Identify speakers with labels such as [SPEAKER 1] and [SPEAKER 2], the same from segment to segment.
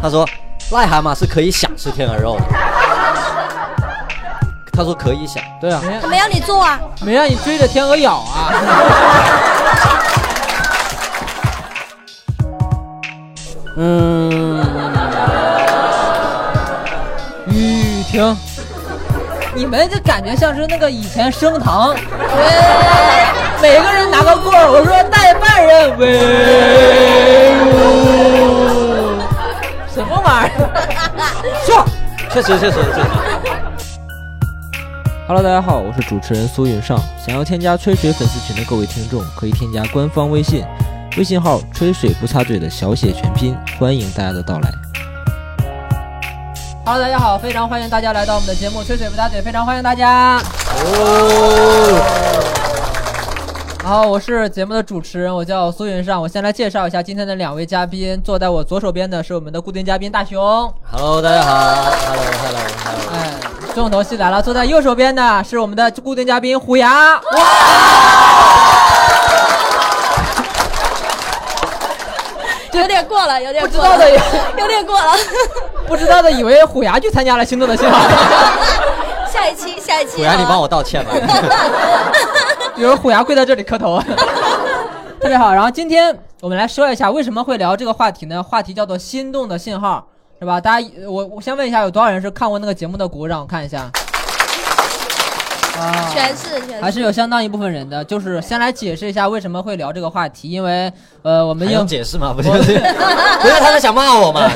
[SPEAKER 1] 他说癞蛤蟆是可以想吃天鹅肉的。他说可以想，
[SPEAKER 2] 对啊，
[SPEAKER 3] 他没让你做啊，
[SPEAKER 2] 没让你追着天鹅咬 啊。
[SPEAKER 1] 嗯，
[SPEAKER 2] 雨停，你们这感觉像是那个以前升 堂，喂，每个人拿个棍儿，我说带半人，喂，什么玩意儿？
[SPEAKER 1] 是，确实确实确实。
[SPEAKER 4] Hello，大家好，我是主持人苏云上。想要添加吹水粉丝群的各位听众，可以添加官方微信，微信号“吹水不插嘴”的小写全拼，欢迎大家的到来。
[SPEAKER 2] 哈喽，大家好，非常欢迎大家来到我们的节目《吹水不打嘴》，非常欢迎大家。然后我是节目的主持人，我叫苏云上。我先来介绍一下今天的两位嘉宾，坐在我左手边的是我们的固定嘉宾大熊，
[SPEAKER 1] Hello，大家好，Hello Hello Hello，
[SPEAKER 2] 哎，重头戏来了。坐在右手边的是我们的固定嘉宾虎牙，
[SPEAKER 3] 有点过了，有点过
[SPEAKER 2] 不知道
[SPEAKER 3] 了，
[SPEAKER 2] 的有
[SPEAKER 3] 有点过了。
[SPEAKER 2] 不知道的以为虎牙去参加了《星座的信号》，
[SPEAKER 3] 下一期，下一期。啊
[SPEAKER 1] 果然你帮我。道 歉吧。
[SPEAKER 2] 以为虎牙跪在这里磕头。特别好，然后今天我们来说一下为什么会聊这个话题呢？话题叫做“心动的信号”，是吧？大家，我我先问一下，有多少人是看过那个节目的鼓？让我看一下。啊，
[SPEAKER 3] 全是全是。
[SPEAKER 2] 还是有相当一部分人的。就是先来解释一下为什么会聊这个话题，因为呃，我们
[SPEAKER 1] 还
[SPEAKER 2] 应
[SPEAKER 1] 用解释吗？不就是，
[SPEAKER 2] 哎
[SPEAKER 1] 不是他们想骂我 嘛？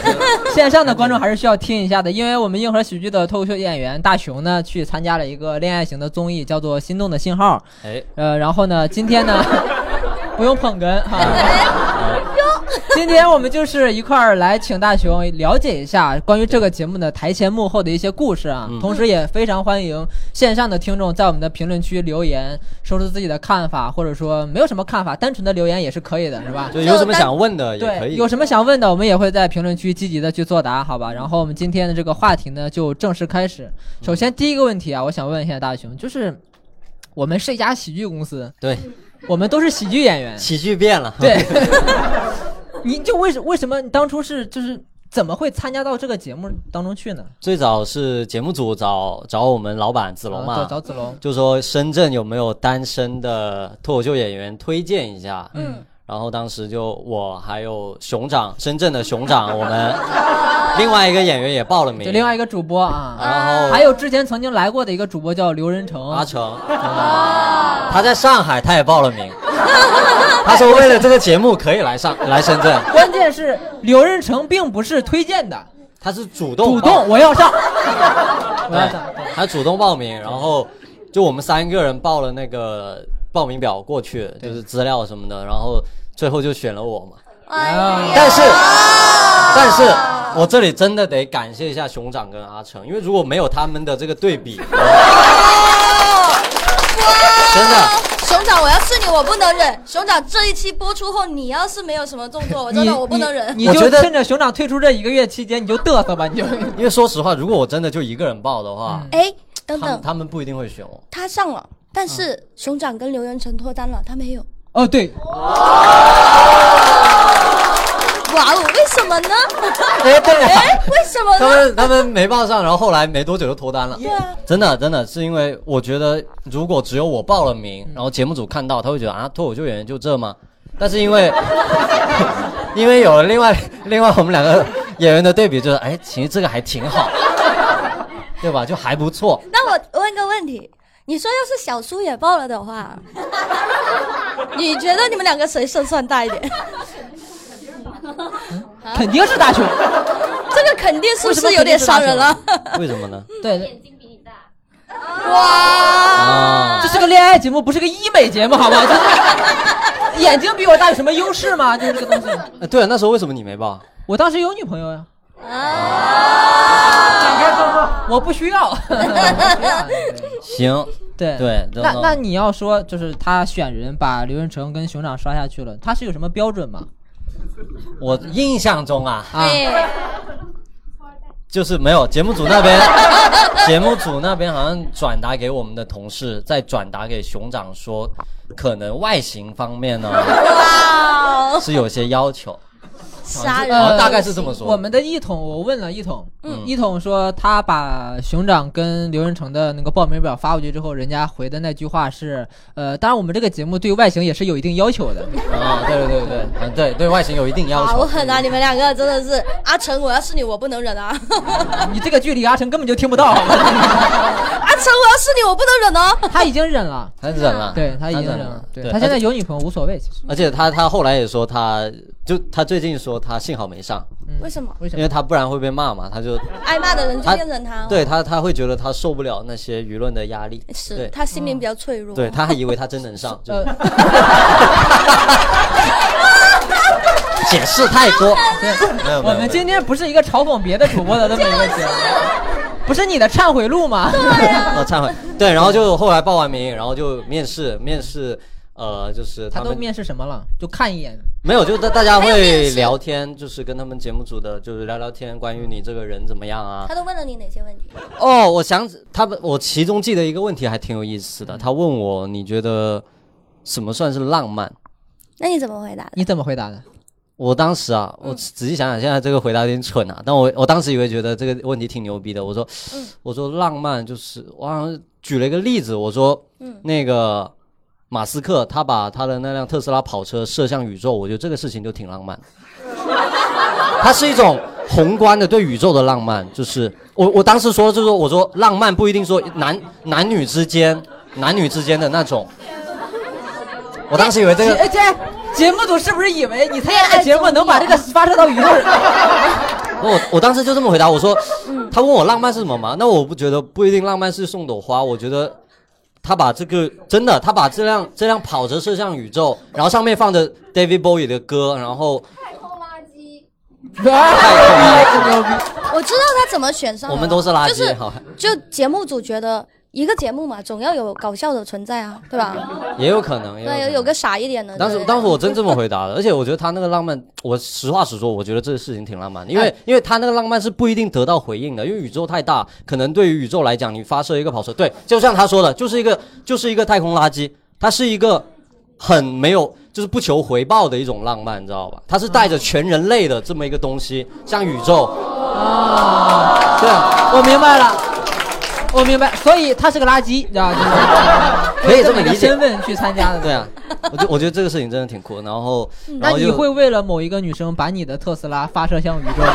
[SPEAKER 2] 线上的观众还是需要听一下的，因为我们硬核喜剧的脱口秀演员大熊呢，去参加了一个恋爱型的综艺，叫做《心动的信号》。
[SPEAKER 1] 哎，
[SPEAKER 2] 呃，然后呢，今天呢， 不用捧哏哈。
[SPEAKER 3] 哟，
[SPEAKER 2] 今天我们就是一块儿来请大熊了解一下关于这个节目的台前幕后的一些故事
[SPEAKER 1] 嗯
[SPEAKER 2] 啊，同时也非常欢迎线上的听众在我们的评论区留言，说出自己的看法，或者说没有什么看法，单纯的留言也是可以的，是吧？
[SPEAKER 1] 就有什么想问的也可
[SPEAKER 2] 对，
[SPEAKER 1] 以。
[SPEAKER 2] 有什么想问的，我们也会在评论区积极的去作答，好吧？然后我们今天的这个话题呢，就正式开始。
[SPEAKER 1] 嗯
[SPEAKER 2] 首先第一个问题啊，我想问一下大熊，就是我们是一家喜剧公司，
[SPEAKER 1] 对，
[SPEAKER 2] 我们都是喜剧演员，
[SPEAKER 1] 喜剧变 了。
[SPEAKER 2] 对， 你就为什为什么你当初是就是怎么会参加到这个节目当中去呢？
[SPEAKER 1] 最早是节目组找找我们老板子龙
[SPEAKER 2] 啊
[SPEAKER 1] 嘛
[SPEAKER 2] 找，找子龙，
[SPEAKER 1] 就说深圳有没有单身的脱口秀演员推荐一下。
[SPEAKER 3] 嗯，
[SPEAKER 1] 然后当时就我还有熊掌，深圳的熊掌，我们 另外一个演员也报了名，
[SPEAKER 2] 就另外一个主播啊，
[SPEAKER 1] 然后
[SPEAKER 2] 还有之前曾经来过的一个主播叫刘仁成，
[SPEAKER 1] 阿成，
[SPEAKER 2] 啊
[SPEAKER 1] 他在上海他也报了名，他说为了这个节目可以来上来深圳，
[SPEAKER 2] 关键是刘仁成并不是推荐的，
[SPEAKER 1] 他是主动
[SPEAKER 2] 主
[SPEAKER 1] 报
[SPEAKER 2] 动我 要上，我要上，
[SPEAKER 1] 对，他主动报名，然后就我们三个人报了那个报名表过去，就是资料什么的，然后最后就选了我嘛。
[SPEAKER 2] 啊
[SPEAKER 3] 哎呀
[SPEAKER 1] 但是，但是我这里真的得感谢一下熊掌跟阿成，因为如果没有他们的这个对比，真的
[SPEAKER 3] 熊掌，我要是你，我不能忍。熊掌这一期播出后，你要是没有什么动作，我真
[SPEAKER 2] 你
[SPEAKER 3] 的我不能忍。
[SPEAKER 2] 你
[SPEAKER 1] 我
[SPEAKER 2] 你就
[SPEAKER 1] 觉得
[SPEAKER 2] 趁着熊掌退出这一个月期间，你就嘚瑟吧，你 就。
[SPEAKER 1] 因为说实话，如果我真的就一个人报的话，
[SPEAKER 3] 哎，等
[SPEAKER 1] 他们
[SPEAKER 3] 等，
[SPEAKER 1] 他们不一定会选我。
[SPEAKER 3] 他上了，但是熊掌跟刘仁成脱单了，他没有。
[SPEAKER 2] 哦，对，
[SPEAKER 3] 哇哦，为什么呢？
[SPEAKER 1] 哎，对呀、
[SPEAKER 3] 哎，为什么
[SPEAKER 1] 他
[SPEAKER 3] 呢？
[SPEAKER 1] 们他们没报上，然后后来没多久就脱单了。
[SPEAKER 3] 对啊，
[SPEAKER 1] 真的真的是因为我觉得，如果只有我报了
[SPEAKER 2] 嗯
[SPEAKER 1] 名，然后节目组看到，他会觉得啊，脱口秀演员就这吗？但是因为 因为有了另外另外我们两个演员的对比，就是哎，其实这个还挺好，对吧？就还不错。
[SPEAKER 3] 那我问个问题，你说要是小苏也报了 的话，你觉得你们两个谁胜算大 一点？啊
[SPEAKER 2] 肯定是大 熊。
[SPEAKER 3] 这个肯定是不是有点伤人啊了？
[SPEAKER 1] 为什么 呢？
[SPEAKER 2] 对，
[SPEAKER 3] 哇！
[SPEAKER 2] 这是个恋爱节目，不是个医美节目，好不好？就是眼睛比我大有什么优势吗？就是这个东西。
[SPEAKER 1] 呃对啊，那时候为什么你没报？
[SPEAKER 2] 我当时有女朋友呀，
[SPEAKER 3] 啊！
[SPEAKER 2] 我不需要。
[SPEAKER 1] 行，
[SPEAKER 2] 对
[SPEAKER 1] 对
[SPEAKER 2] 那
[SPEAKER 1] 然后
[SPEAKER 2] 那你要说，就是他选人把刘润成跟熊掌刷下去了，他是有什么标准吗？
[SPEAKER 1] 我印象中啊，
[SPEAKER 2] 啊，
[SPEAKER 3] 哎
[SPEAKER 1] 就是没有节目组那边， 节目组那边好像转达给我们的同事，再转达给熊掌说，可能外形方面呢
[SPEAKER 3] 哇哦！
[SPEAKER 1] 是有些要求。
[SPEAKER 3] 杀人
[SPEAKER 1] 好像
[SPEAKER 2] 呃
[SPEAKER 1] 大概是这么说。
[SPEAKER 2] 我们的一统，我问了一统，
[SPEAKER 1] 嗯
[SPEAKER 2] 一统说他把熊掌跟刘仁成的那个报名表发过去之后，人家回的那句话是，呃，当然我们这个节目对外形也是有一定要求的。
[SPEAKER 1] 啊，对对对对，嗯，对对外形有一定要
[SPEAKER 3] 好
[SPEAKER 1] 求。
[SPEAKER 3] 狠啊！你们两个真的是，阿成，我要是你，我不能忍 啊！
[SPEAKER 2] 你这个距离阿成根本就听不到，
[SPEAKER 3] 阿成，我要是你，我不能忍哦。
[SPEAKER 2] 他已经忍了，
[SPEAKER 1] 他忍了，
[SPEAKER 2] 对他已经
[SPEAKER 1] 忍
[SPEAKER 2] 忍了，对
[SPEAKER 1] 对
[SPEAKER 2] 他现在有女朋友无所谓，其实
[SPEAKER 1] 而且他他后来也说他，就他最近说他幸好没上，
[SPEAKER 3] 为什么？
[SPEAKER 2] 为什
[SPEAKER 1] 因
[SPEAKER 2] 么
[SPEAKER 1] 为？他不然会被骂嘛，他就
[SPEAKER 2] 哦
[SPEAKER 3] 挨骂的人就
[SPEAKER 1] 他
[SPEAKER 3] 变成他哦，
[SPEAKER 1] 对他他会觉得他受不了那些舆论的压力，
[SPEAKER 3] 是
[SPEAKER 1] 对
[SPEAKER 3] 他心灵比较脆弱。
[SPEAKER 1] 对，他还以为他真能上，就
[SPEAKER 2] 呃，
[SPEAKER 1] 解释太 多。没有没
[SPEAKER 2] 呃我
[SPEAKER 1] 有
[SPEAKER 2] 们今天不是一个嘲讽别的主播的这么一个节目，不是你的忏悔录吗？
[SPEAKER 1] 啊，忏悔。对，然后就后来报完名，然后就面试，面试，呃，就是
[SPEAKER 2] 他
[SPEAKER 1] 他
[SPEAKER 2] 都
[SPEAKER 1] 们
[SPEAKER 2] 面试什么了？就看一眼，
[SPEAKER 1] 没有，就大大家
[SPEAKER 3] 还有
[SPEAKER 1] 会
[SPEAKER 3] 面试
[SPEAKER 1] 聊天，就是跟他们节目组的，就是聊聊天，关于你这个人怎么样啊
[SPEAKER 3] 他？都问了你哪些问题？
[SPEAKER 1] 哦，我想起他们，我其中记得一个问题还挺有意思
[SPEAKER 2] 嗯
[SPEAKER 1] 的，他问我你觉得什么算是浪漫？
[SPEAKER 3] 那你怎么回答的？
[SPEAKER 2] 你怎么回答的？
[SPEAKER 1] 我当时啊，我仔细想想，现在这个回答有点蠢啊。但我我当时以为觉得这个问题挺牛逼的。我说，我说浪漫就是，我好像举了一个例子，我说，那个马斯克他把他的那辆特斯拉跑车射向宇宙，我觉得这个事情就挺浪漫。它是一种宏观的对宇宙的浪漫，就是我我当时说就是我说浪漫不一定说男男女之间男女之间的那种。我当时以为这个
[SPEAKER 2] 哎，这节目组是不是以为你参加这个节目能把这个发射到宇宙 上？
[SPEAKER 1] 我哦我当时就这么回答，我说，
[SPEAKER 3] 嗯
[SPEAKER 1] 他问我浪漫是什么嘛？那我不觉得不一定浪漫是送朵花，我觉得他把这个真的，他把这辆这辆跑车射向宇宙，然后上面放着 David Bowie 的歌，然后
[SPEAKER 3] 我知道他怎么选上的
[SPEAKER 1] 我
[SPEAKER 3] 了，
[SPEAKER 1] 们都是垃圾，
[SPEAKER 3] 啊就是
[SPEAKER 1] 好，
[SPEAKER 3] 就节目组觉得一个节目嘛，总要有搞笑的存在啊，对吧？
[SPEAKER 1] 也有可能，也
[SPEAKER 3] 对，
[SPEAKER 1] 可
[SPEAKER 3] 有
[SPEAKER 1] 能
[SPEAKER 3] 有个傻一点
[SPEAKER 2] 嗯
[SPEAKER 3] 的。
[SPEAKER 1] 当时
[SPEAKER 3] 对
[SPEAKER 1] 当时我 真这么回 答的，而且我觉得他那个浪漫，我实话实说，我觉得这个事情挺浪漫的，因为、因为他那个浪漫是不一定得到回应的，因为宇宙太大，可能对于宇宙来讲，你发射一个跑车，对，就像他说的，就是一个就是一个太空垃圾，它是一个很没有就是不求回报的一种浪漫，你知道吧？它是带着全人类的这么一个东西，像宇宙，对啊，
[SPEAKER 2] 我明白了，我明白，所以他是个垃圾，你知道吗？就是
[SPEAKER 1] 可以这么
[SPEAKER 2] 一个
[SPEAKER 1] 理解
[SPEAKER 2] 身份去参加的，
[SPEAKER 1] 对。啊，我就我觉得这个事情真的挺酷，然后
[SPEAKER 2] 嗯那
[SPEAKER 1] 然后
[SPEAKER 2] 你
[SPEAKER 1] 就
[SPEAKER 2] 会为了某一个女生把你的特斯拉发射向宇宙？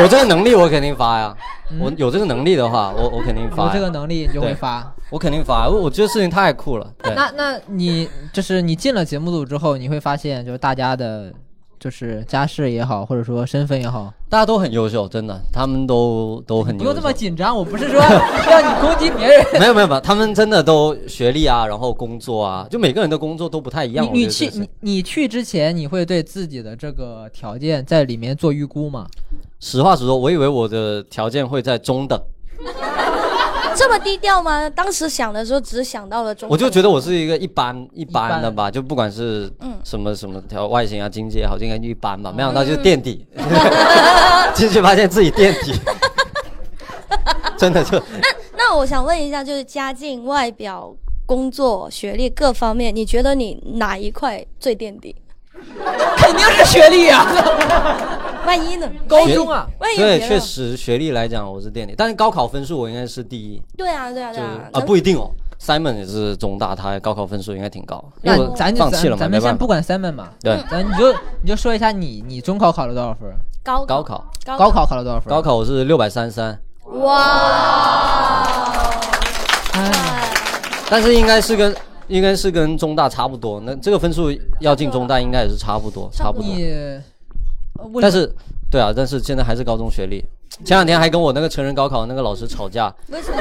[SPEAKER 1] 有这个能力，我肯定发呀。我有这个能力的话，我我肯定发呀。
[SPEAKER 2] 嗯有这个能力你就会
[SPEAKER 1] 对
[SPEAKER 2] 发。
[SPEAKER 1] 我肯定发，我我觉得事情太酷了。对，
[SPEAKER 2] 那那你就是你进了节目组之后，你会发现就是大家的，就是家世也好，或者说身份也好，
[SPEAKER 1] 大家都很优秀，真的，他们都都很
[SPEAKER 2] 不
[SPEAKER 1] 优秀。
[SPEAKER 2] 用这么紧张。我不是说让你攻击别人。
[SPEAKER 1] 没有没有没有，他们真的都学历啊，然后工作啊，就每个人的工作都不太 一样。
[SPEAKER 2] 你
[SPEAKER 1] 我觉得
[SPEAKER 2] 你去
[SPEAKER 1] 这是
[SPEAKER 2] 你你去之前，你会对自己的这个条件在里面做预估吗？
[SPEAKER 1] 实话实说，我以为我的条件会在中等，
[SPEAKER 3] 这么低调吗？当时想的时候只想到了中，
[SPEAKER 1] 我就觉得我是一个一般一般的
[SPEAKER 2] 一
[SPEAKER 1] 吧，就不管是
[SPEAKER 3] 嗯
[SPEAKER 1] 什么什么条外形啊、经济也好，就应该一般吧。
[SPEAKER 2] 嗯
[SPEAKER 1] 没想到就是垫底， 进去发现自己垫底， 真的就
[SPEAKER 3] 那我想问一下，就是家境、外表、工作、学历各方面，你觉得你哪一块最垫底？
[SPEAKER 2] 肯定是学历啊，
[SPEAKER 3] 万一呢？
[SPEAKER 2] 高中啊，
[SPEAKER 3] 万一有
[SPEAKER 1] 对，
[SPEAKER 3] 别
[SPEAKER 1] 确
[SPEAKER 3] 的
[SPEAKER 1] 实学历来讲我是垫底，但是高考分数我应该是第一。
[SPEAKER 3] 对啊，对啊，
[SPEAKER 1] 就
[SPEAKER 3] 对啊，
[SPEAKER 1] 啊
[SPEAKER 3] 咱
[SPEAKER 1] 不一定哦。Simon 也是中大，他高考分数应该挺高，因为
[SPEAKER 2] 那
[SPEAKER 1] 我
[SPEAKER 2] 咱就
[SPEAKER 1] 放弃了嘛，
[SPEAKER 2] 咱咱
[SPEAKER 1] 没
[SPEAKER 2] 们先
[SPEAKER 1] 办
[SPEAKER 2] 不
[SPEAKER 1] 法。
[SPEAKER 2] 管 Simon 嘛，
[SPEAKER 3] 嗯
[SPEAKER 1] 对，
[SPEAKER 2] 咱你就你就说一下你你中考考了多少分？
[SPEAKER 3] 高
[SPEAKER 1] 高考，
[SPEAKER 3] 高
[SPEAKER 2] 高考考了多少分？
[SPEAKER 1] 高考我是六百三三，
[SPEAKER 3] 哇！
[SPEAKER 2] 哎，
[SPEAKER 1] 但是应该是跟应该是跟中大差不多，那这个分数要进中大应该也是差不多，差不多。
[SPEAKER 2] 你，呃为什么
[SPEAKER 1] 但是对啊，但是现在还是高中学历。前两天还跟我那个成人高考那个老师吵架，
[SPEAKER 3] 为什么？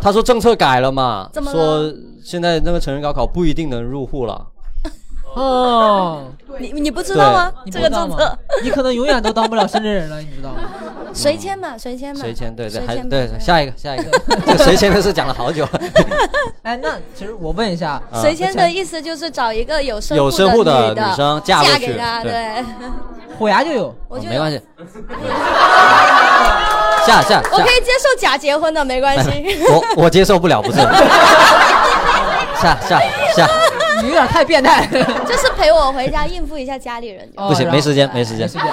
[SPEAKER 1] 他说政策改了嘛，
[SPEAKER 3] 怎么了
[SPEAKER 1] 说现在那个成人高考不一定能入户了。
[SPEAKER 2] 哦，
[SPEAKER 3] 你你不知道吗？
[SPEAKER 2] 你不
[SPEAKER 3] 这
[SPEAKER 2] 知
[SPEAKER 3] 个
[SPEAKER 2] 道
[SPEAKER 3] 政
[SPEAKER 2] 吗
[SPEAKER 3] 策？
[SPEAKER 2] 你可能永远都当不了深圳人了，你知道 吗？
[SPEAKER 3] 谁签嘛？谁签嘛？
[SPEAKER 1] 谁签？对对，
[SPEAKER 3] 谁
[SPEAKER 1] 还
[SPEAKER 3] 签
[SPEAKER 1] 对
[SPEAKER 3] 吧
[SPEAKER 1] 下一个下一 个，这谁签的是讲了好久。
[SPEAKER 2] 哎，那其实我问一下，
[SPEAKER 1] 啊
[SPEAKER 3] 谁签的意思就是找一个有身
[SPEAKER 1] 有身
[SPEAKER 3] 户
[SPEAKER 1] 户的
[SPEAKER 3] 女的
[SPEAKER 1] 女生
[SPEAKER 3] 嫁
[SPEAKER 1] 嫁过去
[SPEAKER 3] 给他，
[SPEAKER 1] 对 哦
[SPEAKER 3] 对。
[SPEAKER 2] 虎牙就有，
[SPEAKER 3] 我觉
[SPEAKER 1] 没关
[SPEAKER 3] 得
[SPEAKER 1] 系，下下
[SPEAKER 3] 我
[SPEAKER 1] 下
[SPEAKER 3] 可，以接受假结婚的，没 关系。
[SPEAKER 1] 哎 我我接受不了，不是，下下下，
[SPEAKER 2] 你点太变 态。
[SPEAKER 3] 就是陪我回家应付一下家里人就好。
[SPEAKER 2] 哦
[SPEAKER 1] 不行，没时间，没时间，没时间，没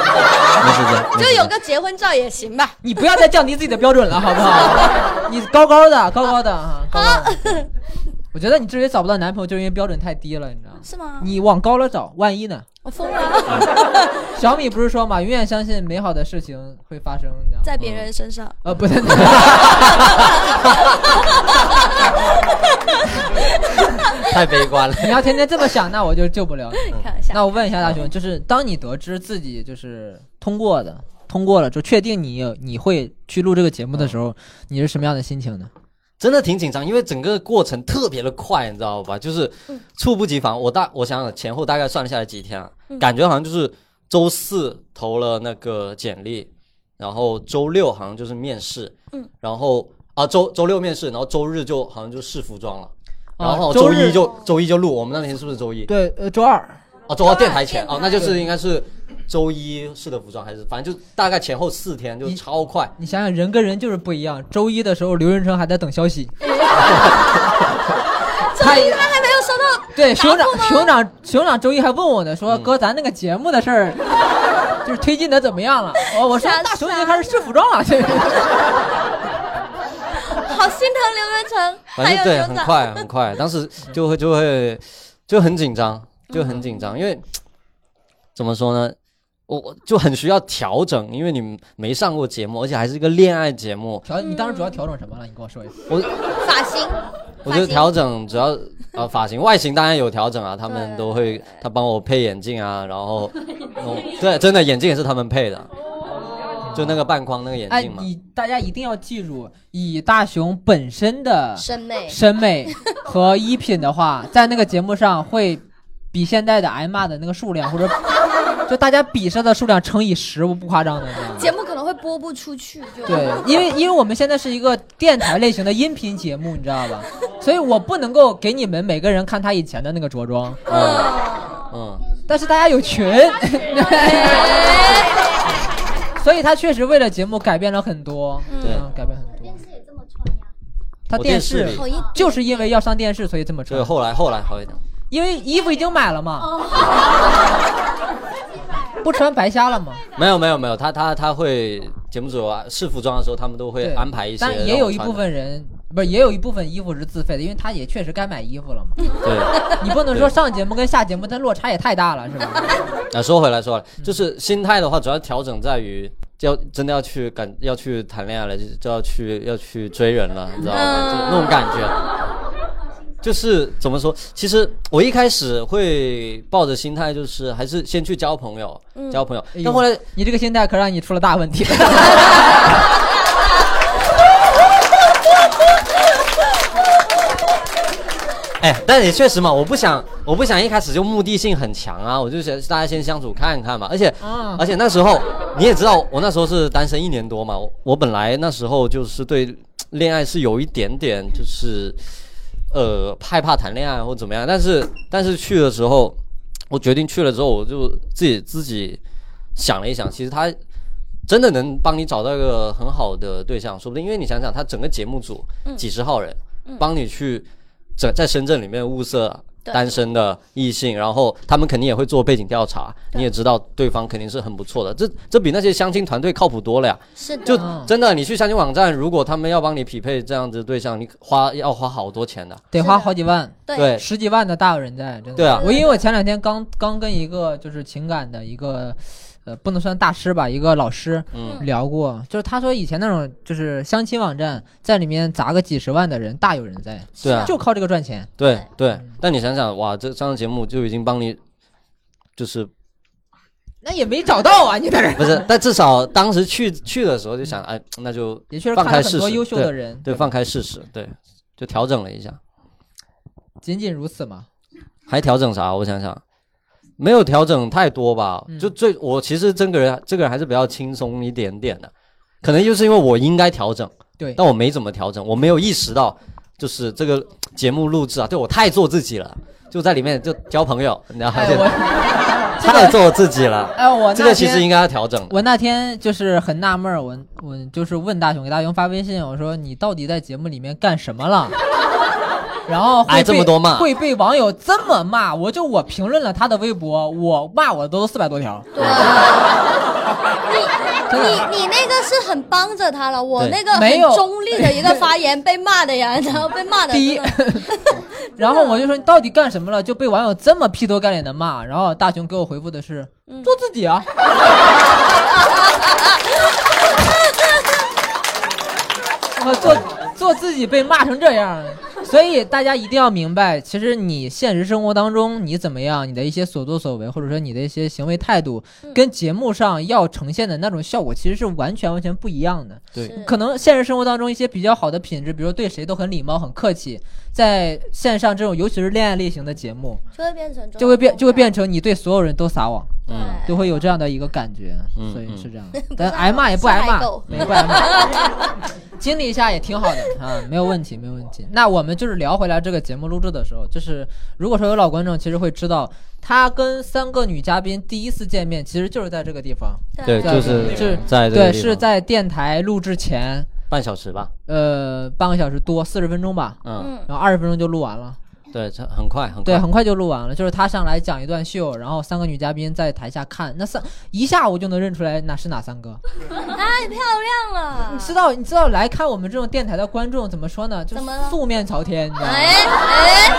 [SPEAKER 3] 就
[SPEAKER 1] 时
[SPEAKER 3] 有
[SPEAKER 1] 间。
[SPEAKER 3] 个结婚照也行吧。
[SPEAKER 2] 你不要再降低自己的标准了，好不 好？你高高的，高高的啊，高高的。 我觉得你之所以找不到男朋友，就是因为标准太低了，你知道吗？
[SPEAKER 3] 是吗？
[SPEAKER 2] 你往高了找，万一呢？
[SPEAKER 3] 我疯了，
[SPEAKER 1] 嗯
[SPEAKER 2] 小米不是说嘛，永远相信美好的事情会发生，你知道吗？
[SPEAKER 3] 在别人身上。
[SPEAKER 2] 呃，不是，
[SPEAKER 1] 太悲观了。
[SPEAKER 2] 你要天天这么想，那我就救不了你。
[SPEAKER 1] 嗯
[SPEAKER 3] 开玩笑。
[SPEAKER 2] 那我问一下大熊，就是当你得知自己就是通过的，通过了就确定你有你会去录这个节目的时候，你是什么样的心情呢？
[SPEAKER 1] 真的挺紧张，因为整个过程特别的快，你知道吧？就是
[SPEAKER 3] 嗯
[SPEAKER 1] 猝不及防。我大我想想，前后大概算了下来几天啊，
[SPEAKER 3] 嗯
[SPEAKER 1] 感觉好像就是周四投了那个简历，然后周六好像就是面试，
[SPEAKER 3] 嗯，
[SPEAKER 1] 然后啊周周六面试，然后周日就好像就试服装了。
[SPEAKER 3] 哦
[SPEAKER 2] 啊
[SPEAKER 1] 然后
[SPEAKER 2] 周
[SPEAKER 1] 周
[SPEAKER 2] 日
[SPEAKER 1] 一就周一就录，我们那天是不是周一？
[SPEAKER 2] 对，呃，周二
[SPEAKER 1] 哦，周二电台前
[SPEAKER 3] 电台
[SPEAKER 1] 哦，那就是应该是周一试的服装，还是反正就大概前后四天就
[SPEAKER 2] 你
[SPEAKER 1] 超快。
[SPEAKER 2] 你想想，人跟人就是不一样。周一的时候，刘仁成还在等消息，
[SPEAKER 3] 周一他还没有收到，
[SPEAKER 2] 对，
[SPEAKER 3] 答复
[SPEAKER 2] 熊掌
[SPEAKER 3] 吗
[SPEAKER 2] 熊掌熊掌周一还问我呢，说哥，咱那个节目的事儿，就是推进的怎么样了？哦我我说
[SPEAKER 3] 傻
[SPEAKER 2] 大熊已经开始试服装了，这
[SPEAKER 3] 好心疼刘元成，还
[SPEAKER 1] 反正
[SPEAKER 3] 有
[SPEAKER 1] 对，
[SPEAKER 3] 熊
[SPEAKER 1] 很
[SPEAKER 3] 掌。
[SPEAKER 1] 快很快，当时就会就会就很紧张，就
[SPEAKER 3] 嗯
[SPEAKER 1] 很紧张，因为怎么说呢，我我就很需要调整，因为你没上过节目，而且还是一个恋爱节目，
[SPEAKER 2] 调你当时主要调整什么了？你跟我说一下。
[SPEAKER 1] 我
[SPEAKER 3] 发型，
[SPEAKER 2] 啊
[SPEAKER 1] 我就
[SPEAKER 3] 发型
[SPEAKER 1] 调整主要啊发型外形当然有调整啊，他们
[SPEAKER 3] 对
[SPEAKER 1] 都会他帮我配眼镜啊，然后弄对，真的眼镜也是他们配的，
[SPEAKER 3] 哦
[SPEAKER 1] 就那个半框那个眼
[SPEAKER 2] 哎，
[SPEAKER 3] 啊
[SPEAKER 1] 镜嘛。
[SPEAKER 2] 你大家一定要记住，以大熊本身的
[SPEAKER 3] 审美
[SPEAKER 2] 审美和衣品的话，在那个节目上会比现在的挨骂的那个数量， 或者就大家比上的数量乘以十，我不夸张的。你知道吗
[SPEAKER 3] 节目可能会播不出去，就
[SPEAKER 2] 对，因为因为我们现在是一个电台类型的音频节目，你知道吧？所以我不能够给你们每个人看他以前的那个着装，
[SPEAKER 3] 嗯，
[SPEAKER 1] 嗯，
[SPEAKER 2] 但是大家有群，
[SPEAKER 3] 哎
[SPEAKER 2] 所以他确实为了节目改变了很多，
[SPEAKER 1] 对
[SPEAKER 2] 嗯，改变很多。他
[SPEAKER 1] 我电
[SPEAKER 2] 电
[SPEAKER 1] 视
[SPEAKER 2] 视
[SPEAKER 1] 里
[SPEAKER 3] 好一
[SPEAKER 2] 就是因为要上电视，所以这么
[SPEAKER 1] 对，
[SPEAKER 2] 穿，
[SPEAKER 1] 后来后来好一点。
[SPEAKER 2] 因为衣服已经买了嘛， 不穿白瞎了嘛。
[SPEAKER 1] 没有没有没有，他他他会节目组啊试服装的时候，他们都会
[SPEAKER 2] 对
[SPEAKER 1] 安排一些让我穿
[SPEAKER 2] 但
[SPEAKER 1] 的。
[SPEAKER 2] 也有一部分人，不是也有一部分衣服是自费的，因为他也确实该买衣服了 嘛。
[SPEAKER 1] 对。
[SPEAKER 2] 你不能说上节目跟下节目，它落差也太大了，是吧？
[SPEAKER 1] 啊，说回来说回来，就是心态的话，主要调整在于要真的要去感要去谈恋爱了，就就要去要去追人了，你知道吗？
[SPEAKER 2] 嗯
[SPEAKER 1] 就那种感觉。就是怎么说？其实我一开始会抱着心态，就是还是先去交朋友，交朋友。
[SPEAKER 2] 哎呦
[SPEAKER 1] 但后来
[SPEAKER 2] 你这个心态可让你出了大问 题。
[SPEAKER 1] 哎，但也确实嘛，我不想，我不想一开始就目的性很强啊，我就想大家先相处看看嘛。而且，
[SPEAKER 2] 嗯
[SPEAKER 1] 而且那时候你也知道，我那时候是单身一年多嘛，我我本来那时候就是对恋爱是有一点点就是，呃，害怕谈恋爱或怎么样。但是，但是去的时候，我决定去了之后，我就自己自己想了一想，其实他真的能帮你找到一个很好的对象，说不定。因为你想想，他整个节目组几十号人，帮你去整在深圳里面物色
[SPEAKER 3] 对
[SPEAKER 1] 单身的异性，然后他们肯定也会做背景调查，你也知道对方肯定是很不错的。这这比那些相亲团队靠谱多了呀。
[SPEAKER 3] 是的，
[SPEAKER 1] 就真的，你去相亲网站，如果他们要帮你匹配这样子的对象，你花要花好多钱的。
[SPEAKER 2] 得花好几万，
[SPEAKER 1] 对
[SPEAKER 2] 十几万的大有人在，真的。
[SPEAKER 1] 对啊
[SPEAKER 2] 我因为我前两天刚刚跟一个就是情感的一个，呃，不能算大师吧，一个老师
[SPEAKER 1] 嗯
[SPEAKER 2] 聊过，就是他说以前那种就是相亲网站，在里面砸个几十万的人大有人在，
[SPEAKER 1] 对啊
[SPEAKER 2] 就靠这个赚钱。
[SPEAKER 1] 对对，但你想想，哇，这上节目就已经帮你，就是
[SPEAKER 2] 那也没找到啊，你在这儿
[SPEAKER 1] 不是，但至少当时去去的时候就想，哎，那就
[SPEAKER 2] 也确实
[SPEAKER 1] 放
[SPEAKER 2] 看
[SPEAKER 1] 开
[SPEAKER 2] 了很
[SPEAKER 1] 试
[SPEAKER 2] 多
[SPEAKER 1] 试，
[SPEAKER 2] 优秀
[SPEAKER 1] 对
[SPEAKER 2] 的人，
[SPEAKER 1] 对，放开试试，对，就调整了一下，
[SPEAKER 2] 仅仅如此嘛。
[SPEAKER 1] 还调整啥？我想想，没有调整太多吧，
[SPEAKER 2] 嗯
[SPEAKER 1] 就最我其实这个人这个人还是比较轻松一点点的，可能就是因为我应该调整，
[SPEAKER 2] 对，
[SPEAKER 1] 但我没怎么调整，我没有意识到，就是这个节目录制啊，对我太做自己了，就在里面就交朋友，然后
[SPEAKER 2] 哎
[SPEAKER 1] 就、
[SPEAKER 2] 我
[SPEAKER 1] 太做自己了。
[SPEAKER 2] 哎我
[SPEAKER 1] 这
[SPEAKER 2] 那
[SPEAKER 1] 个其
[SPEAKER 2] 天
[SPEAKER 1] 实应该要调整的，
[SPEAKER 2] 我那天就是很纳闷儿，我我就是问大雄，给大雄发微信，我说你到底在节目里面干什么了？ 然后会
[SPEAKER 1] 挨
[SPEAKER 2] 被
[SPEAKER 1] 这么多骂
[SPEAKER 2] 会被网友这么骂。我就我评论了他的微博，我骂我的都四百多条。
[SPEAKER 3] 对， 你你你那个是很帮着他了，我
[SPEAKER 1] 对
[SPEAKER 3] 那个很
[SPEAKER 2] 没有
[SPEAKER 3] 中立的一个发言被骂 的呀，然后被骂的
[SPEAKER 2] 第一
[SPEAKER 3] 真的，
[SPEAKER 2] 然后我就说你到底干什么了，就被网友这么劈头盖脸的骂。然后大熊给我回复的是、
[SPEAKER 3] 嗯
[SPEAKER 2] 做自己 啊。我做做自己被骂成这样，所以大家一定要明白，其实你现实生活当中你怎么样，你的一些所作所为，或者说你的一些行为态度，
[SPEAKER 3] 嗯
[SPEAKER 2] 跟节目上要呈现的那种效果，其实是完全完全不一样的。
[SPEAKER 3] 是
[SPEAKER 2] 可能现实生活当中一些比较好的品质，比如说对谁都很礼貌、很客气，在线上这种尤其是恋爱类型的节目，
[SPEAKER 3] 就会变成
[SPEAKER 2] 就会变就会变成你对所有人都撒网，
[SPEAKER 3] 对
[SPEAKER 2] 就会有这样的一个感觉，
[SPEAKER 1] 嗯
[SPEAKER 2] 所以是这样。
[SPEAKER 3] 嗯
[SPEAKER 2] 但挨骂也不挨骂
[SPEAKER 3] 是海狗，
[SPEAKER 2] 没不挨骂， 经历一下也挺好的啊，没有问题，没有问题。那我们就是聊回来这个节目录制的时候，就是如果说有老观众，其实会知道他跟三个女嘉宾第一次见面，其实就是在这个地方，
[SPEAKER 1] 对，
[SPEAKER 2] 在
[SPEAKER 1] 就是
[SPEAKER 2] 就是
[SPEAKER 1] 在这
[SPEAKER 2] 对
[SPEAKER 1] 个地
[SPEAKER 2] 是
[SPEAKER 1] 方
[SPEAKER 2] 在电台录制前。
[SPEAKER 1] 半小时吧，
[SPEAKER 2] 呃，半个小时多，四十分钟吧，
[SPEAKER 1] 嗯，
[SPEAKER 2] 然后二十分钟就录完了，
[SPEAKER 1] 对，这很快很
[SPEAKER 2] 对，
[SPEAKER 1] 快，
[SPEAKER 2] 很快就录完了。就是他上来讲一段秀，然后三个女嘉宾在台下看，那三一下我就能认出来哪是哪三个。
[SPEAKER 3] 太漂亮了
[SPEAKER 2] 你，知道，你知道来看我们这种电台的观众怎么说呢？就
[SPEAKER 3] 怎么了
[SPEAKER 2] 素面朝天，你知道吗？
[SPEAKER 3] 哎哎，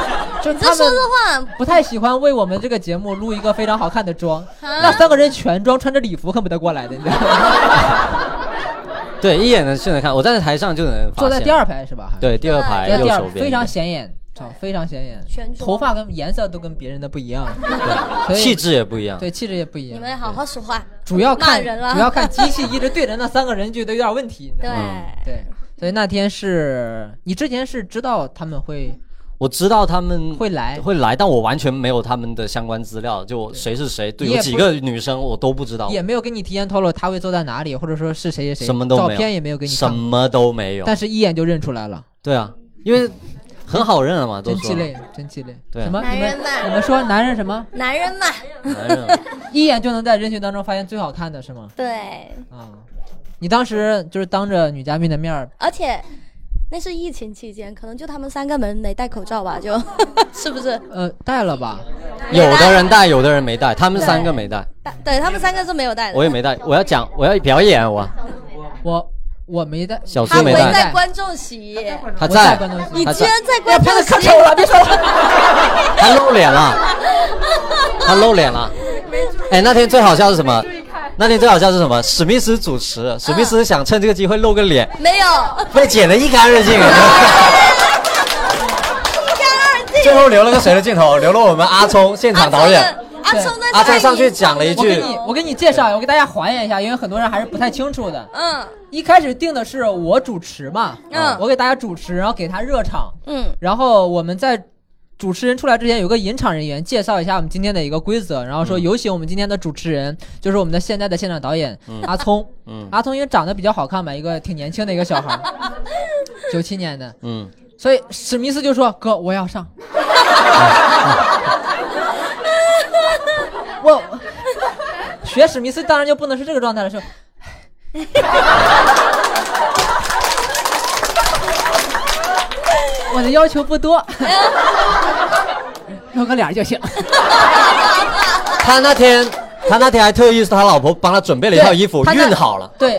[SPEAKER 2] 就是
[SPEAKER 3] 你这
[SPEAKER 2] 他
[SPEAKER 3] 说
[SPEAKER 2] 们
[SPEAKER 3] 的话
[SPEAKER 2] 不太喜欢为我们这个节目录一个非常好看的妆，
[SPEAKER 3] 啊
[SPEAKER 2] 那三个人全妆穿着礼服恨不得过来的，你知 道吗？
[SPEAKER 1] 对，一眼能就能看，我站在台上就能发现
[SPEAKER 2] 坐在第二排是吧？还
[SPEAKER 1] 对第二排
[SPEAKER 2] 坐在
[SPEAKER 1] 右
[SPEAKER 2] 第二
[SPEAKER 1] 手边，
[SPEAKER 2] 非常显眼，操，非常显眼
[SPEAKER 3] 全，妆
[SPEAKER 2] 头发跟颜色都跟别人的不一样，所以
[SPEAKER 1] 气质也不一样，
[SPEAKER 2] 对，气质也不一样。
[SPEAKER 3] 你们好好说话，
[SPEAKER 2] 主要
[SPEAKER 3] 骂
[SPEAKER 2] 看
[SPEAKER 3] 人啊了，
[SPEAKER 2] 主要看机器一直对着那三个人觉得有点问题。你知
[SPEAKER 3] 对
[SPEAKER 2] 道吗，
[SPEAKER 1] 嗯
[SPEAKER 2] 对，所以那天是你之前是知道他们会
[SPEAKER 1] 我知道他们
[SPEAKER 2] 会来
[SPEAKER 1] 会来，但我完全没有他们的相关资料，就我谁是谁，对，
[SPEAKER 2] 你也
[SPEAKER 1] 有
[SPEAKER 2] 不
[SPEAKER 1] 几个女生我都不知道，
[SPEAKER 2] 也没有跟你提前透露他会坐在哪里，或者说是谁谁谁，
[SPEAKER 1] 什么都没有，
[SPEAKER 2] 照片也没有给你
[SPEAKER 1] 什
[SPEAKER 2] 看，
[SPEAKER 1] 么都没有。
[SPEAKER 2] 但是一眼就认出来了，
[SPEAKER 1] 对啊，因为很好认了啊嘛，都
[SPEAKER 2] 真
[SPEAKER 1] 说
[SPEAKER 2] 鸡肋，真鸡肋。
[SPEAKER 1] 对
[SPEAKER 2] 什么？
[SPEAKER 3] 男
[SPEAKER 2] 你
[SPEAKER 3] 人
[SPEAKER 2] 们
[SPEAKER 3] 嘛
[SPEAKER 2] 你们说男人什么？
[SPEAKER 3] 男人嘛，
[SPEAKER 1] 男人
[SPEAKER 2] 一眼就能在人群当中发现最好看的是吗？
[SPEAKER 3] 对，
[SPEAKER 2] 啊，你当时就是当着女嘉宾的面儿
[SPEAKER 3] 而且。那是疫情期间，可能就他们三个人没戴口罩吧，就 是不是？
[SPEAKER 2] 呃戴了吧？
[SPEAKER 1] 有的人带，有的人没带，他们三个没带，
[SPEAKER 3] 戴对他们三个是没有戴的。
[SPEAKER 1] 我也没带。我要讲，我要表演，啊我
[SPEAKER 2] 我我没戴，
[SPEAKER 1] 小
[SPEAKER 3] 他
[SPEAKER 1] 苏
[SPEAKER 3] 没
[SPEAKER 1] 没
[SPEAKER 3] 在
[SPEAKER 1] 带，
[SPEAKER 3] 观众席，
[SPEAKER 1] 他
[SPEAKER 2] 我带
[SPEAKER 1] 在
[SPEAKER 2] 观众席，
[SPEAKER 3] 你
[SPEAKER 1] 他
[SPEAKER 3] 居
[SPEAKER 1] 在，
[SPEAKER 3] 然在观众席，
[SPEAKER 2] 我了，别说了。
[SPEAKER 1] 他露脸了，他露脸了。哎，那天最好笑是什么？那天最好笑是什么？史密斯主持，史密
[SPEAKER 2] 啊
[SPEAKER 1] 斯想趁这个机会露个脸，
[SPEAKER 3] 没有，
[SPEAKER 1] 被剪得一干二净。啊 最后留了个谁的镜头？留了我们阿聪现场导演。
[SPEAKER 3] 阿聪在
[SPEAKER 1] 阿聪上去讲了一
[SPEAKER 2] 我
[SPEAKER 1] 句
[SPEAKER 2] 给你，我给你介绍，我给大家还原一下，因为很多人还是不太清楚的。
[SPEAKER 3] 嗯
[SPEAKER 2] 一开始定的是我主持嘛，啊
[SPEAKER 3] 嗯
[SPEAKER 2] 我给大家主持，然后给他热场，
[SPEAKER 3] 嗯，
[SPEAKER 2] 然后我们在主持人出来之前有个引场人员介绍一下我们今天的一个规则，然后
[SPEAKER 1] 嗯
[SPEAKER 2] 说有请我们今天的主持人，就是我们的现在的现场导演阿聪，
[SPEAKER 1] 嗯
[SPEAKER 2] 阿聪因为长得比较好看嘛，一个挺年轻的一个小孩，九七年的，
[SPEAKER 1] 嗯，
[SPEAKER 2] 所以史密斯就说：“哥，我要上。我”学史密斯当然就不能是这个状态了，说。我的要求不多，露个脸儿就行。
[SPEAKER 1] 他那天他那天还特意是他老婆帮他准备了一套衣服，
[SPEAKER 2] 对他
[SPEAKER 1] 熨
[SPEAKER 2] 那
[SPEAKER 1] 好了，
[SPEAKER 2] 对，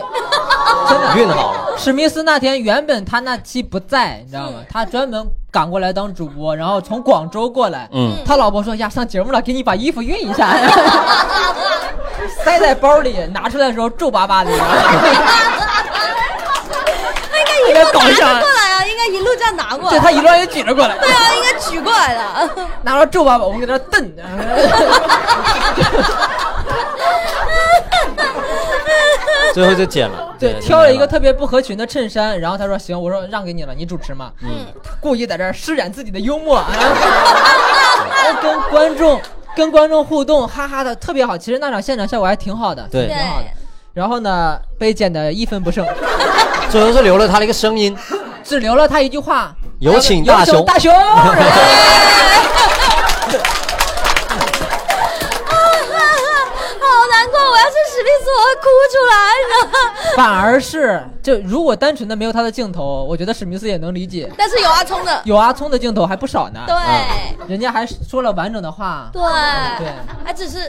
[SPEAKER 1] 熨好了。
[SPEAKER 2] 史密斯那天原本他那期不在，你知道吗？他专门赶过来当主播，然后从广州过来。
[SPEAKER 1] 嗯
[SPEAKER 2] 他老婆说：“哎呀，上节目了，给你把衣服熨一下。”塞在包里，拿出来的时候皱巴巴的，你知道吗
[SPEAKER 3] 他应该一路拿着过来啊，应该一路这样拿过
[SPEAKER 2] 对
[SPEAKER 3] 来。
[SPEAKER 2] 他一路也举着过来，
[SPEAKER 3] 对啊，应该举过来了。
[SPEAKER 2] 拿着皱巴巴，我们给他瞪。
[SPEAKER 1] 最后就剪了。
[SPEAKER 2] 对，挑了一个特别不合群的衬衫，然后他说：“行，我说让给你了，你主持嘛。”嗯，他故意在这儿施展自己的幽默，然后然后跟观众跟观众互动，哈哈的特别好。其实那场现场效果还挺好的，
[SPEAKER 1] 对
[SPEAKER 2] 挺好的。然后呢，被剪得一分不 剩，
[SPEAKER 1] 最后是留了他的一个声音，
[SPEAKER 2] 只留了他一句话：“
[SPEAKER 1] 有请
[SPEAKER 2] 有
[SPEAKER 1] 大
[SPEAKER 2] 请
[SPEAKER 1] 雄。
[SPEAKER 2] 大雄。 然后
[SPEAKER 3] 好难过，我要是史密斯，我要哭出来了。
[SPEAKER 2] 反而是就如果单纯的没有他的镜头，我觉得史密斯也能理解。
[SPEAKER 3] 但是有阿聪的，
[SPEAKER 2] 有阿聪的镜头还不少呢，
[SPEAKER 3] 对、
[SPEAKER 2] 人家还说了完整的话。
[SPEAKER 3] 对，
[SPEAKER 2] 对
[SPEAKER 3] 他只是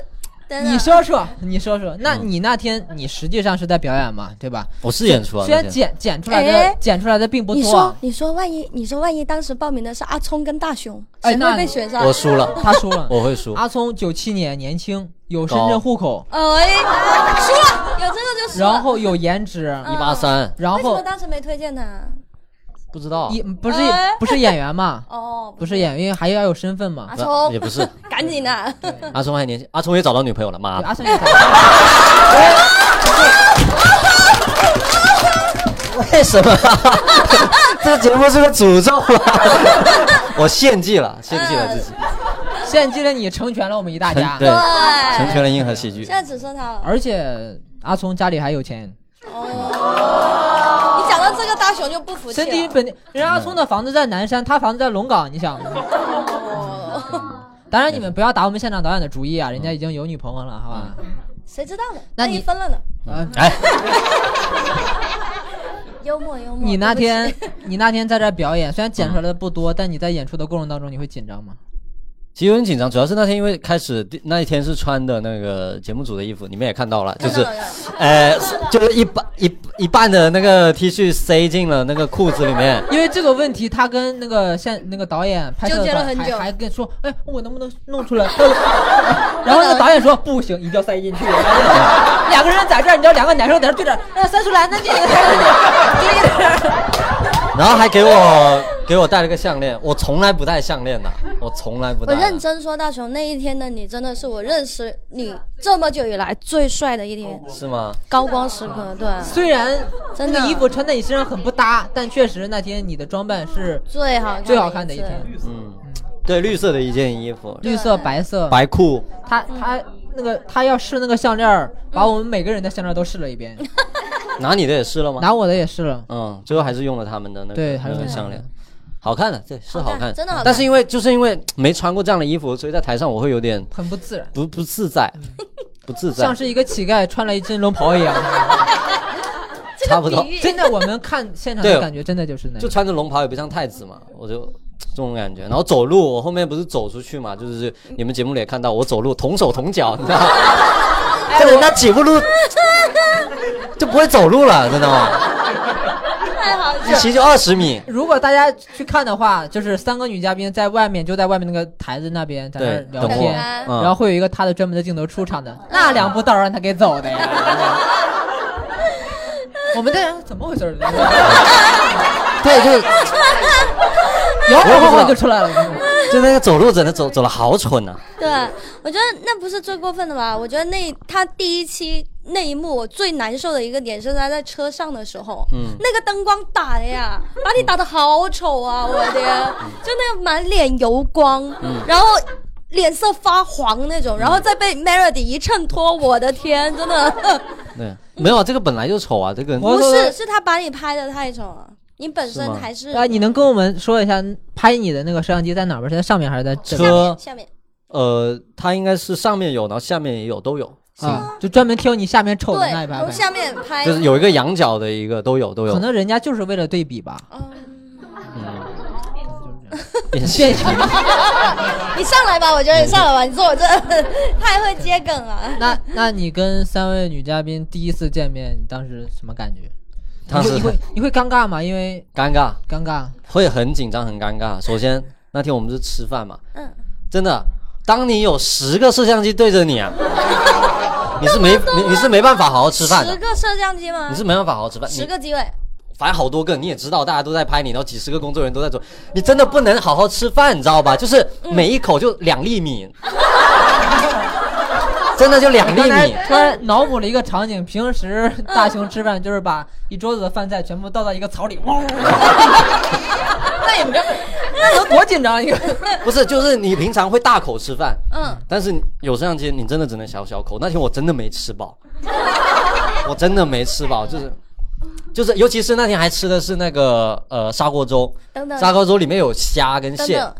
[SPEAKER 3] 等等
[SPEAKER 2] 你说说，你说说，那
[SPEAKER 1] 嗯
[SPEAKER 2] 你那天你实际上是在表演嘛，对吧？
[SPEAKER 1] 我是演出啊，
[SPEAKER 2] 虽然
[SPEAKER 1] 那天
[SPEAKER 2] 剪剪出来
[SPEAKER 3] 哎
[SPEAKER 2] 的剪出来的并不
[SPEAKER 3] 你
[SPEAKER 2] 多啊
[SPEAKER 3] 说，，你说万一，你说万一当时报名的是阿聪跟大熊，
[SPEAKER 2] 哎
[SPEAKER 3] 谁
[SPEAKER 2] 那
[SPEAKER 3] 会被选上？
[SPEAKER 1] 我输了，
[SPEAKER 2] 他输了。
[SPEAKER 1] 我会输。
[SPEAKER 2] 阿聪九七年年轻，有深
[SPEAKER 1] 高
[SPEAKER 2] 圳户口，
[SPEAKER 3] 哎，输了，有这个就输了。
[SPEAKER 2] 然后有颜值，
[SPEAKER 1] 一八三，
[SPEAKER 2] 然
[SPEAKER 3] 嗯为什么
[SPEAKER 2] 后
[SPEAKER 3] 当时没推荐他？
[SPEAKER 1] 不知道
[SPEAKER 2] 一不是
[SPEAKER 3] 哎
[SPEAKER 2] 不是演员 嘛，
[SPEAKER 3] 哦，
[SPEAKER 2] 不是演员，因为还要有身份嘛
[SPEAKER 3] 阿。
[SPEAKER 1] 不
[SPEAKER 3] 聪
[SPEAKER 1] 也不是，
[SPEAKER 3] 赶紧啊的，
[SPEAKER 1] 阿聪还年轻，阿聪也找到女朋友了，妈
[SPEAKER 2] 对
[SPEAKER 1] 的，
[SPEAKER 2] 阿
[SPEAKER 3] 哎
[SPEAKER 2] 森也在我
[SPEAKER 1] 为什 么？这个节目是个诅咒啊！ 我献祭了，献祭了自己，
[SPEAKER 2] 也献祭了你，成全了我们一大家
[SPEAKER 1] 成。对，
[SPEAKER 3] 对
[SPEAKER 1] 成全了硬核喜剧
[SPEAKER 3] 现。在只剩他了。
[SPEAKER 2] 而且阿聪家里还有钱，
[SPEAKER 3] 你讲到这个，大熊就不服气
[SPEAKER 2] 身体
[SPEAKER 3] 了。
[SPEAKER 2] 本地人家阿聪的房子在南山，他房子在龙岗，你想吗？当然，你们不要打我们现场导演的主意啊，人家已经有女朋友了，好吧？
[SPEAKER 3] 谁知道呢？
[SPEAKER 2] 那
[SPEAKER 3] 那
[SPEAKER 2] 你
[SPEAKER 3] 你分了呢？
[SPEAKER 2] 呃，
[SPEAKER 1] 哎，
[SPEAKER 3] 幽默幽默。
[SPEAKER 2] 你那
[SPEAKER 3] 对
[SPEAKER 2] 天
[SPEAKER 3] 不起
[SPEAKER 2] 你那天在这儿表演，虽然剪出来的不多，但你在演出的过程当中，你会紧张吗？
[SPEAKER 1] 其实有点紧张，主要是那天因为开始第那一天是穿的那个节目组的衣服，你们也看到了，就
[SPEAKER 3] 看
[SPEAKER 1] 是
[SPEAKER 3] 到了看，
[SPEAKER 1] 呃，就是一半一一半的那个 T 恤塞进了那个裤子里面，
[SPEAKER 2] 因为这个问题，他跟那个现那个导演拍摄的
[SPEAKER 3] 纠结
[SPEAKER 2] 导
[SPEAKER 3] 了很
[SPEAKER 2] 还
[SPEAKER 3] 久
[SPEAKER 2] 还跟说，哎，我能不能弄出来？ 然后那个导演说不行，一定要塞进去。 两个人在这儿，你知道，两个男生在这儿对着，哎，塞出来， 那这个塞出来，这个。
[SPEAKER 1] 然后还给我给我戴了个项链，我从来不戴项链的，我从来不
[SPEAKER 3] 我
[SPEAKER 1] 戴的。
[SPEAKER 3] 认真说，大熊那一天的你真的是我认识你这么久以来最帅的一天，
[SPEAKER 1] 是吗？
[SPEAKER 3] 高光时刻。对，
[SPEAKER 2] 虽然
[SPEAKER 3] 真
[SPEAKER 2] 那
[SPEAKER 3] 的
[SPEAKER 2] 个衣服穿在你身上很不搭，但确实那天你的装扮是
[SPEAKER 3] 最好
[SPEAKER 2] 最好看的一
[SPEAKER 3] 次
[SPEAKER 2] 天，
[SPEAKER 1] 嗯，对，绿色的一件衣服，
[SPEAKER 2] 绿色、白色。
[SPEAKER 1] 白裤，
[SPEAKER 2] 他他那个他要试那个项链儿，把我们每个人的项链都试了一 遍，
[SPEAKER 1] 拿你的也试了吗？
[SPEAKER 2] 拿我的也试了。
[SPEAKER 1] 嗯，最后还是用了他们的那个
[SPEAKER 2] 对还是
[SPEAKER 1] 那个
[SPEAKER 2] 用他们
[SPEAKER 1] 项
[SPEAKER 2] 的
[SPEAKER 1] 链，好看的，对，是
[SPEAKER 3] 好看
[SPEAKER 1] 好看，
[SPEAKER 3] 真的好看
[SPEAKER 1] 但是因为就是因为没穿过这样的衣服，所以在台上我会有点
[SPEAKER 2] 很不自然，
[SPEAKER 1] 不不自在，不自在
[SPEAKER 2] 像，是一个乞丐穿了一件龙袍一样。
[SPEAKER 3] 这
[SPEAKER 1] 差
[SPEAKER 3] 个
[SPEAKER 1] 不
[SPEAKER 3] 比
[SPEAKER 1] 多
[SPEAKER 3] 喻
[SPEAKER 2] 真的，我们看现场的
[SPEAKER 1] 对
[SPEAKER 2] 感觉真的就是那
[SPEAKER 1] 就
[SPEAKER 2] 样。
[SPEAKER 1] 穿着龙袍也不像太子嘛，我就。这种感觉，然后走路，我后面不是走出去嘛，就是你们节目里也看到，我走路同手同脚，你知道 吗？这人家几步路就不会走路了，知道吗？
[SPEAKER 3] 太好
[SPEAKER 1] 一
[SPEAKER 3] 笑。
[SPEAKER 1] 骑就二十米，
[SPEAKER 2] 如果大家去看的话，就是三个女嘉宾在外面，就在外面那个台子那边在那儿嗯
[SPEAKER 1] 对，
[SPEAKER 2] 聊
[SPEAKER 1] 等我
[SPEAKER 2] 天，
[SPEAKER 3] 嗯，
[SPEAKER 1] 嗯
[SPEAKER 2] 然后会有一个她的专门的镜头出场的，那两步道让她给走 的呀。我们这人怎么回事儿？
[SPEAKER 1] 对，就是
[SPEAKER 2] 摇晃
[SPEAKER 1] 我
[SPEAKER 2] 晃
[SPEAKER 1] 也不知
[SPEAKER 2] 晃
[SPEAKER 1] 道
[SPEAKER 2] 就出来了。
[SPEAKER 1] 就那个走路真的走走了好蠢啊呐、
[SPEAKER 3] 对，我觉得那不是最过分的吧？我觉得那他第一期那一幕，我最难受的一个点是他在车上的时候，
[SPEAKER 1] 嗯
[SPEAKER 3] 那个灯光打的呀，把你打的好丑
[SPEAKER 2] 嗯
[SPEAKER 3] 啊！我的天，就那个满脸油光，然后。脸色发黄那种，然后再被 Melody 一衬托，我的天，真的
[SPEAKER 1] 对，没有啊，这个本来就丑啊，这个
[SPEAKER 2] 我
[SPEAKER 3] 不
[SPEAKER 2] 我
[SPEAKER 3] 是，是他把你拍的太丑了，你本
[SPEAKER 1] 是
[SPEAKER 3] 身
[SPEAKER 1] 吗
[SPEAKER 3] 还是
[SPEAKER 2] 啊，你能跟我们说一下拍你的那个摄像机在哪儿吗？是在上面还是在这边？
[SPEAKER 1] 车啊
[SPEAKER 3] 下面
[SPEAKER 1] 呃，它应该是上面有，然后下面也有，都有，
[SPEAKER 2] 啊，就专门挑你下面丑的那一
[SPEAKER 3] 对，
[SPEAKER 2] 排
[SPEAKER 3] 从
[SPEAKER 2] 拍。
[SPEAKER 3] 下面拍，
[SPEAKER 1] 就是有一个仰角的一个都有都有
[SPEAKER 2] 可。能人家就是为了对比吧。
[SPEAKER 3] 嗯
[SPEAKER 1] 变
[SPEAKER 2] 谢谢。
[SPEAKER 3] 你上来吧，我觉得你上来吧，你坐我这 太会接梗了。
[SPEAKER 2] 那那你跟三位女嘉宾第一次见面，你当时什么感觉？
[SPEAKER 1] 当时
[SPEAKER 2] 你会你会你会尴尬吗？因为
[SPEAKER 1] 尴尬，
[SPEAKER 2] 尴尬，
[SPEAKER 1] 会很紧张，很尴尬。首先那天我们是吃饭嘛，
[SPEAKER 3] 嗯，
[SPEAKER 1] 真的，当你有十个摄像机对着你 啊，你是没你你是没办法好好吃饭
[SPEAKER 3] 啊十
[SPEAKER 1] 的，
[SPEAKER 3] 个摄像机吗
[SPEAKER 1] 你？是没办法好好吃饭，你
[SPEAKER 3] 十个机 位，
[SPEAKER 1] 反正好多个，你也知道，大家都在拍你，然后几十个工作人员都在做，你真的不能好好吃饭，你知道吧？就是
[SPEAKER 3] 嗯
[SPEAKER 1] 每一口就两粒 米，真的就两
[SPEAKER 2] 我
[SPEAKER 1] 粒
[SPEAKER 2] 刚才
[SPEAKER 1] 米。
[SPEAKER 2] 突然脑补了一个场景，平时
[SPEAKER 3] 嗯
[SPEAKER 2] 大熊吃饭就是把一桌子的饭菜全部倒到一个槽里，哇那也没有，那能多紧张一个？
[SPEAKER 1] 不是，就是你平常会大口吃饭，
[SPEAKER 3] 嗯，
[SPEAKER 1] 但是有摄像机，你真的只能小小口。那天我真的没吃饱， 我真的没吃饱，就是。就是，尤其是那天还吃的是那个呃砂锅粥，
[SPEAKER 3] 等等
[SPEAKER 1] 砂锅粥里面有虾跟
[SPEAKER 3] 等
[SPEAKER 1] 蟹，
[SPEAKER 3] 等，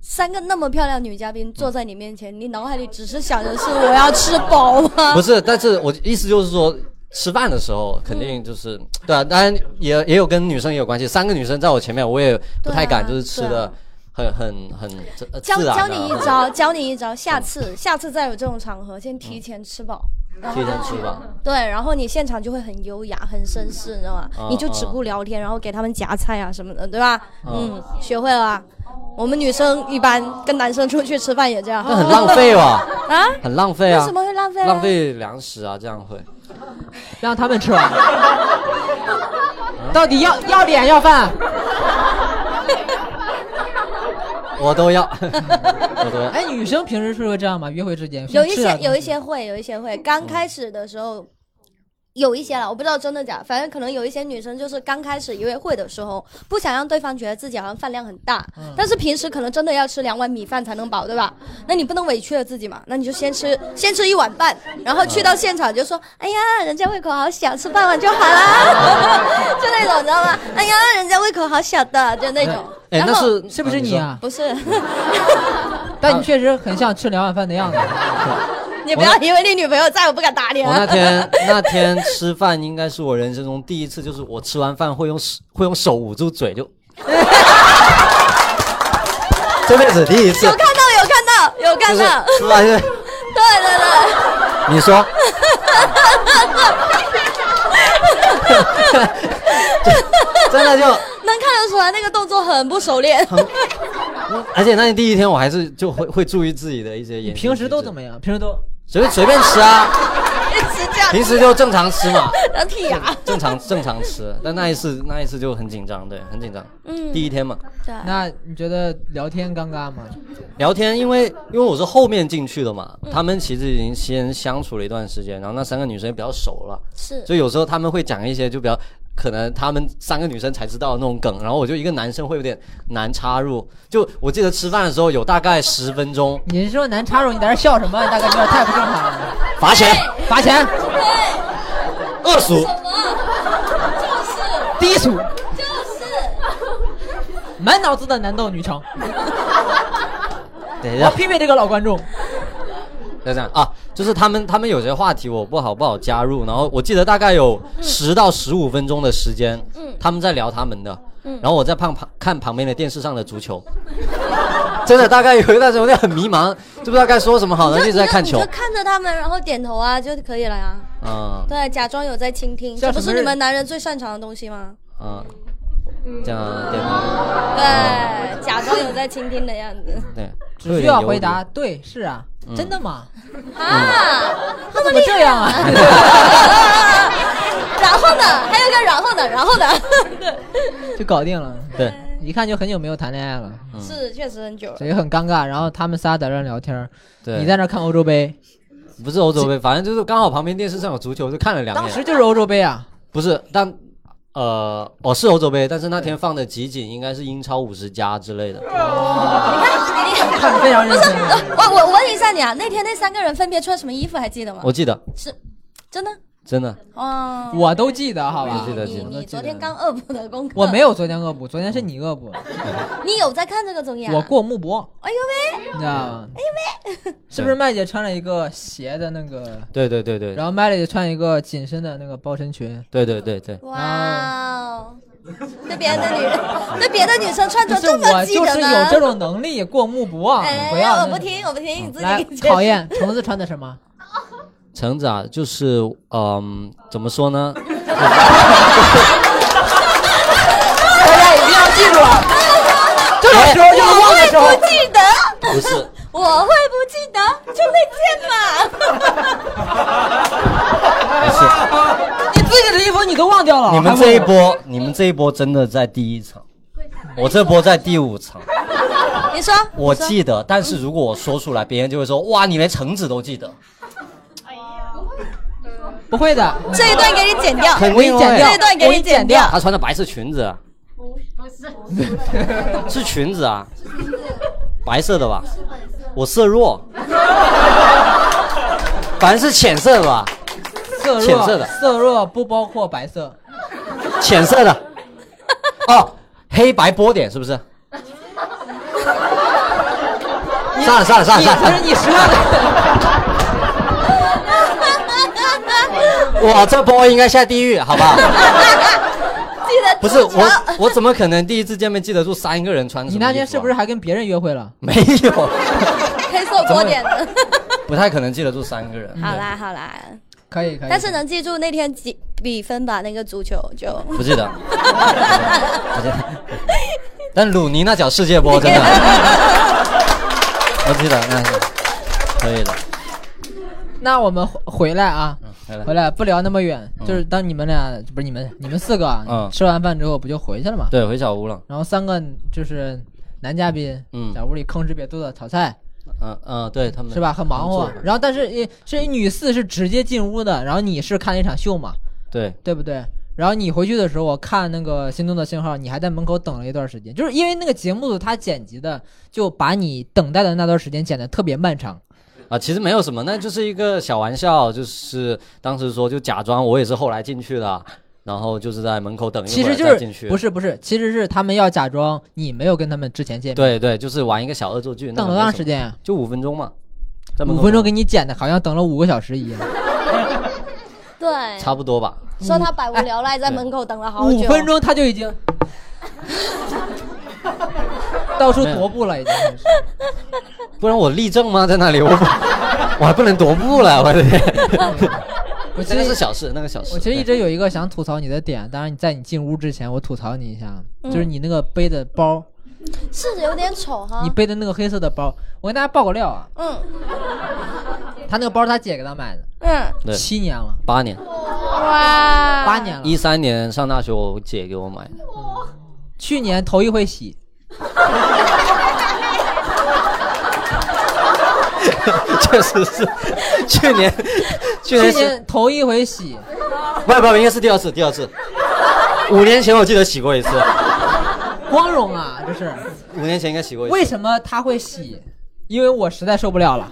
[SPEAKER 3] 三个那么漂亮女嘉宾坐在你面前，你脑海里只是想着是我要吃饱吗？
[SPEAKER 1] 不是，但是我意思就是说，吃饭的时候肯定就是、
[SPEAKER 3] 嗯
[SPEAKER 1] 对啊，当然也也有跟女生也有关系。三个女生在我前面，我也不太敢，
[SPEAKER 3] 对啊
[SPEAKER 1] 就是吃
[SPEAKER 3] 对
[SPEAKER 1] 的
[SPEAKER 3] 啊
[SPEAKER 1] 很、很很自呃
[SPEAKER 3] 教
[SPEAKER 1] 自然、啊。
[SPEAKER 3] 教你一招，教你一招，下次下次再有这种场合，先提前吃饱。然后
[SPEAKER 1] 提前吃饱。
[SPEAKER 3] 对，然后你现场就会很优雅、很绅士，你知道吗？
[SPEAKER 1] 啊
[SPEAKER 3] 你就只顾聊天，然后给他们夹菜啊什么的，对吧？
[SPEAKER 1] 啊
[SPEAKER 3] 嗯，学会了吧。我们女生一般跟男生出去吃饭也这样。
[SPEAKER 1] 那很浪费吧？
[SPEAKER 3] 啊？
[SPEAKER 1] 很浪费
[SPEAKER 3] 为
[SPEAKER 1] 啊！
[SPEAKER 3] 什么会浪费啊
[SPEAKER 1] 浪费粮食啊，这样会。
[SPEAKER 2] 让他们吃完。 到底要要脸要饭？
[SPEAKER 1] 我都 要，我都要。
[SPEAKER 2] 哎，女生平时是会这样吗？约会之间
[SPEAKER 3] 有一
[SPEAKER 2] 是啊
[SPEAKER 3] 些有一些会，有一些会。刚开始的时候，有一些啦，我不知道真的假的，反正可能有一些女生就是刚开始约会的时候，不想让对方觉得自己好像饭量很大，
[SPEAKER 1] 嗯
[SPEAKER 3] 但是平时可能真的要吃两碗米饭才能饱，对吧？那你不能委屈了自己嘛，那你就先吃先吃一碗半，然后去到现场就说，哎呀，人家胃口好小，吃半碗就好啦，就那种你知道吗？哎呀，人家胃口好小的，就那种。
[SPEAKER 1] 哎，
[SPEAKER 3] 然
[SPEAKER 1] 那
[SPEAKER 3] 后
[SPEAKER 1] 是
[SPEAKER 2] 是不是你？啊？
[SPEAKER 3] 不是，
[SPEAKER 2] 但你确实很像吃两碗饭的 样子。
[SPEAKER 3] 你不要因为你女朋友在，我不敢打你
[SPEAKER 1] 你说
[SPEAKER 3] 啊。
[SPEAKER 1] 我那天那天吃饭，应该是我人生中第一次，就是我吃完饭会用手会用手捂住嘴， 就这辈子第一次
[SPEAKER 3] 有，看到，有看到，有
[SPEAKER 1] 就
[SPEAKER 3] 看
[SPEAKER 1] 是
[SPEAKER 3] 到，
[SPEAKER 1] 吃完就
[SPEAKER 3] 对对对，
[SPEAKER 1] 你说， 真的就
[SPEAKER 3] 能看得出来那个动作很不熟练。
[SPEAKER 1] 而且那第一天我还是就会会注意自己的一些言行举止。
[SPEAKER 2] 平时都怎么样？平时都
[SPEAKER 1] 随便随便吃啊，
[SPEAKER 3] 一直这样，啊
[SPEAKER 1] 平时就正常吃嘛，
[SPEAKER 3] 然后剔牙。
[SPEAKER 1] 正常正常吃。但那一次那一次就很紧张，对，很紧张。
[SPEAKER 3] 嗯
[SPEAKER 1] 第一天嘛，
[SPEAKER 3] 对，
[SPEAKER 2] 那你觉得聊天尴尬吗？
[SPEAKER 1] 聊天，因为因为我是后面进去的嘛，他们其实已经先相处了一段时间，然后那三个女生也比较熟了，
[SPEAKER 3] 是
[SPEAKER 1] 就有时候他们会讲一些就比较可能他们三个女生才知道的那种梗，然后我就一个男生会有点难插入。就我记得吃饭的时候有大概十分钟，
[SPEAKER 2] 你是说难插入？你在这笑什么？大哥，你有点太不正常了，
[SPEAKER 1] 罚钱
[SPEAKER 2] 罚钱，
[SPEAKER 1] 恶俗，
[SPEAKER 2] 低俗，满脑子的男斗女娼。
[SPEAKER 1] 等一
[SPEAKER 2] 我
[SPEAKER 1] 下
[SPEAKER 2] 批评这个老观众，
[SPEAKER 1] 要这样啊，就是他们他们有些话题我不好不好加入，然后我记得大概有十到十五分钟的时间，他们在聊他们的，然后我在旁旁看旁边的电视上的足球， 真的大概有一段时间我就很迷茫，就不知道该说什么好呢，一直在看球
[SPEAKER 3] 你就，看着他们，然后点头啊就可以了呀。
[SPEAKER 1] 嗯
[SPEAKER 3] 对，假装有在倾听，
[SPEAKER 2] 像
[SPEAKER 3] 这
[SPEAKER 2] 什么
[SPEAKER 3] 不
[SPEAKER 2] 人
[SPEAKER 3] 是你们男人最擅长的东西吗？
[SPEAKER 1] 嗯，这样对吗？
[SPEAKER 3] 对，假装有在倾听的样子
[SPEAKER 1] 对，
[SPEAKER 2] 只需要回答对是啊，真的吗？
[SPEAKER 1] 嗯
[SPEAKER 3] 啊，那么
[SPEAKER 2] 怎么
[SPEAKER 3] 厉
[SPEAKER 2] 这
[SPEAKER 3] 害啊
[SPEAKER 2] 样啊？
[SPEAKER 3] 然后呢？还有一个然后呢？然后呢？
[SPEAKER 2] 就搞定了。
[SPEAKER 1] 对，
[SPEAKER 2] 一看就很久没有谈恋爱了，
[SPEAKER 3] 是，确实很久了。
[SPEAKER 2] 所以很尴尬。然后他们仨在这儿聊天儿，
[SPEAKER 1] 对
[SPEAKER 2] 你在那儿看欧洲杯，
[SPEAKER 1] 不是欧洲杯，反正就是刚好旁边电视上有足球，就看了两
[SPEAKER 2] 当
[SPEAKER 1] 眼。
[SPEAKER 2] 时就是欧洲杯啊。
[SPEAKER 1] 不是，但呃，我是欧洲杯，但是那天放的集锦应该是英超五十加之类的。
[SPEAKER 2] 看得非常认真。
[SPEAKER 3] 我我我问一下你啊，那天那三个人分别穿什么衣服还记得吗？
[SPEAKER 1] 我记得，
[SPEAKER 3] 是真的
[SPEAKER 1] 真的，
[SPEAKER 3] 哦。
[SPEAKER 2] 我都记得，好吧
[SPEAKER 1] 记？得记
[SPEAKER 3] 你
[SPEAKER 1] 得
[SPEAKER 3] 你昨天刚恶补的功课，
[SPEAKER 2] 我没。有昨天恶补，昨天是你恶补，
[SPEAKER 3] 你有在看这个综艺啊？
[SPEAKER 2] 我。过目不忘，
[SPEAKER 3] 哎呦喂，
[SPEAKER 2] 你知道吗？是不是麦姐穿了一个斜的那个，
[SPEAKER 1] 对对对对
[SPEAKER 2] 然后麦姐穿一个紧身的那个包身裙？
[SPEAKER 1] 对对对对，
[SPEAKER 3] 哇哦！对别的女人，对别的女生穿
[SPEAKER 2] 就
[SPEAKER 3] 着
[SPEAKER 2] 是
[SPEAKER 3] 这么
[SPEAKER 2] 我
[SPEAKER 3] 记
[SPEAKER 2] 就
[SPEAKER 3] 得
[SPEAKER 2] 是
[SPEAKER 3] 呢。
[SPEAKER 2] 有这种能力，过目不忘，不
[SPEAKER 3] 哎，
[SPEAKER 2] 要那
[SPEAKER 3] 我不
[SPEAKER 2] 什么。
[SPEAKER 3] 听，我不听，你自己
[SPEAKER 2] 来
[SPEAKER 3] 给解释
[SPEAKER 2] 考。验橙子穿的什么？
[SPEAKER 1] 橙子啊，就是嗯，怎么说呢？
[SPEAKER 2] 大家一定要记住啊！这种时候就是
[SPEAKER 3] 我
[SPEAKER 2] 忘的
[SPEAKER 3] 会
[SPEAKER 2] 时候。
[SPEAKER 3] 不记得，
[SPEAKER 1] 不是，
[SPEAKER 3] 我会不记得，就那件嘛。
[SPEAKER 1] 不是，
[SPEAKER 2] 哎你自己的衣服你都忘掉了，
[SPEAKER 1] 你们
[SPEAKER 2] 还
[SPEAKER 1] 这一
[SPEAKER 2] 问
[SPEAKER 1] 波，你们这一波真的在第一场，我这波在第五场，
[SPEAKER 3] 你说，
[SPEAKER 1] 我
[SPEAKER 3] 你说
[SPEAKER 1] 记得，但是如果我说出来，别人就会说哇，你连橙子都记得，
[SPEAKER 2] 我不会的，
[SPEAKER 3] 这一段给你剪掉，
[SPEAKER 1] 肯
[SPEAKER 2] 我给
[SPEAKER 1] 定会
[SPEAKER 2] 你剪掉，
[SPEAKER 3] 这一段给
[SPEAKER 2] 我给
[SPEAKER 3] 你
[SPEAKER 2] 你
[SPEAKER 3] 剪
[SPEAKER 2] 剪
[SPEAKER 3] 掉
[SPEAKER 2] 掉。
[SPEAKER 1] 她穿的白色裙子啊，不是，是裙子啊，白色的吧？我色 弱，反正是浅色的吧，
[SPEAKER 2] 色弱，
[SPEAKER 1] 浅色的
[SPEAKER 2] 色弱不包括白色，
[SPEAKER 1] 浅色 的，哦，黑白波点是不是？算了算了算了
[SPEAKER 2] 你
[SPEAKER 1] 算
[SPEAKER 2] 不
[SPEAKER 1] 了
[SPEAKER 2] 是，你说的，
[SPEAKER 1] 哇，这波应该下地狱，好吧？
[SPEAKER 3] 记得
[SPEAKER 1] 不是
[SPEAKER 3] 吐槽
[SPEAKER 1] 我，我怎么可能第一次见面记得住三个人穿什么
[SPEAKER 2] 你
[SPEAKER 1] 衣服啊、
[SPEAKER 2] 那天是不是还跟别人约会了？
[SPEAKER 1] 没有？
[SPEAKER 3] 黑色锅点的。
[SPEAKER 1] 不太可能记得住三个人。
[SPEAKER 3] 好啦好啦，
[SPEAKER 2] 可以可以。
[SPEAKER 3] 但是能记住那天几比分吧？那个足球就
[SPEAKER 1] 不记得，不记得。 但鲁尼那脚世界波真的， 我记得那是可以的。
[SPEAKER 2] 那我们回回来啊，
[SPEAKER 1] 嗯来
[SPEAKER 2] 回
[SPEAKER 1] 了，
[SPEAKER 2] 来不聊那么远，就是当你们俩不是你们你们四个啊、
[SPEAKER 1] 嗯
[SPEAKER 2] 吃完饭之后不就回去了嘛？
[SPEAKER 1] 对，回小屋了。
[SPEAKER 2] 然后三个就是男嘉宾，
[SPEAKER 1] 嗯
[SPEAKER 2] 在屋里吭哧瘪肚的炒菜，
[SPEAKER 1] 嗯嗯，对他们
[SPEAKER 2] 是吧？很忙活。然后但是一是一女四是直接进屋的，然后你是看了一场秀嘛，
[SPEAKER 1] 对，
[SPEAKER 2] 对不对？然后你回去的时候，我看那个《心动的信号》，你还在门口等了一段时间，就是因为那个节目组他剪辑的，就把你等待的那段时间剪得特别漫长。
[SPEAKER 1] 啊，其实没有什么，那就是一个小玩笑，就是当时说就假装我也是后来进去的，然后就是在门口等一会儿
[SPEAKER 2] 其实就
[SPEAKER 1] 再进
[SPEAKER 2] 是
[SPEAKER 1] 去。
[SPEAKER 2] 不是不是，其实是他们要假装你没有跟他们之前见面，
[SPEAKER 1] 对对，就是玩一个小恶作剧。那
[SPEAKER 2] 等
[SPEAKER 1] 个
[SPEAKER 2] 了
[SPEAKER 1] 没
[SPEAKER 2] 多长
[SPEAKER 1] 什
[SPEAKER 2] 时
[SPEAKER 1] 么？
[SPEAKER 2] 间啊？
[SPEAKER 1] 就五分钟嘛，在门口
[SPEAKER 2] 五分钟
[SPEAKER 1] 等
[SPEAKER 2] 给你剪的，好像等了五个小时一样。
[SPEAKER 3] 对。
[SPEAKER 1] 差不多吧。
[SPEAKER 3] 说他百无聊赖，在门口等了好久。
[SPEAKER 2] 五分钟他就已 经到处踱步了，已经开始。
[SPEAKER 1] 不然我立正吗？在那里我不我还不能踱步了，我的天！
[SPEAKER 2] 我其
[SPEAKER 1] 那个是
[SPEAKER 2] 实
[SPEAKER 1] 小事，那个小事。
[SPEAKER 2] 我其实一
[SPEAKER 1] 对
[SPEAKER 2] 直有一个想吐槽你的点，当然你在你进屋之前，我吐槽你一下，
[SPEAKER 3] 嗯
[SPEAKER 2] 就是你那个背的包，
[SPEAKER 3] 是有点丑哈
[SPEAKER 2] 你。背的那个黑色的包，我跟大家爆个料啊，
[SPEAKER 3] 嗯
[SPEAKER 2] 他那个包是他姐给他买的，
[SPEAKER 3] 嗯，
[SPEAKER 1] 对
[SPEAKER 2] 七年了，
[SPEAKER 1] 八年，
[SPEAKER 3] 哇，
[SPEAKER 2] 八年了，
[SPEAKER 1] 一三年上大学，我姐给我买的。
[SPEAKER 2] 去年头一回洗，
[SPEAKER 1] 确实是，去年，去
[SPEAKER 2] 去
[SPEAKER 1] 年是，
[SPEAKER 2] 年头一回洗，
[SPEAKER 1] 不不，应该是第二次，第二次。五年前我记得洗过一次，
[SPEAKER 2] 光荣啊，这是
[SPEAKER 1] 五年前应该洗过一次。
[SPEAKER 2] 为什么他会洗？因为我实在受不了了，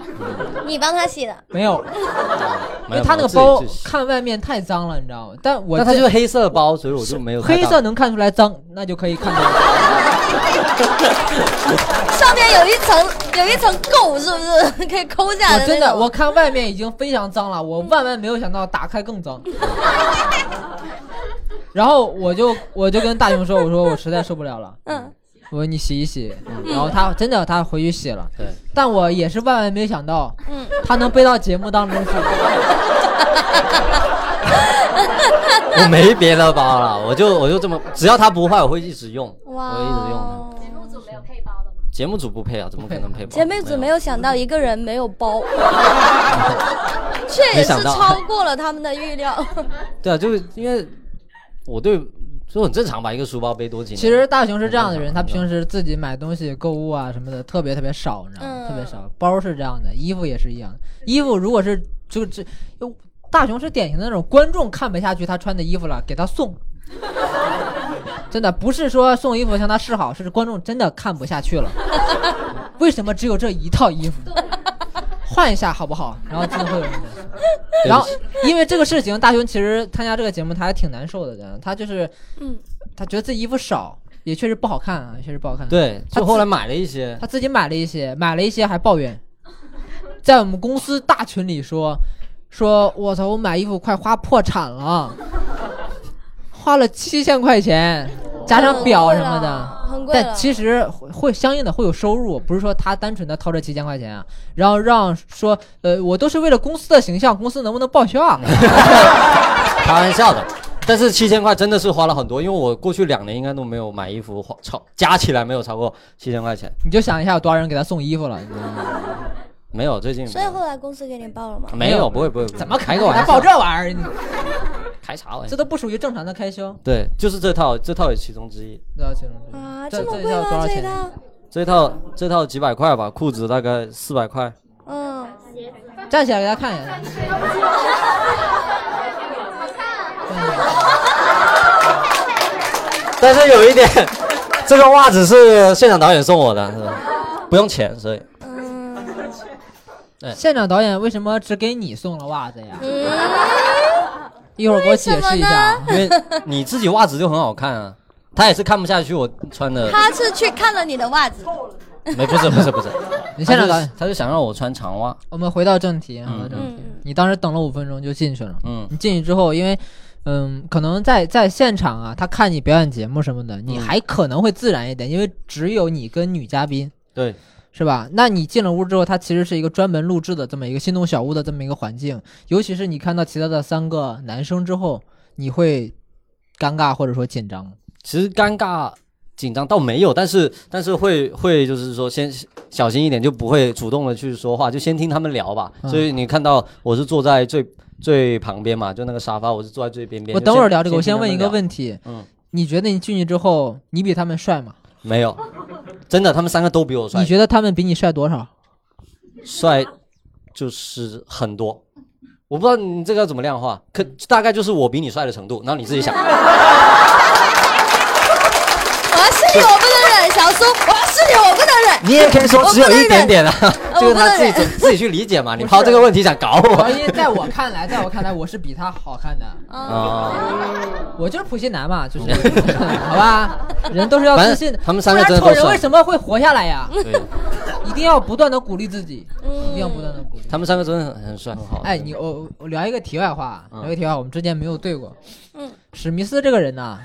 [SPEAKER 3] 你帮他洗的，
[SPEAKER 2] 没有，因
[SPEAKER 1] 没
[SPEAKER 2] 为
[SPEAKER 1] 有
[SPEAKER 2] 他那个
[SPEAKER 1] 我自己
[SPEAKER 2] 包
[SPEAKER 1] 去洗
[SPEAKER 2] 看外面太脏了，你知道吗？但我
[SPEAKER 1] 但它
[SPEAKER 2] 这
[SPEAKER 1] 就是黑色的包，所以我就没有太
[SPEAKER 2] 黑
[SPEAKER 1] 大
[SPEAKER 2] 色。能看出来脏，那就可以看到。
[SPEAKER 3] 上面有一层有一层垢，是不是 可以抠下来
[SPEAKER 2] 我
[SPEAKER 3] 那
[SPEAKER 2] 真
[SPEAKER 3] 种
[SPEAKER 2] 的，我看外面已经非常脏了，我万万没有想到打开更脏。 然后我就我就跟大雄说，我说我实在受不了了，
[SPEAKER 3] 嗯，
[SPEAKER 2] 我说你洗一洗。然后他真的他回去洗了，
[SPEAKER 1] 对，
[SPEAKER 2] 但我也是万万没有想到，
[SPEAKER 3] 嗯
[SPEAKER 2] 他能背到节目当中去。
[SPEAKER 1] 我没别的包了，我就我就这么，只要它不坏，我会一直用，
[SPEAKER 3] 哇
[SPEAKER 1] 我会一直用的。节目组不配啊，怎么可能配 包？
[SPEAKER 3] 姐妹组没有想到一个人没有包，这也
[SPEAKER 1] 没
[SPEAKER 3] 是
[SPEAKER 1] 想到
[SPEAKER 3] 超过了他们的预料。
[SPEAKER 1] 对啊，就是因为我对，就很正常吧，一个书包背多几年。
[SPEAKER 2] 其实大雄是这样的人，他平时自己买东西、购物啊什么的特别特别少，你知道吗？
[SPEAKER 3] 嗯
[SPEAKER 2] 特别少。包是这样的，衣服也是一样的。衣服如果是就这，就大雄是典型的那种观众看不下去他穿的衣服了，给他送。 真的不是说送衣服向他示好，是观众真的看不下去了。 为什么只有这一套衣服？换一下好不好？然后真的会有人这样。然后因为这个事情，大雄其实参加这个节目他还挺难受的，真的。他就是
[SPEAKER 3] 嗯，
[SPEAKER 2] 他觉得自己衣服少，也确实不好看啊，也确实不好看。，
[SPEAKER 1] 对，
[SPEAKER 2] 他
[SPEAKER 1] 就
[SPEAKER 2] 自
[SPEAKER 1] 后来买了一 些，
[SPEAKER 2] 他自己买了一些，买了一些还抱怨，在我们公司大群里说，说我操，我买衣服快花破产了，花了七千块钱，加上表什么的。
[SPEAKER 3] 很贵了，很贵
[SPEAKER 2] 但
[SPEAKER 3] 了。
[SPEAKER 2] 其实会会相应的会有收入，不是说他单纯的掏这七千块钱啊，然后让说，呃，我都是为了公司的形象，公司能不能报销啊？
[SPEAKER 1] 开玩笑的。但是七千块真的是花了很多，因为我过去两年应该都没有买衣服花超加起来没有超过七千块钱，
[SPEAKER 2] 你就想一下有多少人给他送衣服了，你知道吗？
[SPEAKER 1] 没有最近
[SPEAKER 3] 所以后来公司给你报了吗？
[SPEAKER 1] 没有不会不会，不会
[SPEAKER 2] 怎么
[SPEAKER 1] 开
[SPEAKER 2] 开
[SPEAKER 1] 个
[SPEAKER 2] 给
[SPEAKER 1] 玩
[SPEAKER 2] 他
[SPEAKER 1] 笑
[SPEAKER 2] 报这玩意儿？你
[SPEAKER 1] 开啥玩
[SPEAKER 2] 这
[SPEAKER 1] 笑？
[SPEAKER 2] 都不属于正常的开销，
[SPEAKER 1] 对，就是这套这套也其中之一，
[SPEAKER 2] 对啊，其中之一
[SPEAKER 3] 啊，
[SPEAKER 2] 这
[SPEAKER 3] 这么
[SPEAKER 2] 这
[SPEAKER 3] 贵
[SPEAKER 2] 要多
[SPEAKER 3] 吗？
[SPEAKER 2] 少
[SPEAKER 3] 这一
[SPEAKER 2] 钱？
[SPEAKER 3] 套？
[SPEAKER 1] 这套这套几百块吧，裤子大概四百块，
[SPEAKER 3] 嗯，
[SPEAKER 2] 站起来给大家看一下。站起来
[SPEAKER 1] 但是有一点， 这个袜子是现场导演送我的，是吧不用钱，所以
[SPEAKER 2] 现场导演为什么只给你送了袜子呀？
[SPEAKER 3] 嗯，
[SPEAKER 2] 一会儿给我解释一下啊。
[SPEAKER 1] 因为你自己袜子就很好看啊，他也是看不下去我穿的，
[SPEAKER 3] 他是去看了你的袜子，
[SPEAKER 1] 没不是不是不是，
[SPEAKER 2] 你现场导
[SPEAKER 1] 他
[SPEAKER 2] 演
[SPEAKER 1] 就他就想让我穿长袜，
[SPEAKER 2] 我们回到正题，回到正题。
[SPEAKER 3] 嗯，
[SPEAKER 2] 你当时等了五分钟就进去了。
[SPEAKER 1] 嗯
[SPEAKER 2] 你进去之后，因为嗯，可能在在现场啊，他看你表演节目什么的，你
[SPEAKER 1] 嗯
[SPEAKER 2] 还可能会自然一点，因为只有你跟女嘉宾，
[SPEAKER 1] 对，
[SPEAKER 2] 是吧？那你进了屋之后，它其实是一个专门录制的这么一个心动小屋的这么一个环境，尤其是你看到其他的三个男生之后，你会尴尬或者说紧张吗。
[SPEAKER 1] 其实尴尬紧张倒没有，但是但是会会就是说先小心一点，就不会主动的去说话，就先听他们聊吧。
[SPEAKER 2] 嗯
[SPEAKER 1] 所以你看到我是坐在最最旁边嘛，就那个沙发，我是坐在最边边。
[SPEAKER 2] 我
[SPEAKER 1] 就
[SPEAKER 2] 等会儿
[SPEAKER 1] 先
[SPEAKER 2] 聊这个，我
[SPEAKER 1] 先
[SPEAKER 2] 先
[SPEAKER 1] 听他
[SPEAKER 2] 问
[SPEAKER 1] 们
[SPEAKER 2] 一个
[SPEAKER 1] 聊，
[SPEAKER 2] 问题，
[SPEAKER 1] 嗯，
[SPEAKER 2] 你觉得你进去之后，你比他们帅吗？
[SPEAKER 1] 没有，真的，他们三个都比我帅
[SPEAKER 2] 你，觉得他们比你帅多少？
[SPEAKER 1] 帅就是很多。我不知道你这个要怎么量化，可大概就是我比你帅的程度，然后你自己 想。
[SPEAKER 3] 我要是你，我不能忍，小苏，我要是你，我不能忍。
[SPEAKER 1] 你也可以说只有一点点啊，
[SPEAKER 3] 我
[SPEAKER 1] 这
[SPEAKER 3] 不能忍
[SPEAKER 1] 个他自己
[SPEAKER 3] 呃我不能
[SPEAKER 1] 自自己去理解嘛。你抛这个问题想搞我？
[SPEAKER 2] 因为在我看来，在我看来，我是比他好看的，
[SPEAKER 1] 啊，
[SPEAKER 2] 我就是普信男嘛，就是 好吧，人都是
[SPEAKER 1] 嗯
[SPEAKER 2] 要
[SPEAKER 1] 反
[SPEAKER 2] 自
[SPEAKER 1] 正
[SPEAKER 2] 信的。
[SPEAKER 1] 他们三个
[SPEAKER 2] 不然
[SPEAKER 1] 真的都
[SPEAKER 2] 丑人
[SPEAKER 1] 帅
[SPEAKER 2] 为什么会活下来呀？
[SPEAKER 1] 对，
[SPEAKER 2] 一定要不断的鼓励自己，一定要不断的鼓励。
[SPEAKER 1] 他们三个真的很很帅，很好。
[SPEAKER 2] 哎，你我我聊一个题外话，
[SPEAKER 1] 嗯
[SPEAKER 2] 聊一个题外话，我们之前没有对过。
[SPEAKER 3] 嗯，
[SPEAKER 2] 史密斯这个人呐、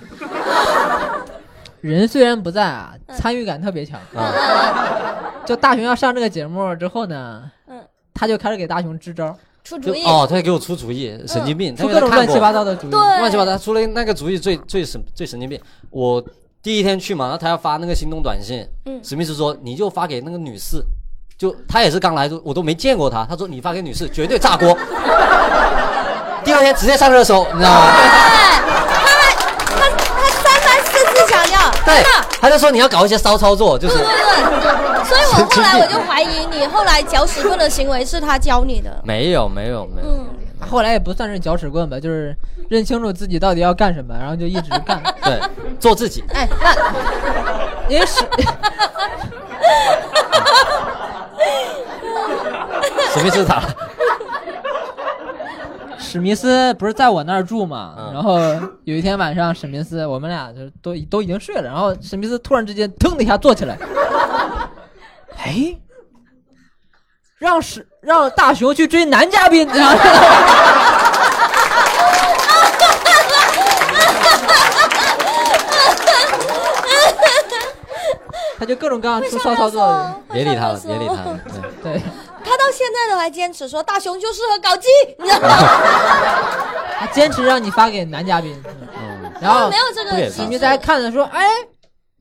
[SPEAKER 2] 人虽然不在啊，
[SPEAKER 3] 嗯
[SPEAKER 2] 参与感特别强。
[SPEAKER 1] 啊，
[SPEAKER 2] 就大雄要上这个节目之后呢，
[SPEAKER 3] 嗯，
[SPEAKER 2] 他就开始给大雄支招，
[SPEAKER 3] 出
[SPEAKER 1] 就
[SPEAKER 3] 主意。
[SPEAKER 1] 哦，他给我出主意，神经病，
[SPEAKER 2] 出各种乱七八
[SPEAKER 1] 糟，
[SPEAKER 2] 糟的主意。
[SPEAKER 3] 对
[SPEAKER 1] 乱七八糟，出了那个主意最最神最神经病。我第一天去嘛，然后他要发那个心动短信，
[SPEAKER 3] 嗯
[SPEAKER 1] 史密斯说你就发给那个女士，就他也是刚来，我都没见过他，他说你发给女士绝对炸锅。 第二天直接上热搜，你知道 吗？
[SPEAKER 3] 对，他来，他他三番四次强调，
[SPEAKER 1] 对
[SPEAKER 3] 真的。，
[SPEAKER 1] 他就说你要搞一些骚操作，就
[SPEAKER 3] 对
[SPEAKER 1] 是
[SPEAKER 3] 对对，所以我后来我就怀疑你后来搅屎棍的行为是他教你的。
[SPEAKER 1] 没有没有没有，
[SPEAKER 3] 嗯，
[SPEAKER 2] 后来也不算是搅屎棍吧，就是认清楚自己到底要干什么，然后就一直干。
[SPEAKER 1] 对，做自己。
[SPEAKER 2] 哎，那因为史
[SPEAKER 1] 史密斯塔，
[SPEAKER 2] 史密斯不是在我那儿住嘛，
[SPEAKER 1] 嗯
[SPEAKER 2] 然后有一天晚上，史密斯我们俩就都都已经睡了，然后史密斯突然之间腾的一下坐起来，哎，让史让大雄去追男嘉宾，然后他就各种各样出骚操作的人，
[SPEAKER 1] 别理他了，
[SPEAKER 3] 为什么
[SPEAKER 1] 别
[SPEAKER 3] 要
[SPEAKER 1] 理
[SPEAKER 3] 说
[SPEAKER 1] 他了。对
[SPEAKER 2] 对，
[SPEAKER 3] 他到现在都还坚持说大雄就适合搞基，你知道吗？
[SPEAKER 2] 他坚持让你发给男嘉宾，
[SPEAKER 1] 嗯，
[SPEAKER 2] 然后
[SPEAKER 3] 没有这
[SPEAKER 1] 不
[SPEAKER 3] 个
[SPEAKER 1] 给
[SPEAKER 3] 机
[SPEAKER 1] 他
[SPEAKER 2] 你
[SPEAKER 3] 制
[SPEAKER 2] 们在看着说，哎，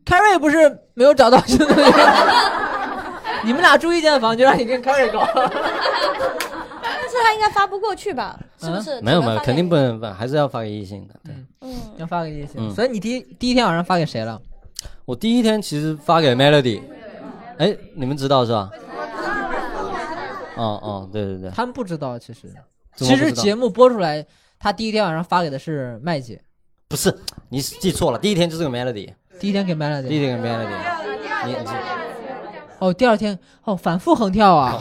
[SPEAKER 2] 凯瑞不是没有找到新的恋 爱你们俩住一间房，就让你跟凯瑞搞。
[SPEAKER 3] 但是他应该发不过去吧？是不是？
[SPEAKER 1] 啊没有没有，
[SPEAKER 3] 呃只能发给
[SPEAKER 1] 肯定不能办，还是要发给异性的。对
[SPEAKER 3] 嗯，
[SPEAKER 2] 要发给叶行，
[SPEAKER 1] 嗯
[SPEAKER 2] 所以你第一第一天晚上发给谁了？
[SPEAKER 1] 我第一天其实发给 Melody，哎，你们知道是吧？哦哦，对对对，
[SPEAKER 2] 他们不知道，其实
[SPEAKER 1] 怎么
[SPEAKER 2] 其
[SPEAKER 1] 不知道
[SPEAKER 2] 实节目播出来，他第一天晚上发给的是麦姐，
[SPEAKER 1] 不是你记错了，第一天就是个 Melody，
[SPEAKER 2] 第一天给麦了
[SPEAKER 1] 第一
[SPEAKER 2] 姐。
[SPEAKER 1] 天个 Melody，你你
[SPEAKER 2] 哦，第二天哦，反复横跳 啊，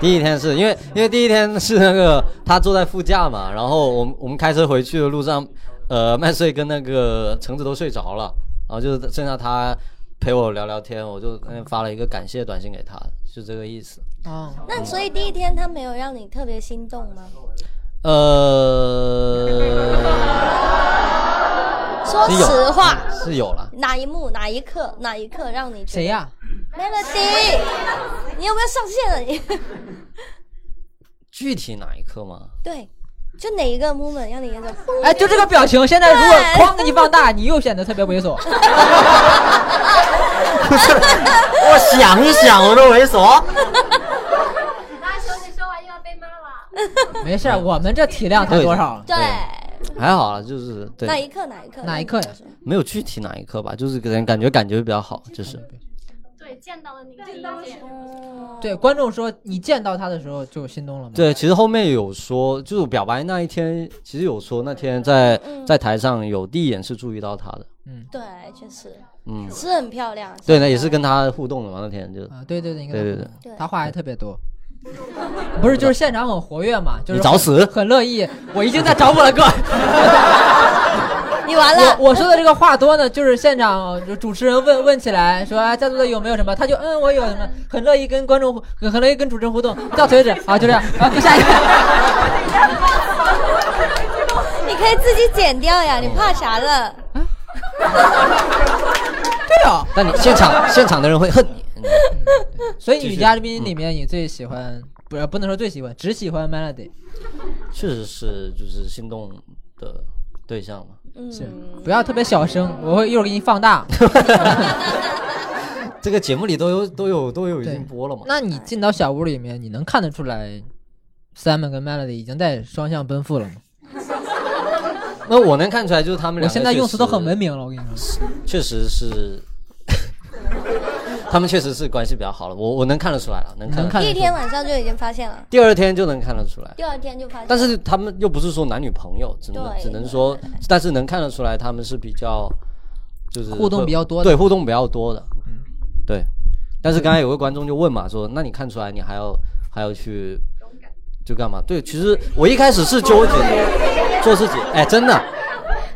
[SPEAKER 1] 第一天是因为因为第一天是那个他坐在副驾嘛，然后我们我们开车回去的路上，呃，麦穗跟那个橙子都睡着了，然后就剩下他陪我聊聊天，我就嗯发了一个感谢短信给他，就这个意思。
[SPEAKER 2] 啊，
[SPEAKER 3] 那所以第一天他没有让你特别心动吗？
[SPEAKER 1] 呃，
[SPEAKER 3] 说
[SPEAKER 1] 是有
[SPEAKER 3] 实话，
[SPEAKER 1] 是有了，
[SPEAKER 3] 哪一幕、哪一刻、哪一刻让你觉得
[SPEAKER 2] 谁 呀？
[SPEAKER 3] Melody，你有没有上线了？啊 你
[SPEAKER 1] 具体哪一刻吗？
[SPEAKER 3] 对，就哪一个 moment 让你有种嘣
[SPEAKER 2] 哎，就这个表情，现在如果
[SPEAKER 3] 对
[SPEAKER 2] 哐给你放大，你又显得特别猥 琐。
[SPEAKER 1] 我想一想，我都猥琐。
[SPEAKER 5] 大雄，你说完又要被骂了。
[SPEAKER 2] 没事儿，我们这体量才多少？
[SPEAKER 3] 对，
[SPEAKER 1] 还好啦，就是
[SPEAKER 3] 哪
[SPEAKER 1] 对，
[SPEAKER 3] 一刻哪一刻
[SPEAKER 2] 哪一刻呀
[SPEAKER 3] 让你觉得
[SPEAKER 1] 没有具体哪一刻吧，就是给人感觉感觉比较好，就是
[SPEAKER 5] 对，见到了你第一见。
[SPEAKER 3] 嗯
[SPEAKER 2] 对，观众说你见到他的时候就心动了吗？
[SPEAKER 1] 对。其实后面有说，就是表白那一天，其实有说那天在
[SPEAKER 3] 嗯
[SPEAKER 1] 在台上有第一眼是注意到他的，
[SPEAKER 3] 对，确实
[SPEAKER 1] 嗯，
[SPEAKER 3] 是很漂亮。
[SPEAKER 1] 对，那也是跟他互动的嘛，那天就
[SPEAKER 2] 啊，对对对，应该
[SPEAKER 1] 对对
[SPEAKER 3] 对
[SPEAKER 2] 他话还特别多。不是，就是现场很活跃嘛，就是
[SPEAKER 1] 你找死
[SPEAKER 2] 很很乐意。我已经在找我了，哥，
[SPEAKER 3] 你完了。
[SPEAKER 2] 我我说的这个话多呢，就是现场就主持人问问起来，说啊，在座的有没有什么？他就嗯，我有什么，很乐意跟观众互，很乐意跟主持人互动，到此为止啊，就这样啊，下一个。
[SPEAKER 3] 你可以自己剪掉呀，你怕啥 了？
[SPEAKER 2] 对啊，
[SPEAKER 1] 但你现场现场的人会恨你。嗯
[SPEAKER 2] 所以女嘉宾里面你最喜欢，不是不能说最喜欢，只喜欢 Melody，
[SPEAKER 1] 确实是就是心动的对象嘛。
[SPEAKER 3] 嗯，
[SPEAKER 2] 不要特别小声，我会一会儿给你放大。
[SPEAKER 1] 这个节目里都有都有都有已经播了嘛？
[SPEAKER 2] 那你进
[SPEAKER 1] 嗯
[SPEAKER 2] 到小屋里面，你能看得出来 Simon 跟 Melody 已经在双向奔赴了吗？
[SPEAKER 1] 那我能看出来就是他们
[SPEAKER 2] 我
[SPEAKER 1] 两个
[SPEAKER 2] 现在用词都很文
[SPEAKER 1] 明，
[SPEAKER 2] 明了，我跟你说。
[SPEAKER 1] 确实是， 他们确实是关系比较好了，我我能看得出来了，能看
[SPEAKER 2] 能
[SPEAKER 1] 得出来。
[SPEAKER 2] 看得
[SPEAKER 3] 第
[SPEAKER 2] 出
[SPEAKER 3] 一天晚上就已经发现了，
[SPEAKER 1] 第二天就能看得出来。
[SPEAKER 3] 第二天就发现。
[SPEAKER 1] 但是他们又不是说男女朋友，只能
[SPEAKER 3] 对
[SPEAKER 1] 只能说，但是能看得出来他们是比较，就是
[SPEAKER 2] 互动
[SPEAKER 1] 会
[SPEAKER 2] 比较多的
[SPEAKER 1] 对，互动比较多的，嗯，对。但是刚才有个观众就问嘛，说那你看出来你还要还要去，就干嘛？对，其实我一开始是纠结的，做自 己，哎，真的，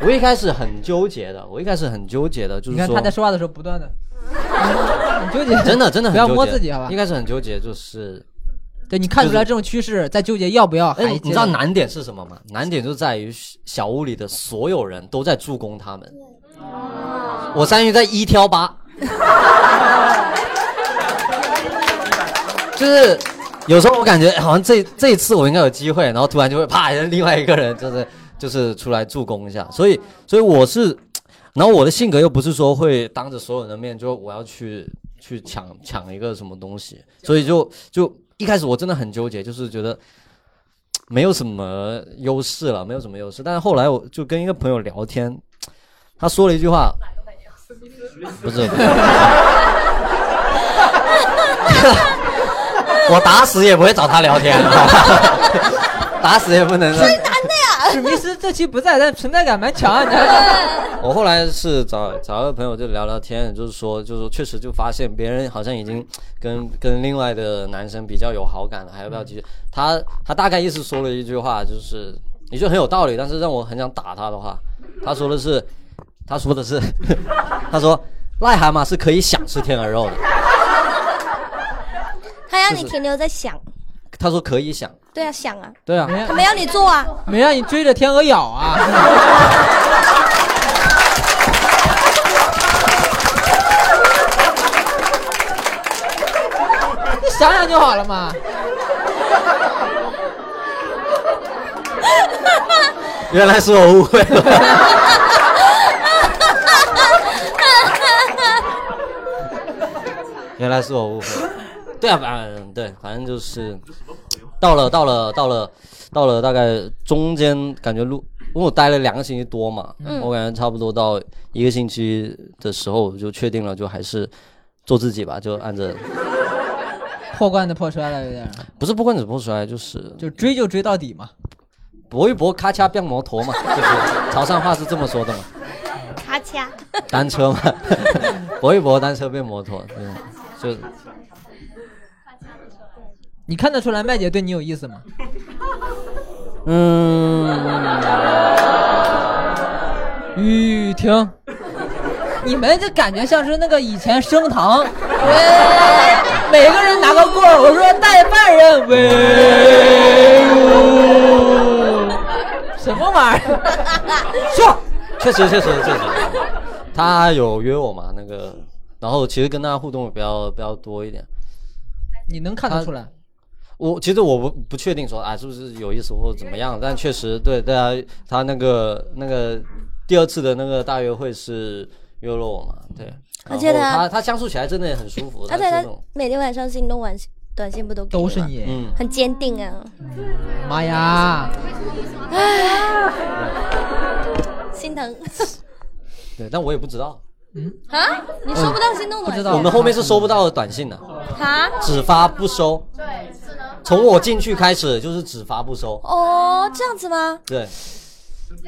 [SPEAKER 1] 我一开始很纠结的，我一开始很纠结的，就
[SPEAKER 2] 你
[SPEAKER 1] 是
[SPEAKER 2] 看
[SPEAKER 1] 说
[SPEAKER 2] 他在说话的时候不 断的，很纠结，
[SPEAKER 1] 真的真的很
[SPEAKER 2] 不要
[SPEAKER 1] 纠结
[SPEAKER 2] 摸自己好吧
[SPEAKER 1] 一？开始很纠结，就是
[SPEAKER 2] 对你看出来这种趋势，在纠结要不要
[SPEAKER 1] 哎，
[SPEAKER 2] 还
[SPEAKER 1] 你
[SPEAKER 2] 接
[SPEAKER 1] 知道难点是什么吗？难点就在于小屋里的所有人都在助攻他们。我相当于在一挑八， 就是有时候我感觉哎好像这这一次我应该有机会，然后突然就会啪，另外一个人就是就是出来助攻一下。所以所以我是，然后我的性格又不是说会当着所有人的面就我要去去抢抢一个什么东西，所以就就一开始我真的很纠结，就是觉得没有什么优势了，没有什么优势。但是后来我就跟一个朋友聊天，他说了一句话，不是， 不是我打死也不会找他聊天， 好吧打死也不能让。
[SPEAKER 2] 史密斯这期不在，但存在感蛮强啊。你看
[SPEAKER 1] 我后来是找找个朋友就聊聊天，就是说，就是说，确实就发现别人好像已经跟 跟另外的男生比较有好感了，还要不要继续？他他大概意思说了一句话，就是也就很有道理，但是让我很想打他的话，他说的是，他说的是， 他说癞蛤蟆是可以想吃天鹅肉的，
[SPEAKER 3] 他让你停留在想，
[SPEAKER 1] 他说可以想，
[SPEAKER 3] 对啊，想啊，
[SPEAKER 1] 对啊，
[SPEAKER 2] 没
[SPEAKER 3] 他没让你做 啊，
[SPEAKER 2] 没让你追着天鹅咬啊？你想想就好了嘛。
[SPEAKER 1] 原来是我误会了。 原来是我误会了。对啊，反正对，反正就是到了到了到了到了大概中间，感觉录，因为我待了两个星期多嘛，我感觉差不多到一个星期的时候，我就确定了，就还是做自己吧，就按着
[SPEAKER 2] 破罐子破摔了，有点儿，
[SPEAKER 1] 不是不管怎么说来，啊就是
[SPEAKER 2] 就追就追到底嘛。
[SPEAKER 1] 搏一搏，咔嚓变摩托嘛，就是潮汕话是这么说的嘛。
[SPEAKER 3] 咔嚓，
[SPEAKER 1] 单车嘛， 搏一搏，单车变摩托，嗯对，就
[SPEAKER 2] 你看得出来麦姐对你有意思吗？
[SPEAKER 1] 嗯，
[SPEAKER 2] 雨婷，你们这感觉像是那个以前升堂，
[SPEAKER 1] 哎
[SPEAKER 2] 喂，每个人拿个棍儿，我说带犯人威武，什么玩意儿？ 说，
[SPEAKER 1] 确实确实确实，他有约我嘛那个，然后其实跟他互动比较比较多一点。
[SPEAKER 2] 你能看得出
[SPEAKER 1] 啊
[SPEAKER 2] 来？
[SPEAKER 1] 我其实我不不确定说啊是不是有意思或者怎么样，但确实对对啊，他那个那个第二次的那个大约会是约了我嘛，对，
[SPEAKER 3] 而且
[SPEAKER 1] 然后
[SPEAKER 3] 他
[SPEAKER 1] 他他相处起来真的也很舒服，
[SPEAKER 3] 而且
[SPEAKER 1] 是那
[SPEAKER 3] 他
[SPEAKER 1] 种
[SPEAKER 3] 每天晚上心动短信短信不都给
[SPEAKER 2] 都是
[SPEAKER 3] 吗，
[SPEAKER 2] 你，
[SPEAKER 1] 嗯。
[SPEAKER 3] 很坚定啊，
[SPEAKER 2] 妈呀！
[SPEAKER 3] 心疼
[SPEAKER 1] 对，但我也不知道，
[SPEAKER 3] 啊！你收不到心动
[SPEAKER 2] 不知
[SPEAKER 3] 短信
[SPEAKER 2] 道
[SPEAKER 1] 我们后面是收不到短信的。
[SPEAKER 3] 啊？
[SPEAKER 1] 只发不收。对，从我进去开始就是只发不收。
[SPEAKER 3] 哦，这样子吗？
[SPEAKER 1] 对，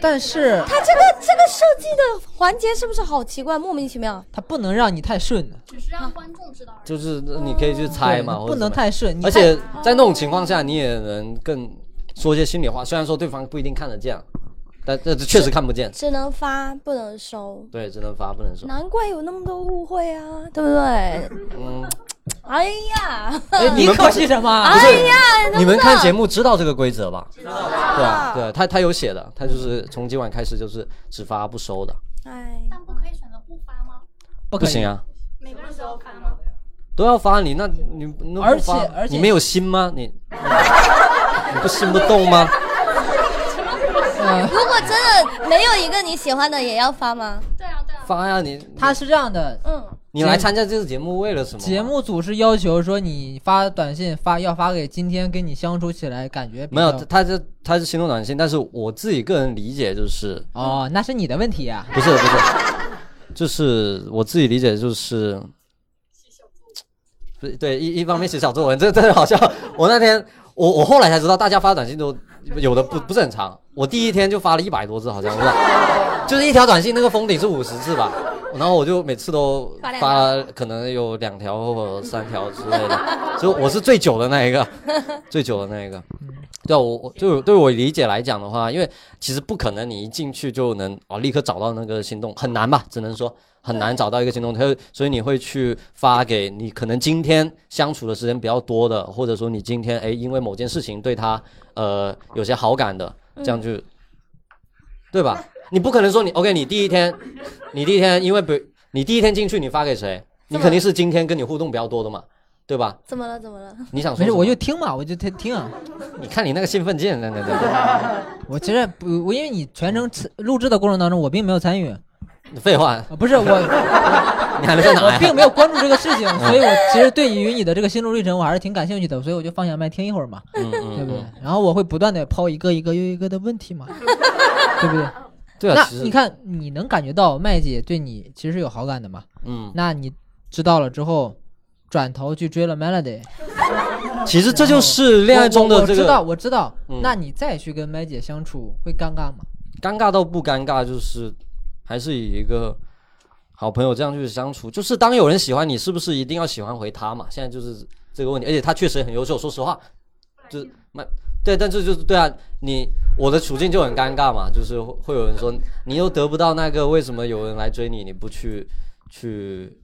[SPEAKER 2] 但是
[SPEAKER 3] 他这个这个设计的环节是不是好奇怪，莫名其妙？
[SPEAKER 2] 它不能让你太顺了，
[SPEAKER 5] 只是让观众知道。
[SPEAKER 1] 就是你可以去猜嘛，
[SPEAKER 2] 对
[SPEAKER 1] 或
[SPEAKER 2] 不
[SPEAKER 1] 者怎么
[SPEAKER 2] 能
[SPEAKER 1] 样。
[SPEAKER 2] 太顺。你
[SPEAKER 1] 而
[SPEAKER 2] 太
[SPEAKER 1] 且在那种情况下，你也能更说一些心里话，虽然说对方不一定看得见，啊但这这确实看不见。
[SPEAKER 3] 只能发不能收，
[SPEAKER 1] 对，只能发不能收。
[SPEAKER 3] 难怪有那么多误会啊，对不对？
[SPEAKER 1] 嗯，
[SPEAKER 3] 哎呀，
[SPEAKER 1] 哎，你
[SPEAKER 2] 呃你
[SPEAKER 1] 们
[SPEAKER 2] 可惜什么？
[SPEAKER 1] 不
[SPEAKER 3] 哎呀，
[SPEAKER 1] 是你们看节目知道这个规则吧？知道。对啊，对他他有写的，他就是从今晚开始就是只发不收的，
[SPEAKER 3] 哎，
[SPEAKER 5] 但不可以选择不发吗？
[SPEAKER 2] 不
[SPEAKER 1] 不
[SPEAKER 2] 可以
[SPEAKER 1] 行！啊，
[SPEAKER 5] 每个人都要发吗？
[SPEAKER 1] 都要发你那你那不
[SPEAKER 2] 而且
[SPEAKER 1] 发
[SPEAKER 2] 而且
[SPEAKER 1] 你没有心吗？你你不心不动吗？
[SPEAKER 2] 嗯，
[SPEAKER 3] 如果真的没有一个你喜欢的，也要发吗？
[SPEAKER 5] 对啊，对啊。
[SPEAKER 1] 发呀你
[SPEAKER 2] 他是这样的，
[SPEAKER 3] 嗯，
[SPEAKER 1] 你来参加这个节目为了什么？
[SPEAKER 2] 节目组是要求说你发短信发要发给今天跟你相处起来感觉比
[SPEAKER 1] 没有，
[SPEAKER 2] 较
[SPEAKER 1] 他是他是心动短信，但是我自己个人理解就是
[SPEAKER 2] 哦，那是你的问题啊。
[SPEAKER 1] 不是不是，就是我自己理解就是，不是对一一方面写小作文，这真的好笑。我那天我我后来才知道，大家发短信都有的不不是很长，我第一天就发了一百多字，好像是吧，就是一条短信那个封顶是五十字吧。然后我就每次都
[SPEAKER 3] 发两
[SPEAKER 1] 发，可能有两条或者三条之类的，所以我是最久的那一个，最久的那一个。
[SPEAKER 3] 嗯
[SPEAKER 1] 对啊我我就对我理解来讲的话，因为其实不可能你一进去就能啊、立刻找到那个心动，很难吧？只能说很难找到一个心动，所以所以你会去发给你可能今天相处的时间比较多的，或者说你今天哎因为某件事情对他呃有些好感的，这样去，对吧？你不可能说你 OK，你第一天，你第一天因为不你第一天进去你发给谁？你肯定是今天跟你互动比较多的嘛，对吧？
[SPEAKER 3] 怎么了？怎么了？
[SPEAKER 1] 你想说
[SPEAKER 2] 没事，
[SPEAKER 1] 什么
[SPEAKER 2] 我就听嘛，我就听听啊。
[SPEAKER 1] 你看你那个兴奋劲，对对对。
[SPEAKER 2] 我其实不，我因为你全程吃录制的过程当中，我并没有参与，
[SPEAKER 1] 废话，
[SPEAKER 2] 呃不 是我，
[SPEAKER 1] 你还能在哪
[SPEAKER 2] 我
[SPEAKER 1] 呀？
[SPEAKER 2] 并没有关注这个事 情，所以我其实对于你的这个心路历程，我还是挺感兴趣的，所以我就放下麦听一会儿嘛，
[SPEAKER 1] 嗯
[SPEAKER 2] 对不
[SPEAKER 1] 嗯
[SPEAKER 2] 对
[SPEAKER 1] 嗯，？
[SPEAKER 2] 然后我会不断的抛一个一个又一个的问 题嘛，对不对？
[SPEAKER 1] 对啊，
[SPEAKER 2] 那
[SPEAKER 1] 其实
[SPEAKER 2] 你，看，你能感觉到麦姐对你其实是有好感的嘛？
[SPEAKER 1] 嗯，
[SPEAKER 2] 那你知道了之后，转头去追了 Melody，
[SPEAKER 1] 其实这就是恋爱中
[SPEAKER 2] 我
[SPEAKER 1] 的
[SPEAKER 2] 我
[SPEAKER 1] 这
[SPEAKER 2] 知道，
[SPEAKER 1] 个
[SPEAKER 2] 我知道。
[SPEAKER 1] 嗯
[SPEAKER 2] 那你再去跟麦姐相处会尴尬吗？
[SPEAKER 1] 尴尬到不尴尬，就是还是以一个好朋友这样去相处。就是当有人喜欢你，是不是一定要喜欢回他嘛？现在就是这个问题，而且他确实很优秀。说实话，就是那对，但是就是对啊，你我的处境就很尴尬嘛，就是会会有人说你又得不到那个，为什么有人来追你，你不去去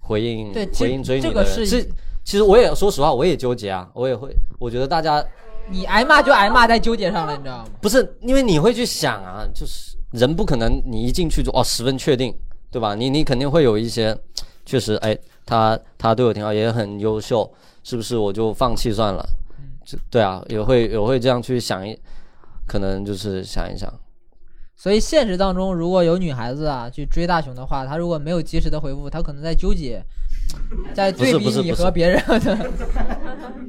[SPEAKER 1] 回应
[SPEAKER 2] 对这
[SPEAKER 1] 回应追你
[SPEAKER 2] 这
[SPEAKER 1] 的
[SPEAKER 2] 个
[SPEAKER 1] 人？
[SPEAKER 2] 是
[SPEAKER 1] 其实其实我也说实话，我也纠结啊，我也会，我觉得大家
[SPEAKER 2] 你挨骂就挨骂在纠结上了，你知道吗？
[SPEAKER 1] 不是因为你会去想啊，就是人不可能你一进去就哦十分确定，对吧？你你肯定会有一些，确实哎，他他对我挺好，也很优秀，是不是我就放弃算了？这对啊，也会也会这样去想一，可能就是想一想，
[SPEAKER 2] 所以现实当中，如果有女孩子啊去追大雄的话，她如果没有及时的回复，她可能在纠结，在对比
[SPEAKER 1] 不是不是
[SPEAKER 2] 你
[SPEAKER 1] 不是
[SPEAKER 2] 和别人的。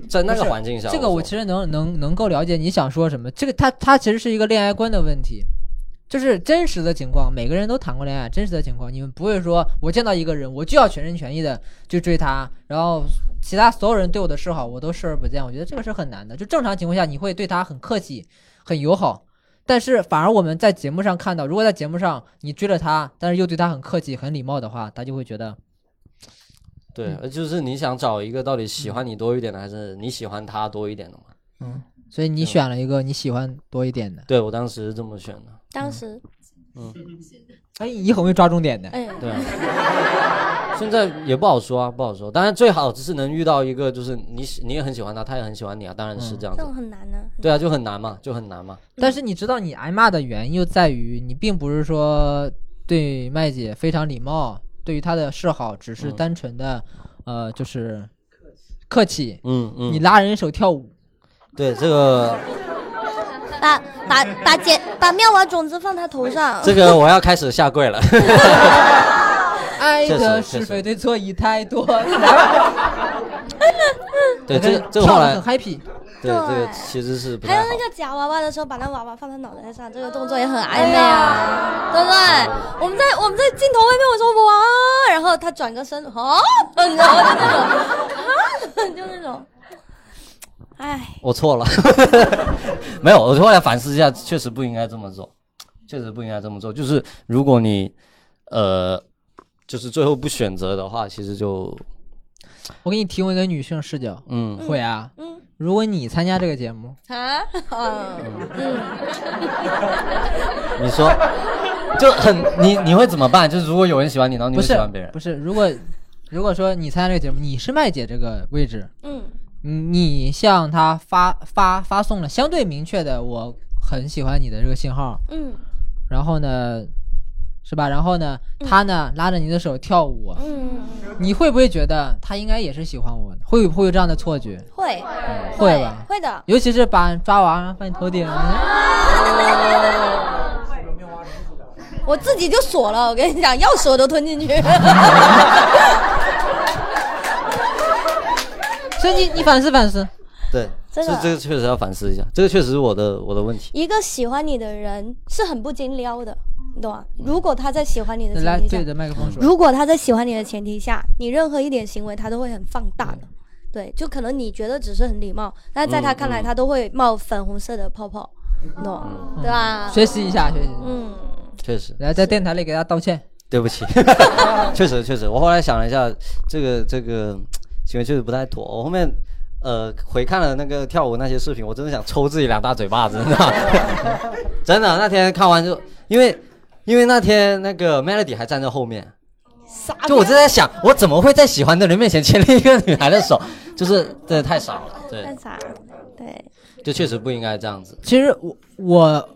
[SPEAKER 1] 在那
[SPEAKER 2] 不
[SPEAKER 1] 个
[SPEAKER 2] 是
[SPEAKER 1] 环境下，
[SPEAKER 2] 这个我
[SPEAKER 1] 我
[SPEAKER 2] 其实能能能够了解你想说什么。这个它它其实是一个恋爱观的问题，就是真实的情况，每个人都谈过恋爱，真实的情况，你们不会说我见到一个人，我就要全心全意的去追他，然后其他所有人对我的示好我都视而不见。我觉得这个是很难的。就正常情况下，你会对他很客气，很友好。但是反而我们在节目上看到，如果在节目上你追了他，但是又对他很客气、很礼貌的话，他就会觉得
[SPEAKER 1] 对，呃就是你想找一个到底喜欢你多一点的，还是你喜欢他多一点的嘛？
[SPEAKER 2] 嗯，所以你选了一个你喜欢多一点的。
[SPEAKER 1] 对我当时是这么选的，
[SPEAKER 3] 当时，
[SPEAKER 2] 哎，你很会抓重点的。
[SPEAKER 3] 哎，
[SPEAKER 1] 对啊， 现在也不好说啊，不好说。当然最好只是能遇到一个，就是你喜你也很喜欢他，他也很喜欢你啊，当然是这样
[SPEAKER 3] 这
[SPEAKER 1] 子。
[SPEAKER 3] 种很难呢。
[SPEAKER 1] 对啊，就很难嘛，就很难嘛。
[SPEAKER 2] 但是你知道，你挨骂的原因又在于你并不是说对麦姐非常礼貌，对于她的示好只是
[SPEAKER 1] 嗯
[SPEAKER 2] 单纯的，呃，就是客气。
[SPEAKER 1] 嗯
[SPEAKER 2] 你
[SPEAKER 1] 嗯，
[SPEAKER 2] 拉人手跳舞，
[SPEAKER 1] 对这个
[SPEAKER 3] 把把把剪把妙蛙种子放他头上，
[SPEAKER 1] 这个我要开始下跪了。
[SPEAKER 2] 爱
[SPEAKER 1] 确实确
[SPEAKER 2] 的是
[SPEAKER 1] 实
[SPEAKER 2] 非对错已太多。
[SPEAKER 1] 对，这个这个
[SPEAKER 2] 跳
[SPEAKER 1] 后
[SPEAKER 2] 得
[SPEAKER 1] 来
[SPEAKER 2] 很 happy，
[SPEAKER 1] 对这个
[SPEAKER 3] 对
[SPEAKER 1] 其实是不
[SPEAKER 3] 还有
[SPEAKER 1] 太好
[SPEAKER 3] 那。个夹娃娃的时候，把那娃娃放在脑袋上，这个动作也很暧
[SPEAKER 2] 哎
[SPEAKER 3] 昧啊，对不对？我们在我们在镜头外面，我说哇，然后他转个身，哦，你知道吗？就那种，啊，就那种，哎，
[SPEAKER 1] 我错了， 没有，我后来反思一下，确实不应该这么做，确实不应该这么做。就是如果你呃，就是最后不选择的话，其实就
[SPEAKER 2] 我给你提供一个女性视角，
[SPEAKER 1] 嗯
[SPEAKER 2] 会啊，
[SPEAKER 3] 嗯，
[SPEAKER 2] 如果你参加这个节目，
[SPEAKER 3] 啊，啊
[SPEAKER 1] 你说，就很你你会怎么办？就是如果有人喜欢你，然后你
[SPEAKER 2] 不
[SPEAKER 1] 会喜
[SPEAKER 2] 是
[SPEAKER 1] 欢别人
[SPEAKER 2] 不，是，如果如果说你参加这个节目，你是麦姐这个位置，
[SPEAKER 3] 嗯
[SPEAKER 2] 嗯你向他发发发送了相对明确的我很喜欢你的这个信号，
[SPEAKER 3] 嗯
[SPEAKER 2] 然后呢，是吧？然后呢，他呢拉着你的手跳舞，
[SPEAKER 3] 嗯，
[SPEAKER 2] 你会不会觉得他应该也是喜欢我的？会不会有这样的错觉？
[SPEAKER 3] 会
[SPEAKER 2] 会吧
[SPEAKER 3] 会的，
[SPEAKER 2] 尤其是把抓娃放你头顶，
[SPEAKER 3] 我自己就锁了，我跟你讲，钥匙我都吞进去。
[SPEAKER 2] 所以你你反思反思，
[SPEAKER 1] 对，
[SPEAKER 3] 真的
[SPEAKER 1] 这这个确实要反思一下，这个确实是我的我的问题。
[SPEAKER 3] 一个喜欢你的人是很不经撩的，你懂吗？如果他在喜欢你的
[SPEAKER 2] 来
[SPEAKER 3] 前提
[SPEAKER 2] 嗯对
[SPEAKER 3] 下，
[SPEAKER 2] 着麦克风说。
[SPEAKER 3] 如果他在喜欢你的前提下，你任何一点行为他都会很放大
[SPEAKER 2] 嗯
[SPEAKER 3] 的。对，就可能你觉得只是很礼貌，但在他看来，他都会冒粉红色的泡泡，你懂吗？
[SPEAKER 2] 嗯
[SPEAKER 3] 对吧？
[SPEAKER 2] 学习一下，学习一下。
[SPEAKER 3] 嗯，
[SPEAKER 1] 确实，
[SPEAKER 2] 来，在电台里给大家道歉。
[SPEAKER 1] 对不 起，确实确实，我后来想了一下，这个这个行为确实不太妥。我后面呃回看了那个跳舞那些视频，我真的想抽自己两大嘴巴子，真 的，真的。那天看完就因为因为那天那个 Melody 还站在后面，就我就在想，我怎么会在喜欢的人面前牵另一个女孩的手？就是真的太傻了，对
[SPEAKER 3] 干，啥？啊对，
[SPEAKER 1] 就确实不应该这样子。
[SPEAKER 2] 其实我我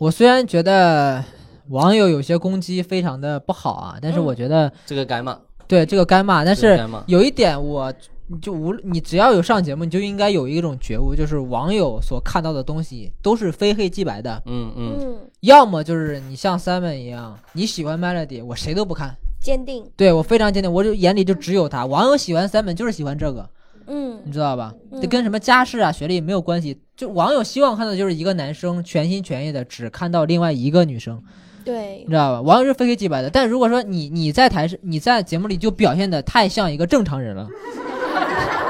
[SPEAKER 2] 我虽然觉得网友有些攻击非常的不好啊，但是我觉得、
[SPEAKER 1] 这个该骂，
[SPEAKER 2] 对这个该骂，但
[SPEAKER 1] 这个
[SPEAKER 2] 是
[SPEAKER 1] 该骂
[SPEAKER 2] 有一点我。你就无你只要有上节目，你就应该有一种觉悟，就是网友所看到的东西都是非黑即白的，
[SPEAKER 1] 嗯嗯，
[SPEAKER 3] 嗯，
[SPEAKER 2] 要么就是你像 Simon 一样，你喜欢 Melody，我谁都不看，
[SPEAKER 3] 坚定，
[SPEAKER 2] 对我非常坚定，我就眼里就只有他。网友喜欢 Simon 就是喜欢这个，你
[SPEAKER 3] 嗯
[SPEAKER 2] 知道吧？
[SPEAKER 3] 嗯
[SPEAKER 2] 这跟什么家世啊、学历没有关系。就网友希望看到就是一个男生全心全意的只看到另外一个女生，
[SPEAKER 3] 对
[SPEAKER 2] 你，知道吧？网友是非黑即白的。但如果说你你在台上、你在节目里就表现的太像一个正常人了，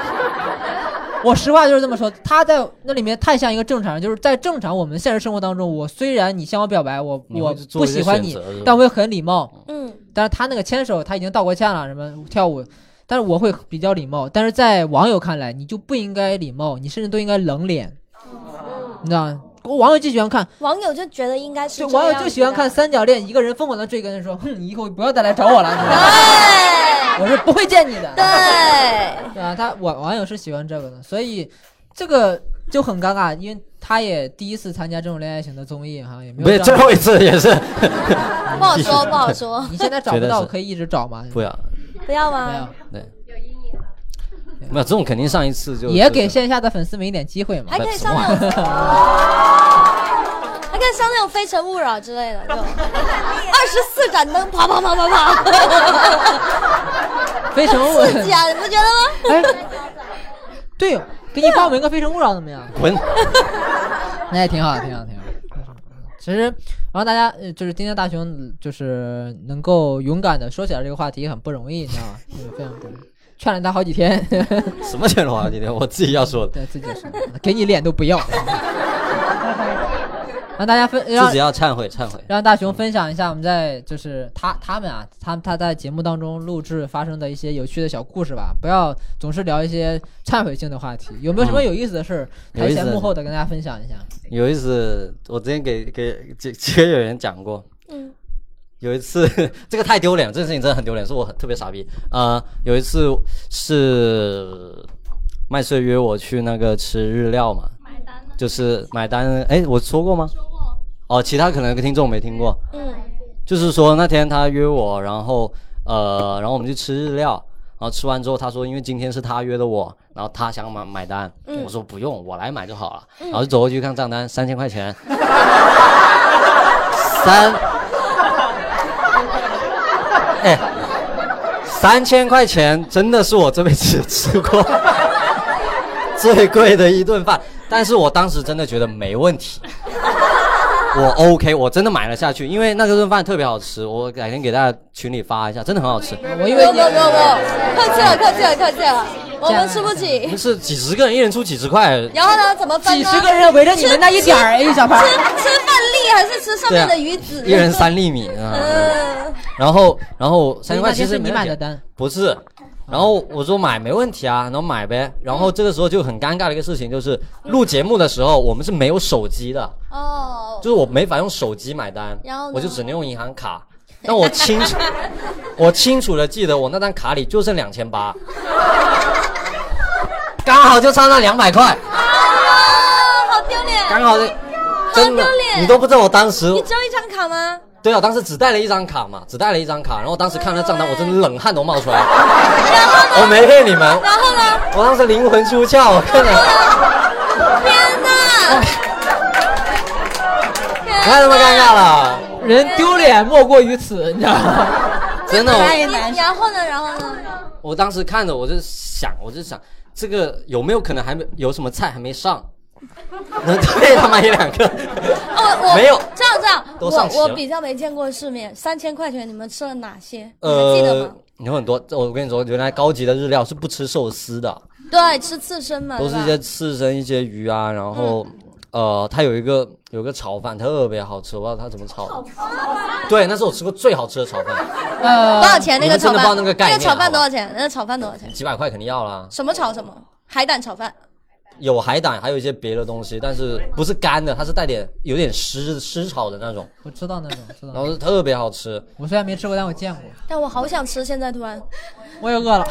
[SPEAKER 2] 我实话就是这么说，他在那里面太像一个正常人，就是在正常我们现实生活当中，我虽然你向我表白，我
[SPEAKER 1] 你
[SPEAKER 2] 我
[SPEAKER 1] 会
[SPEAKER 2] 不
[SPEAKER 1] 做一些
[SPEAKER 2] 喜欢你
[SPEAKER 1] 选择是吧，
[SPEAKER 2] 但我会很礼貌，
[SPEAKER 3] 嗯
[SPEAKER 2] 但是他那个牵手，他已经道过歉了，什么跳舞，但是我会比较礼貌。但是在网友看来，你就不应该礼貌，你甚至都应该冷脸，你知道吗？网友就喜欢看，
[SPEAKER 3] 网友就觉得应该是
[SPEAKER 2] 就
[SPEAKER 3] 这
[SPEAKER 2] 网友
[SPEAKER 3] 样
[SPEAKER 2] 就喜欢
[SPEAKER 3] 子
[SPEAKER 2] 看
[SPEAKER 3] 的
[SPEAKER 2] 三角恋，一个人疯狂的追一个人说，哼，你以后不要再来找我了，你知道吗
[SPEAKER 3] 对
[SPEAKER 2] 我是不会见你的。
[SPEAKER 3] 对，
[SPEAKER 2] 对啊，他网网友是喜欢这个的，所以这个就很尴尬，因为他也第一次参加这种恋爱型的综艺，哈，也没有
[SPEAKER 1] 不是
[SPEAKER 2] 这
[SPEAKER 1] 最
[SPEAKER 2] 样。
[SPEAKER 1] 后一次也是，
[SPEAKER 3] 不好说，不 好说，
[SPEAKER 2] 你现在找
[SPEAKER 1] 觉
[SPEAKER 2] 不
[SPEAKER 1] 得
[SPEAKER 2] 到，
[SPEAKER 1] 是
[SPEAKER 2] 可以一直找啊吗？
[SPEAKER 1] 不要，
[SPEAKER 3] 不要
[SPEAKER 2] 没有
[SPEAKER 3] 吗？，
[SPEAKER 1] 对，有阴影没有，这种肯定上一次就
[SPEAKER 2] 也给
[SPEAKER 1] 就是
[SPEAKER 2] 线下的粉丝们一点机会嘛
[SPEAKER 3] 还。可以上那种，还可以上那种《非诚勿扰》之类的，就二十四盏灯，啪啪啪啪啪，
[SPEAKER 2] 非诚勿
[SPEAKER 3] 刺激啊！你不觉得吗？
[SPEAKER 2] 哎，对哦，给你报名个《非诚勿扰》怎么样？
[SPEAKER 1] 滚，
[SPEAKER 2] 那也挺好，挺好，挺好。嗯其实，然后大家呃就是今天大雄嗯就是能够勇敢的说起来这个话题很不容易，你知道吗？就是非常不容易，劝了他好几天，
[SPEAKER 1] 什么拳皇今天我自己要说的，
[SPEAKER 2] 对自己说，给你脸都不要。让大家分
[SPEAKER 1] 自
[SPEAKER 2] 让
[SPEAKER 1] 己要忏悔忏悔。
[SPEAKER 2] 让大雄分享一下我们在就是他他们啊，他他在节目当中录制发生的一些有趣的小故事吧，不要总是聊一些忏悔性的话题，有没有什么
[SPEAKER 1] 嗯
[SPEAKER 2] 有意思的事儿、
[SPEAKER 1] 有
[SPEAKER 2] 台
[SPEAKER 1] 意思
[SPEAKER 2] 前
[SPEAKER 1] 的
[SPEAKER 2] 幕
[SPEAKER 1] 事
[SPEAKER 2] 后的跟大家分享一下？
[SPEAKER 1] 有一次，我之前给给几几个有人讲过，
[SPEAKER 3] 嗯
[SPEAKER 1] 有一次 这个太丢脸了，这件事情真的很丢脸，是我很特别傻逼。呃，有一次是麦穗约我去那个吃日料嘛，就是买单，哎，我说过吗？哦，其他可能有个听众没听过，
[SPEAKER 3] 嗯
[SPEAKER 1] 就是说那天他约我，然后呃，然后我们去吃日料，然后吃完之后他说，因为今天是他约的我，然后他想买买单，
[SPEAKER 3] 嗯
[SPEAKER 1] 我说不用，我来买就好了，然后就走过去看账单，三千块钱，三，哎，三千块钱真的是我这辈子吃过 最贵的一顿饭，但是我当时真的觉得没问题。我 OK，我真的买了下去，因为那个顿饭特别好吃，我改天给大家群里发一下，真的很好吃。
[SPEAKER 2] 我以
[SPEAKER 3] 不
[SPEAKER 2] 为
[SPEAKER 3] 不不
[SPEAKER 2] 你
[SPEAKER 3] 不，客气了，客气了，客气了，我们吃不
[SPEAKER 1] 我
[SPEAKER 3] 起。
[SPEAKER 1] 们是几十个人，一人出几十块，
[SPEAKER 3] 然后呢？怎么分
[SPEAKER 2] 几
[SPEAKER 3] 呢？
[SPEAKER 2] 十个人围着你们那一点儿，哎，小潘
[SPEAKER 3] 吃，吃饭粒还是吃上面的鱼籽？
[SPEAKER 1] 啊一人。三粒米啊。
[SPEAKER 3] 嗯，
[SPEAKER 1] 然后，然后三千
[SPEAKER 2] 所以那
[SPEAKER 1] 块其
[SPEAKER 2] 天
[SPEAKER 1] 实
[SPEAKER 2] 是你
[SPEAKER 1] 没
[SPEAKER 2] 买
[SPEAKER 1] 问
[SPEAKER 2] 的
[SPEAKER 1] 题，
[SPEAKER 2] 单，
[SPEAKER 1] 不是，然后我说买没问题啊，然后买呗。然
[SPEAKER 3] 嗯
[SPEAKER 1] 后这个时候就很尴尬的一个事情就是，录节目的时候我们是没有手机的，
[SPEAKER 3] 哦，
[SPEAKER 1] 就是我没法用手机买单，
[SPEAKER 3] 然后呢
[SPEAKER 1] 我就只能用银行卡。但我清 楚，我清楚的记得我那张卡里就剩两千八，刚好就差那两百块，
[SPEAKER 3] 啊，好丢脸！
[SPEAKER 1] 刚好就真的
[SPEAKER 3] 好丢，脸
[SPEAKER 1] 你都不知道我当时
[SPEAKER 3] 你只有一张卡吗？
[SPEAKER 1] 对啊，当时只带了一张卡嘛，只带了一张卡，然后当时看那账单，我真的冷汗都冒出来 了，
[SPEAKER 3] 然后呢？
[SPEAKER 1] 我没骗你们，
[SPEAKER 3] 然后呢？
[SPEAKER 1] 我当时灵魂出窍，我看了。
[SPEAKER 3] 天哪！
[SPEAKER 1] 太他妈尴尬了，
[SPEAKER 2] 人丢脸莫过于此，你知道吗？
[SPEAKER 1] 真的。
[SPEAKER 6] 太
[SPEAKER 1] 我
[SPEAKER 6] 难受。
[SPEAKER 3] 然后呢？然后呢？
[SPEAKER 1] 我当时看着，我就想，我就想，这个有没有可能还没有什么菜还没上？ 能退他妈一两个？
[SPEAKER 3] 哦，我
[SPEAKER 1] 没有
[SPEAKER 3] 这样这样，
[SPEAKER 1] 都上齐
[SPEAKER 3] 我
[SPEAKER 1] 了
[SPEAKER 3] 我比较没见过世面，三千块钱你们吃了哪些？你还记得
[SPEAKER 1] 呃
[SPEAKER 3] 吗？，
[SPEAKER 1] 有很多。我跟你说，原来高级的日料是不吃寿司的，
[SPEAKER 3] 对，吃刺身嘛，
[SPEAKER 1] 都是一
[SPEAKER 3] 对
[SPEAKER 1] 些
[SPEAKER 3] 吧
[SPEAKER 1] 刺身、一些鱼啊，然后。呃，它有一个有个炒饭特别好吃，我不知道它怎么炒的。对，那是我吃过最好吃的炒饭，
[SPEAKER 2] 呃
[SPEAKER 3] 多，少钱那
[SPEAKER 1] 你
[SPEAKER 3] 个
[SPEAKER 1] 们
[SPEAKER 3] 炒
[SPEAKER 1] 真的不
[SPEAKER 3] 饭？
[SPEAKER 1] 知道那个概念啊
[SPEAKER 3] 炒饭
[SPEAKER 1] 好吧
[SPEAKER 3] 多少钱？那个炒饭多少钱？
[SPEAKER 1] 几百块肯定要啦。
[SPEAKER 3] 什么炒什么？海胆炒饭。
[SPEAKER 1] 有海胆，还有一些别的东西，但是不是干的，它是带点有点湿湿炒的那种。
[SPEAKER 2] 我知道那种，知
[SPEAKER 1] 然
[SPEAKER 2] 道。
[SPEAKER 1] 后是特别好吃。
[SPEAKER 2] 我虽然没吃过，但我见过。
[SPEAKER 3] 但我好想吃，现在突然
[SPEAKER 2] 我也饿了，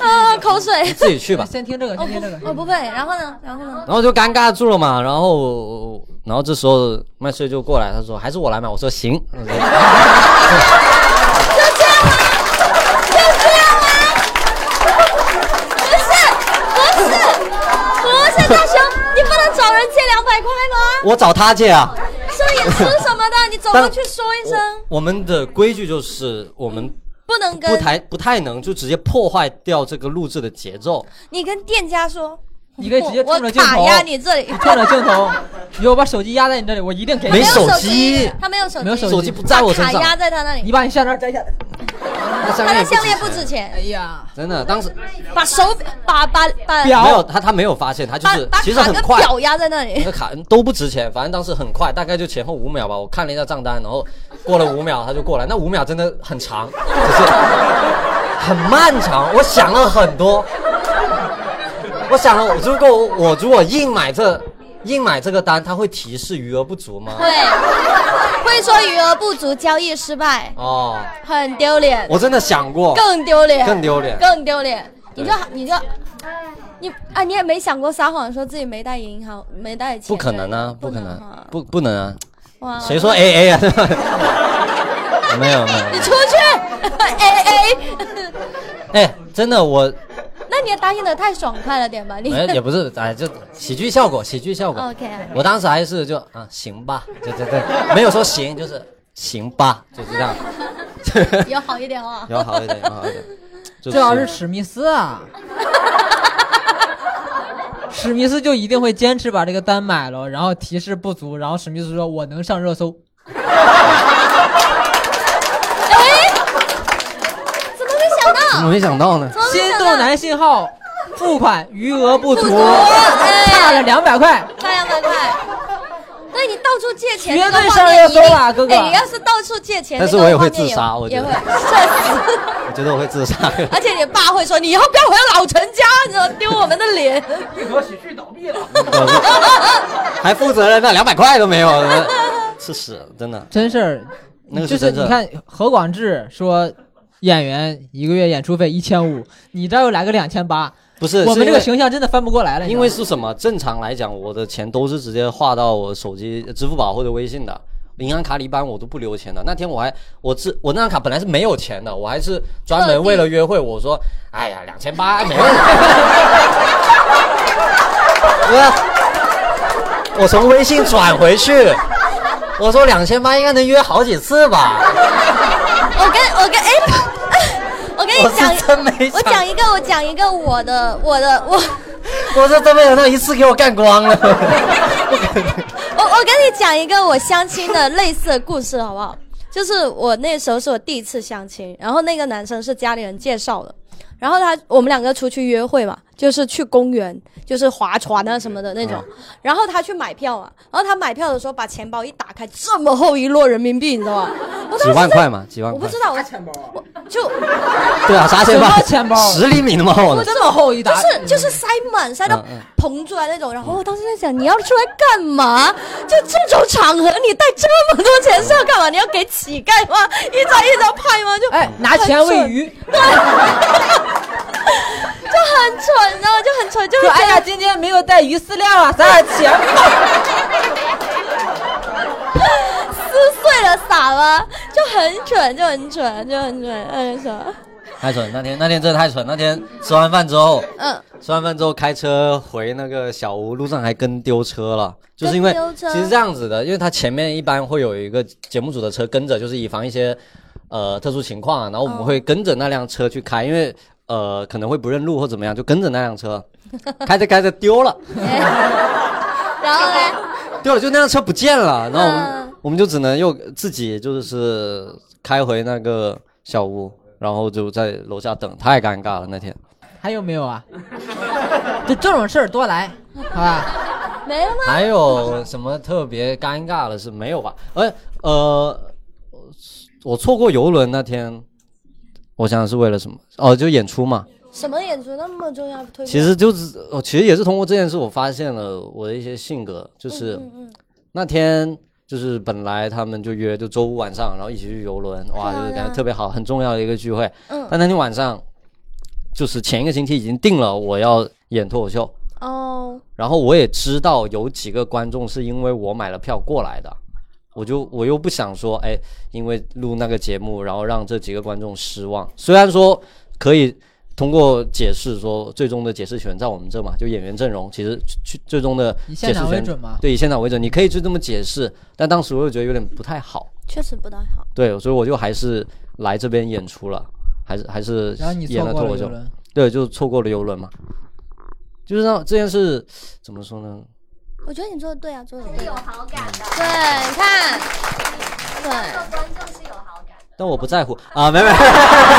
[SPEAKER 3] 啊，口水。
[SPEAKER 1] 自己去 吧。
[SPEAKER 2] 先听这个，
[SPEAKER 3] 我
[SPEAKER 2] 先听这
[SPEAKER 3] 不，我
[SPEAKER 2] 个。
[SPEAKER 3] 不配。然后呢？然后呢？
[SPEAKER 1] 然后就尴尬住了嘛，然后然后这时候麦穗就过来，他说还是我来买，我说行，
[SPEAKER 3] 不是，不是，不是，大雄，你不能找人借两百块吗？
[SPEAKER 1] 我找他借啊。
[SPEAKER 3] 摄影师什么的，你走过去说一声，
[SPEAKER 1] 我我们的规矩就是我们
[SPEAKER 3] 不能
[SPEAKER 1] 不
[SPEAKER 3] 跟
[SPEAKER 1] 太不太能就直接破坏掉这个录制的节奏，
[SPEAKER 3] 你跟店家说，
[SPEAKER 2] 你可以直接
[SPEAKER 3] 我
[SPEAKER 2] 冲着
[SPEAKER 3] 我
[SPEAKER 2] 镜头
[SPEAKER 3] 打压 你这里，
[SPEAKER 2] 冲着镜头，以后把手机压在你这里，我一定给你
[SPEAKER 1] 没。
[SPEAKER 3] 有
[SPEAKER 1] 手
[SPEAKER 3] 机
[SPEAKER 1] 机，
[SPEAKER 3] 他没有手机，
[SPEAKER 2] 没有手
[SPEAKER 1] 手机不在我身
[SPEAKER 3] 卡
[SPEAKER 1] 上，
[SPEAKER 3] 压在他那里
[SPEAKER 2] 你，把你项链摘下来。
[SPEAKER 1] 他项
[SPEAKER 3] 他的
[SPEAKER 1] 链
[SPEAKER 3] 项链不
[SPEAKER 1] 值
[SPEAKER 3] 值
[SPEAKER 1] 钱
[SPEAKER 2] 哎
[SPEAKER 3] 钱，
[SPEAKER 2] 呀，
[SPEAKER 1] 真的，当时
[SPEAKER 3] 把手把把把
[SPEAKER 2] 表
[SPEAKER 1] 没有他他没有发现，他就
[SPEAKER 3] 把
[SPEAKER 1] 是
[SPEAKER 3] 把
[SPEAKER 1] 其实
[SPEAKER 3] 卡
[SPEAKER 1] 很
[SPEAKER 3] 跟
[SPEAKER 1] 快，
[SPEAKER 3] 表压在那
[SPEAKER 1] 那
[SPEAKER 3] 里，
[SPEAKER 1] 个卡都不值钱，反正当时很快，大概就前后五秒吧。我看了一下账单，然后过了五秒他就过来，那五秒真的很长， 就是很漫长。我想了很多，我想了，我如果我如果硬买这硬买这个单，他会提示余额不足吗？
[SPEAKER 3] 对，会说余额不足，交易失败，
[SPEAKER 1] 哦，
[SPEAKER 3] 很丢脸，
[SPEAKER 1] 我真的想过，
[SPEAKER 3] 更丢脸，
[SPEAKER 1] 哦更丢脸
[SPEAKER 3] 更丢脸，你
[SPEAKER 1] 对
[SPEAKER 3] 就你就。你啊，你也没想过撒谎说自己没带银行，没带钱？
[SPEAKER 1] 不可能啊，不可
[SPEAKER 3] 啊
[SPEAKER 1] 能，不不能啊，
[SPEAKER 3] 哇！
[SPEAKER 1] 谁说 A A 啊？ 没有没有，
[SPEAKER 3] 你出去 ，A A。
[SPEAKER 1] 哎，真的我
[SPEAKER 3] 那你也答应的太爽快了点吧？你
[SPEAKER 1] 哎也不是哎，就喜剧效果，喜剧效果。
[SPEAKER 3] OK 啊
[SPEAKER 1] 我当时还是就啊行吧，就这这没有说行，就是行吧，就是这样。
[SPEAKER 3] 有好一点哦。
[SPEAKER 1] 有好一点，有好一点。就
[SPEAKER 2] 这要是史密斯啊，史密斯就一定会坚持把这个单买了，然后提示不足，然后史密斯说我能上热搜。
[SPEAKER 3] 哎，怎么没想
[SPEAKER 1] 怎
[SPEAKER 3] 到？
[SPEAKER 1] 么没想到呢？
[SPEAKER 3] 怎么没
[SPEAKER 2] 心
[SPEAKER 3] 想到
[SPEAKER 2] 动男信号付款余额不足，
[SPEAKER 3] 不足哎
[SPEAKER 2] 差了两百块。
[SPEAKER 3] 差两 百块。对你到处借钱，
[SPEAKER 2] 绝对
[SPEAKER 3] 那个
[SPEAKER 2] 上
[SPEAKER 3] 画面
[SPEAKER 2] 热搜
[SPEAKER 3] 一定
[SPEAKER 2] 了哥哥
[SPEAKER 3] 哎你要是到处借钱，
[SPEAKER 1] 但是
[SPEAKER 3] 那个
[SPEAKER 1] 我也会
[SPEAKER 3] 画面
[SPEAKER 1] 自杀我觉
[SPEAKER 3] 也
[SPEAKER 1] 得
[SPEAKER 3] 会 社死。
[SPEAKER 1] 我觉得我会自杀。
[SPEAKER 3] 而且你爸会说，你以后不要回老陈家，你知道丢我们的 脸。
[SPEAKER 1] 还负责任，那两百块都没有，是屎，真的。
[SPEAKER 2] 真事儿，
[SPEAKER 1] 那个是
[SPEAKER 2] 就是
[SPEAKER 1] 真事
[SPEAKER 2] 你
[SPEAKER 1] 儿
[SPEAKER 2] 看何广智说，演员一个月演出费一千五，你这儿又来个两千八，
[SPEAKER 1] 不是，
[SPEAKER 2] 我
[SPEAKER 1] 是
[SPEAKER 2] 们这
[SPEAKER 1] 因
[SPEAKER 2] 个
[SPEAKER 1] 为
[SPEAKER 2] 形象真的翻不过来了。
[SPEAKER 1] 因为
[SPEAKER 2] 你知
[SPEAKER 1] 是什么？正常来讲，我的钱都是直接划到我手机、支付宝或者微信的，银行卡里一般我都不留钱的。那天我还，我自我那张卡本来是没有钱的，我还是专门为了约会，我说，哎呀，两千八没问题。我我从微信转回去，我说两千八应该能约好几次吧？
[SPEAKER 3] 我跟我跟哎，我跟
[SPEAKER 1] 我
[SPEAKER 3] 你
[SPEAKER 1] 是
[SPEAKER 3] 讲，
[SPEAKER 1] 真没
[SPEAKER 3] 我
[SPEAKER 1] 想
[SPEAKER 3] 讲一个，我讲一个我的我的我。
[SPEAKER 1] 我说这没想到一次给我干光了。
[SPEAKER 3] 我我跟你讲一个我相亲的类似的故事好不好？就是我那时候是我第一次相亲，然后那个男生是家里人介绍的，然后他我们两个出去约会嘛，就是去公园，就是划船啊什么的那种。
[SPEAKER 1] 嗯
[SPEAKER 3] 然后他去买票嘛，然后他买票的时候把钱包一打开，这么厚一摞人民币，你知道吧？我当时
[SPEAKER 1] 几万
[SPEAKER 3] 在
[SPEAKER 1] 块嘛，几万
[SPEAKER 3] 我不
[SPEAKER 1] 块
[SPEAKER 3] 知，道，我钱包、啊我就
[SPEAKER 1] 对啊，啥钱包？
[SPEAKER 2] 什么钱包
[SPEAKER 1] 十厘米那么厚呢？
[SPEAKER 2] 这么厚一沓，
[SPEAKER 3] 就是就是塞满塞到
[SPEAKER 1] 嗯嗯
[SPEAKER 3] 膨出来那种。然后我哦当时在想，你要出来干嘛？就这种场合，你带这么多钱是要干嘛？你要给乞丐吗？一张一张拍吗？就
[SPEAKER 2] 哎，拿钱喂鱼，
[SPEAKER 3] 就很蠢啊，就很蠢，就
[SPEAKER 2] 说
[SPEAKER 3] 是
[SPEAKER 2] 哎呀，今天没有带鱼饲料啊，撒点钱吧。
[SPEAKER 3] 撕碎了撒吗？就很蠢，就很蠢，就很蠢，哎很蠢。
[SPEAKER 1] 太蠢！那天那天真的太蠢！那天吃完饭之后，
[SPEAKER 3] 嗯，
[SPEAKER 1] 吃完饭之后开车回那个小屋，路上还跟丢车了，就是因为
[SPEAKER 3] 跟丢车
[SPEAKER 1] 其实这样子的，因为他前面一般会有一个节目组的车跟着，就是以防一些呃特殊情况、啊，然后我们
[SPEAKER 3] 哦
[SPEAKER 1] 会跟着那辆车去开，因为呃可能会不认路或怎么样，就跟着那辆车，开着开着丢了，
[SPEAKER 3] 然后呢？
[SPEAKER 1] 丢了就那辆车不见了，然后我们、
[SPEAKER 3] 嗯
[SPEAKER 1] 我们就只能又自己就是开回那个小屋，然后就在楼下等，太尴尬了那天。
[SPEAKER 2] 还有没有 啊？就这种事儿多来，好吧？
[SPEAKER 3] 没了吗？
[SPEAKER 1] 还有什么特别尴尬的事没有吧？而呃，我错过游轮那天，我想想是为了什么？哦，就演出嘛。
[SPEAKER 3] 什么演出那么重要？推
[SPEAKER 1] 其实就是，哦，其实也是通过这件事，我发现了我的一些性格，就是
[SPEAKER 3] 嗯
[SPEAKER 1] 那天。就是本来他们就约就周五晚上，然后一起去游轮，哇，
[SPEAKER 3] 对啊
[SPEAKER 1] 就是感
[SPEAKER 3] 对啊
[SPEAKER 1] 觉特别好，很重要的一个聚会。
[SPEAKER 3] 嗯
[SPEAKER 1] 但那天晚上，就是前一个星期已经定了我要演脱口秀，
[SPEAKER 3] 哦，
[SPEAKER 1] 然后我也知道有几个观众是因为我买了票过来的，我就我又不想说，哎，因为录那个节目，然后让这几个观众失望。虽然说可以通过解释说，最终的解释权在我们这嘛，就演员阵容，其实去最终的
[SPEAKER 2] 以
[SPEAKER 1] 解
[SPEAKER 2] 现
[SPEAKER 1] 释
[SPEAKER 2] 场为
[SPEAKER 1] 权
[SPEAKER 2] 准嘛。
[SPEAKER 1] 对以现场为准，你可以去这么解释，但当时我又觉得有点不太好，
[SPEAKER 3] 确实不太好。
[SPEAKER 1] 对，所以我就还是来这边演出了，还是还是
[SPEAKER 2] 然后你
[SPEAKER 1] 演
[SPEAKER 2] 错
[SPEAKER 1] 了
[SPEAKER 2] 过
[SPEAKER 1] 脱口
[SPEAKER 2] 了
[SPEAKER 1] 秀
[SPEAKER 2] 游。轮，
[SPEAKER 1] 对，就错过了游轮嘛。就是让这件事怎么说呢？
[SPEAKER 3] 我觉得你做的对啊，做的对
[SPEAKER 5] 有。好感的，
[SPEAKER 3] 对，你看，对，
[SPEAKER 5] 这个观众是有好感的。
[SPEAKER 1] 但我不在乎啊，没没， 开玩笑，开玩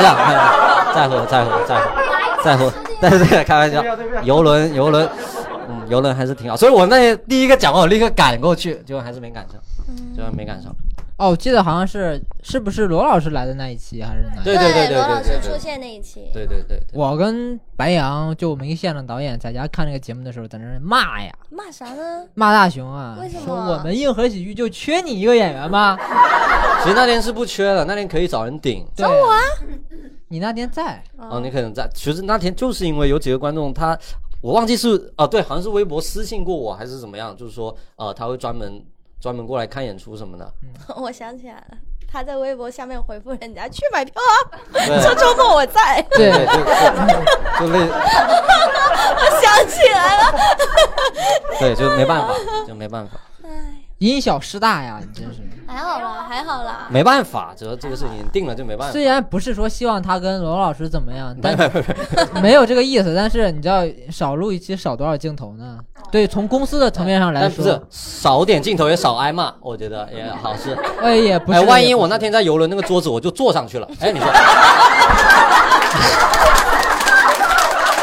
[SPEAKER 1] 笑，开玩笑，在乎，在乎，在乎，在乎，但是这个开玩笑，游轮，游轮，嗯，游轮还是挺好，所以我那第一个讲完，我立刻赶过去，结果还是没赶上，结果没赶上，
[SPEAKER 2] 哦，我记得好像是是不是罗老师来的那一期还是哪一期？
[SPEAKER 1] 对对对对
[SPEAKER 3] 罗老
[SPEAKER 1] 对
[SPEAKER 3] 师
[SPEAKER 1] 对
[SPEAKER 3] 出
[SPEAKER 1] 对，
[SPEAKER 3] 现那一期，
[SPEAKER 1] 对对对对，
[SPEAKER 2] 我跟白羊就我们一个现场导演在家看这个节目的时候，在那儿骂呀
[SPEAKER 3] 骂啥呢？
[SPEAKER 2] 骂大熊啊
[SPEAKER 3] 为什，么
[SPEAKER 2] 说我们硬核喜剧就缺你一个演员 吗？
[SPEAKER 1] 其实那天是不缺的，那天可以找人顶，
[SPEAKER 2] 找我啊！你那天在，
[SPEAKER 1] 哦，你可能在，其实那天就是因为有几个观众他，我忘记是啊，对，好像是微博私信过我还是怎么样，就是说呃，他会专门专门过来看演出什么的，
[SPEAKER 3] 我想起来了，他在微博下面回复人家去买票啊，
[SPEAKER 1] 对
[SPEAKER 3] 这 周末我 在。
[SPEAKER 1] 对，就就就类，
[SPEAKER 3] 我想起来了，
[SPEAKER 1] 对，就没办法，就没办法，
[SPEAKER 2] 因小失大呀，你真是。
[SPEAKER 3] 还好啦，还好啦。
[SPEAKER 1] 没办法，这这个事情定了就没办法
[SPEAKER 2] 虽。然不是说希望他跟罗老师怎么样，但没有这个意思。但是你知道少录一期少多少镜头呢？对，从公司的层面上来
[SPEAKER 1] 但不
[SPEAKER 2] 说，
[SPEAKER 1] 是少点镜头也少挨骂，我觉得也好事。
[SPEAKER 2] 哎也不是。
[SPEAKER 1] 哎，万一我
[SPEAKER 2] 那
[SPEAKER 1] 那天在游轮那个桌子我就坐上去了，哎，你说，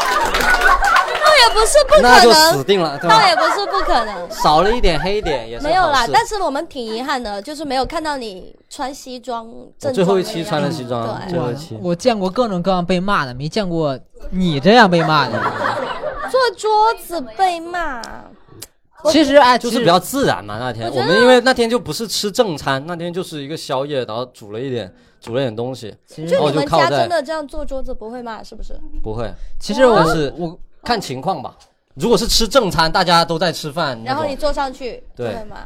[SPEAKER 3] 倒也不是不可
[SPEAKER 1] 那就死
[SPEAKER 3] 能，
[SPEAKER 1] 定了，对
[SPEAKER 3] 倒也
[SPEAKER 1] 吧？
[SPEAKER 3] 不是不可能。
[SPEAKER 1] 少了一点黑点也是
[SPEAKER 3] 没有啦
[SPEAKER 1] 好，事
[SPEAKER 3] 但是我们挺遗憾的，就是没有看到你穿西装正装的样子。
[SPEAKER 1] 最后一期穿了西装
[SPEAKER 3] 对，
[SPEAKER 1] 最后
[SPEAKER 2] 我
[SPEAKER 1] 一期
[SPEAKER 2] 我见过各种各样被骂的，没见过你这样被骂的。
[SPEAKER 3] 坐桌子被骂，
[SPEAKER 1] 嗯
[SPEAKER 2] 其实哎，
[SPEAKER 1] 就
[SPEAKER 2] 其
[SPEAKER 1] 是
[SPEAKER 2] 实
[SPEAKER 1] 比较自然嘛。那天
[SPEAKER 3] 我觉
[SPEAKER 1] 我
[SPEAKER 3] 得
[SPEAKER 1] 们因为那天就不是吃正餐，那天就是一个宵夜，然后煮了一点煮了一点东西，然后
[SPEAKER 3] 就
[SPEAKER 1] 我
[SPEAKER 3] 你们
[SPEAKER 1] 哦靠
[SPEAKER 3] 家
[SPEAKER 1] 在嗯
[SPEAKER 3] 真的这样坐桌子不会骂是不是？
[SPEAKER 1] 不会，
[SPEAKER 2] 其实我
[SPEAKER 1] 但是
[SPEAKER 2] 我
[SPEAKER 1] 看情况吧。如果是吃正餐，大家都在吃饭，那
[SPEAKER 3] 然后
[SPEAKER 1] 种
[SPEAKER 3] 你坐上去，
[SPEAKER 1] 对
[SPEAKER 3] 会吗？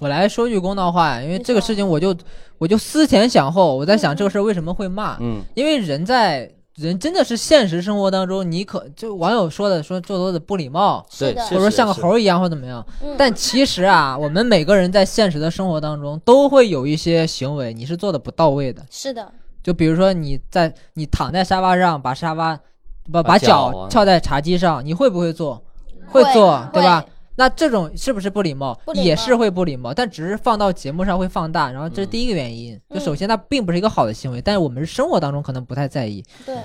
[SPEAKER 2] 我来说句公道话，因为
[SPEAKER 3] 你
[SPEAKER 2] 这个
[SPEAKER 3] 说
[SPEAKER 2] 事情我就我就思前想后，我在想这个事儿为什么会骂，
[SPEAKER 1] 嗯
[SPEAKER 2] 因为人在人真的是现实生活当中，你可就网友说的说做多的不礼貌，
[SPEAKER 1] 对
[SPEAKER 3] 是的
[SPEAKER 1] 是
[SPEAKER 2] 或者说像个
[SPEAKER 1] 是
[SPEAKER 2] 猴儿一样或怎么样
[SPEAKER 3] 嗯，
[SPEAKER 2] 但其实啊，我们每个人在现实的生活当中都会有一些行为你是做的不到位的，
[SPEAKER 3] 是的，
[SPEAKER 2] 就比如说你在你躺在沙发上把沙发把把
[SPEAKER 1] 把脚
[SPEAKER 2] 脚
[SPEAKER 1] 啊
[SPEAKER 2] 翘在茶几上，你会不会做？会做对吧？？那这种是不是不礼貌？
[SPEAKER 3] 不礼貌
[SPEAKER 2] 也是会不礼貌，但只是放到节目上会放大，然后这是第一个原因。
[SPEAKER 3] 嗯
[SPEAKER 2] 就首先它并不是一个好的行为，但是我们生活当中可能不太在意。
[SPEAKER 3] 对，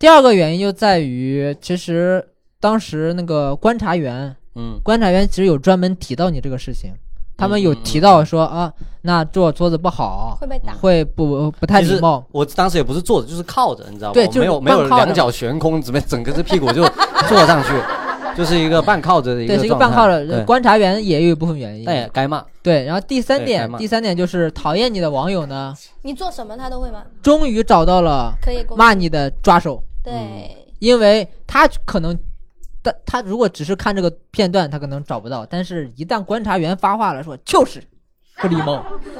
[SPEAKER 2] 第二个原因就在于，其实当时那个观察员，
[SPEAKER 1] 嗯
[SPEAKER 2] 观察员其实有专门提到你这个事情，他们有
[SPEAKER 1] 嗯嗯嗯
[SPEAKER 2] 提到说啊，那坐桌子不好
[SPEAKER 3] 会，被打。
[SPEAKER 2] 会不不太
[SPEAKER 1] 就
[SPEAKER 2] 礼
[SPEAKER 1] 是
[SPEAKER 2] 貌。
[SPEAKER 1] 我当时也不是坐着，就是靠着，你知道吗？
[SPEAKER 2] 对
[SPEAKER 1] 我
[SPEAKER 2] 就是
[SPEAKER 1] 没有没有
[SPEAKER 2] 半靠着
[SPEAKER 1] 两脚悬空，怎么整个这屁股就坐上 去，就是一个半靠着的一个
[SPEAKER 2] 对，
[SPEAKER 1] 状态。
[SPEAKER 2] 是一个半靠着
[SPEAKER 1] 对
[SPEAKER 2] 观察员也有一部分原因。
[SPEAKER 1] 但也该骂。
[SPEAKER 2] 对，然后第三
[SPEAKER 1] 对开
[SPEAKER 2] 点，
[SPEAKER 1] 骂
[SPEAKER 2] 第三点就是讨厌你的网友呢，
[SPEAKER 3] 你做什么他都会骂，
[SPEAKER 2] 终于找到了
[SPEAKER 3] 可以攻击
[SPEAKER 2] 骂你的抓手，
[SPEAKER 3] 对，
[SPEAKER 2] 因为他可能，他他如果只是看这个片段，他可能找不到，但是一旦观察员发话了，说就是不礼貌，嗯
[SPEAKER 3] 对，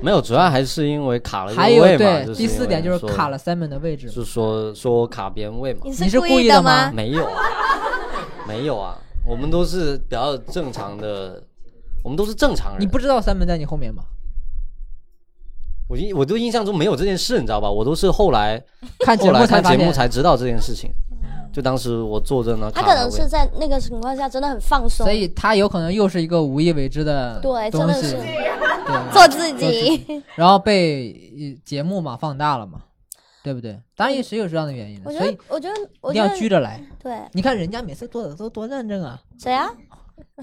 [SPEAKER 1] 没有，主要还是因为卡了一个
[SPEAKER 2] 还有
[SPEAKER 1] 位嘛。
[SPEAKER 2] 对、
[SPEAKER 1] 就是
[SPEAKER 2] 第四点就是卡
[SPEAKER 1] 了，
[SPEAKER 2] 了 Simon 的位置嘛，
[SPEAKER 1] 是说说我卡别人位嘛？
[SPEAKER 2] 你是
[SPEAKER 3] 故
[SPEAKER 2] 故意的
[SPEAKER 3] 的
[SPEAKER 2] 吗
[SPEAKER 1] 没有啊，没有啊，我们都是比较正常的，我们都是正常人。
[SPEAKER 2] 你不知道 Simon 在你 后面吗？
[SPEAKER 1] 我印我就印象中没有这件事，你知道吧？我都是后来
[SPEAKER 2] 看节
[SPEAKER 1] 后
[SPEAKER 2] 目
[SPEAKER 1] 来
[SPEAKER 2] 才
[SPEAKER 1] 看
[SPEAKER 2] 发
[SPEAKER 1] 节目
[SPEAKER 2] 现，
[SPEAKER 1] 才知道这件事情。就当时我坐着呢，
[SPEAKER 3] 他
[SPEAKER 1] 卡
[SPEAKER 3] 可
[SPEAKER 1] 了
[SPEAKER 3] 能
[SPEAKER 1] 位
[SPEAKER 3] 是在那个情况下真的很放松，
[SPEAKER 2] 所以他有可能又是一个无意为之的
[SPEAKER 3] 对，真
[SPEAKER 2] 东
[SPEAKER 3] 的
[SPEAKER 2] 西，
[SPEAKER 3] 是
[SPEAKER 2] 对
[SPEAKER 3] 做自己。
[SPEAKER 2] 然后被呃节目嘛放大了嘛，对不对？当然也是有这样的原因的，
[SPEAKER 3] 我觉
[SPEAKER 2] 所以
[SPEAKER 3] 得，我觉得，
[SPEAKER 2] 一
[SPEAKER 3] 我
[SPEAKER 2] 定
[SPEAKER 3] 觉
[SPEAKER 2] 要拘
[SPEAKER 3] 得，
[SPEAKER 2] 着来。
[SPEAKER 3] 对，
[SPEAKER 2] 你看人家每次做的都多认真啊，
[SPEAKER 3] 谁啊？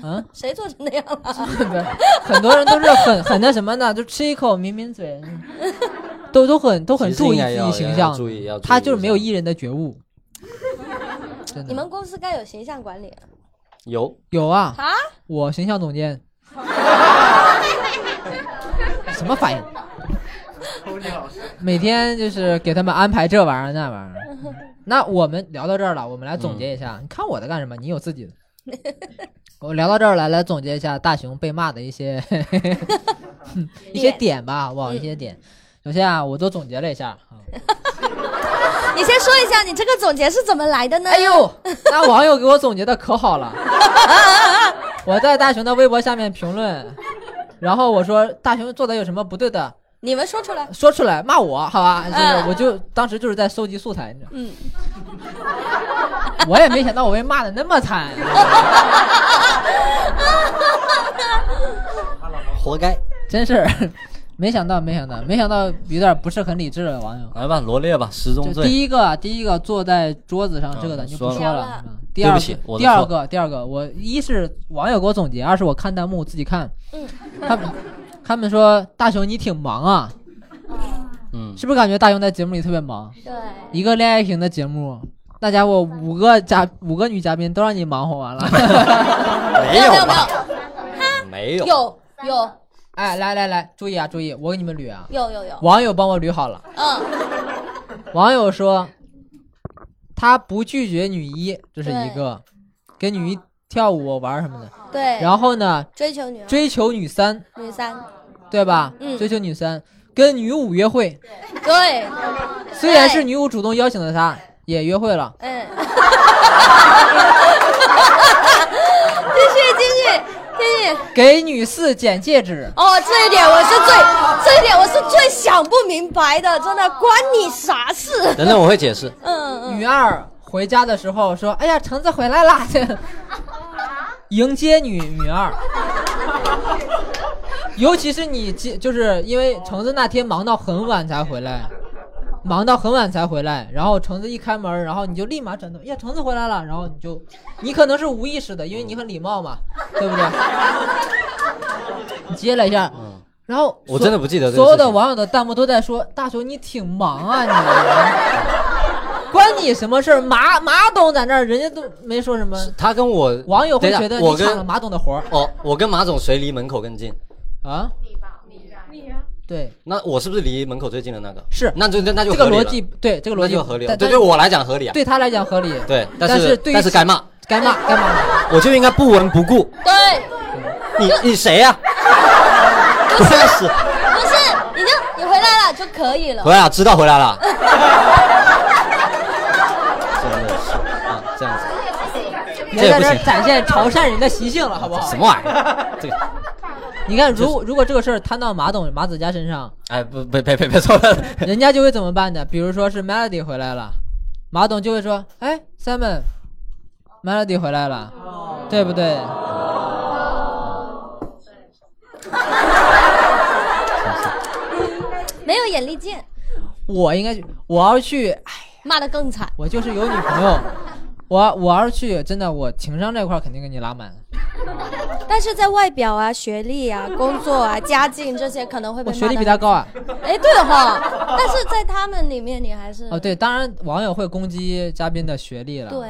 [SPEAKER 2] 啊，
[SPEAKER 3] 谁做成那样了？
[SPEAKER 2] 对不对？很多人都是很很那什么呢，就吃一口抿抿嘴，都都很都很
[SPEAKER 1] 其实
[SPEAKER 2] 注意
[SPEAKER 1] 应该
[SPEAKER 2] 自己
[SPEAKER 1] 要
[SPEAKER 2] 形
[SPEAKER 1] 要
[SPEAKER 2] 象，
[SPEAKER 1] 注意要注
[SPEAKER 2] 他
[SPEAKER 1] 意
[SPEAKER 2] 就是
[SPEAKER 1] 一
[SPEAKER 2] 没有
[SPEAKER 1] 下
[SPEAKER 2] 艺人的觉悟。真
[SPEAKER 3] 你
[SPEAKER 2] 的
[SPEAKER 3] 们公司该有形象管理了
[SPEAKER 1] 有
[SPEAKER 2] 有啊，
[SPEAKER 3] 啊？
[SPEAKER 2] 我形象总监，什么反应？每天就是给他们安排这玩意儿那玩意儿。那我们聊到这儿了，我们来总结一下。你看我在干什么？你有自己的。我聊到这儿来，来总结一下大熊被骂的一些 一些点吧，好不好？一些点。首先啊，我都总结了一下。啊
[SPEAKER 3] 你先说一下你这个总结是怎么来的呢？
[SPEAKER 2] 哎呦，那网友给我总结的可好了。我在大熊的微博下面评论，然后我说大熊做的有什么不对的，
[SPEAKER 3] 你们说出来。
[SPEAKER 2] 说出来骂我，好吧？就是
[SPEAKER 3] 嗯
[SPEAKER 2] 我就当时就是在收集素材，你知道吗。
[SPEAKER 3] 嗯，
[SPEAKER 2] 我也没想到我被骂的那么惨，
[SPEAKER 1] 活该。
[SPEAKER 2] 真是没想到，没想到，没想到有点不是很理智的网友。
[SPEAKER 1] 来吧，罗列吧，十宗
[SPEAKER 2] 就
[SPEAKER 1] 罪。
[SPEAKER 2] 第一个，第一个坐在桌子上，
[SPEAKER 1] 嗯
[SPEAKER 2] 这个咱就不
[SPEAKER 1] 说
[SPEAKER 2] 说
[SPEAKER 3] 了
[SPEAKER 2] 了。嗯第二
[SPEAKER 1] 对不起
[SPEAKER 2] 个，
[SPEAKER 1] 我的
[SPEAKER 2] 第二个，第二个，我一是网友给我总结，二是我看弹幕自己看。
[SPEAKER 3] 嗯，
[SPEAKER 2] 他们他们说大雄你挺忙啊，
[SPEAKER 1] 嗯，
[SPEAKER 2] 是不是感觉大雄在节目里特别忙？
[SPEAKER 3] 对，
[SPEAKER 2] 一个恋爱型的节目，那家伙五个嘉五个女嘉宾都让你忙活完了。
[SPEAKER 1] 没
[SPEAKER 3] 没有没
[SPEAKER 1] 有
[SPEAKER 3] 有
[SPEAKER 1] 吧？嗯没有，
[SPEAKER 3] 有有
[SPEAKER 2] 哎，来来来，注意啊注意，我给你们捋啊，
[SPEAKER 3] 有有有，
[SPEAKER 2] 网友帮我捋好了。
[SPEAKER 3] 嗯，
[SPEAKER 2] 网友说，他不拒绝女一，这是一个，跟女一跳舞玩什么的。
[SPEAKER 3] 对，
[SPEAKER 2] 然后呢，
[SPEAKER 3] 追求女
[SPEAKER 2] 追求女三，
[SPEAKER 3] 女三，
[SPEAKER 2] 对吧？
[SPEAKER 3] 嗯
[SPEAKER 2] 追求女三，跟女五约会，
[SPEAKER 3] 对，
[SPEAKER 2] 虽然是女五主动邀请的他，也约会了。
[SPEAKER 3] 嗯，继续继续继续。
[SPEAKER 2] 给女四捡戒指，
[SPEAKER 3] 哦，这一点我是最，这一点我是最想不明白的，真的关你啥事？
[SPEAKER 1] 等等我会解释。
[SPEAKER 3] 嗯嗯，
[SPEAKER 2] 女二回家的时候说：“哎呀，橙子回来啦！” 迎接女女 二，尤其是你接，就是因为橙子那天忙到很晚才回来，忙到很晚才回来，然后橙子一开门，然后你就立马转头，哎呀，橙子回来了，然后你就，你可能是无意识的，因为你很礼貌嘛，
[SPEAKER 1] 嗯
[SPEAKER 2] 对不对？你接了一下，然后
[SPEAKER 1] 嗯我
[SPEAKER 2] 所
[SPEAKER 1] 真的不记得这个
[SPEAKER 2] 所有的
[SPEAKER 1] 事情
[SPEAKER 2] 网友的弹幕都在说：“大雄，你挺忙啊，你关你什么事儿？马马董在那儿，人家都没说什么。
[SPEAKER 1] 他跟我
[SPEAKER 2] 网友会
[SPEAKER 1] 等一下
[SPEAKER 2] 觉得
[SPEAKER 1] 我
[SPEAKER 2] 你抢了
[SPEAKER 1] 跟
[SPEAKER 2] 马董的活儿
[SPEAKER 1] 哦，我跟马总谁离门口更近？
[SPEAKER 2] 啊？对，
[SPEAKER 1] 那我是不是离门口最近的那个？
[SPEAKER 2] 是
[SPEAKER 1] 那就那那就
[SPEAKER 2] 这个
[SPEAKER 1] 合理
[SPEAKER 2] 逻
[SPEAKER 1] 了
[SPEAKER 2] 辑对，这个逻
[SPEAKER 1] 那
[SPEAKER 2] 辑
[SPEAKER 1] 就合理了。
[SPEAKER 2] 但
[SPEAKER 1] 对
[SPEAKER 2] 但
[SPEAKER 1] 对我来讲合理啊。
[SPEAKER 2] 对他来讲合理，
[SPEAKER 1] 对，
[SPEAKER 2] 但
[SPEAKER 1] 是
[SPEAKER 2] 对于
[SPEAKER 1] 但是该骂，
[SPEAKER 2] 该骂该骂，
[SPEAKER 1] 我就应该不闻不顾。
[SPEAKER 3] 对，
[SPEAKER 1] 你你谁呀？ 不认识。
[SPEAKER 3] 不是，你就你回来了就可以了
[SPEAKER 1] 回。来了，知道回来了。真的是啊，这样子
[SPEAKER 2] 别
[SPEAKER 1] 这也
[SPEAKER 2] 在
[SPEAKER 1] 不
[SPEAKER 2] 这儿
[SPEAKER 1] 行
[SPEAKER 2] 展现潮汕人的习性了，好不好
[SPEAKER 1] 什？么玩意儿？这个
[SPEAKER 2] 你看，如如果这个事儿摊到马董马子佳身 上，
[SPEAKER 1] 哎不别别别别说了。
[SPEAKER 2] 人家就会怎么办呢？比如说是 Melody 回来了，马董就会说：“哎，Simon，Melody 回来了，对不对？”
[SPEAKER 3] 没有眼力见，
[SPEAKER 2] 我应该去，我要去，哎，
[SPEAKER 3] 骂的更惨。
[SPEAKER 2] 我就是有女朋友，我我要是去，真的我情商这块儿肯定给你拉满。
[SPEAKER 3] 但是在外表啊、学历啊、工作啊、家境这些可能会被
[SPEAKER 2] 我
[SPEAKER 3] 骂
[SPEAKER 2] 学历
[SPEAKER 3] 得
[SPEAKER 2] 比他高啊。
[SPEAKER 3] 哎，对哈、但是在他们里面，你还是
[SPEAKER 2] 哦，对，当然网友会攻击嘉宾的学历了。
[SPEAKER 3] 对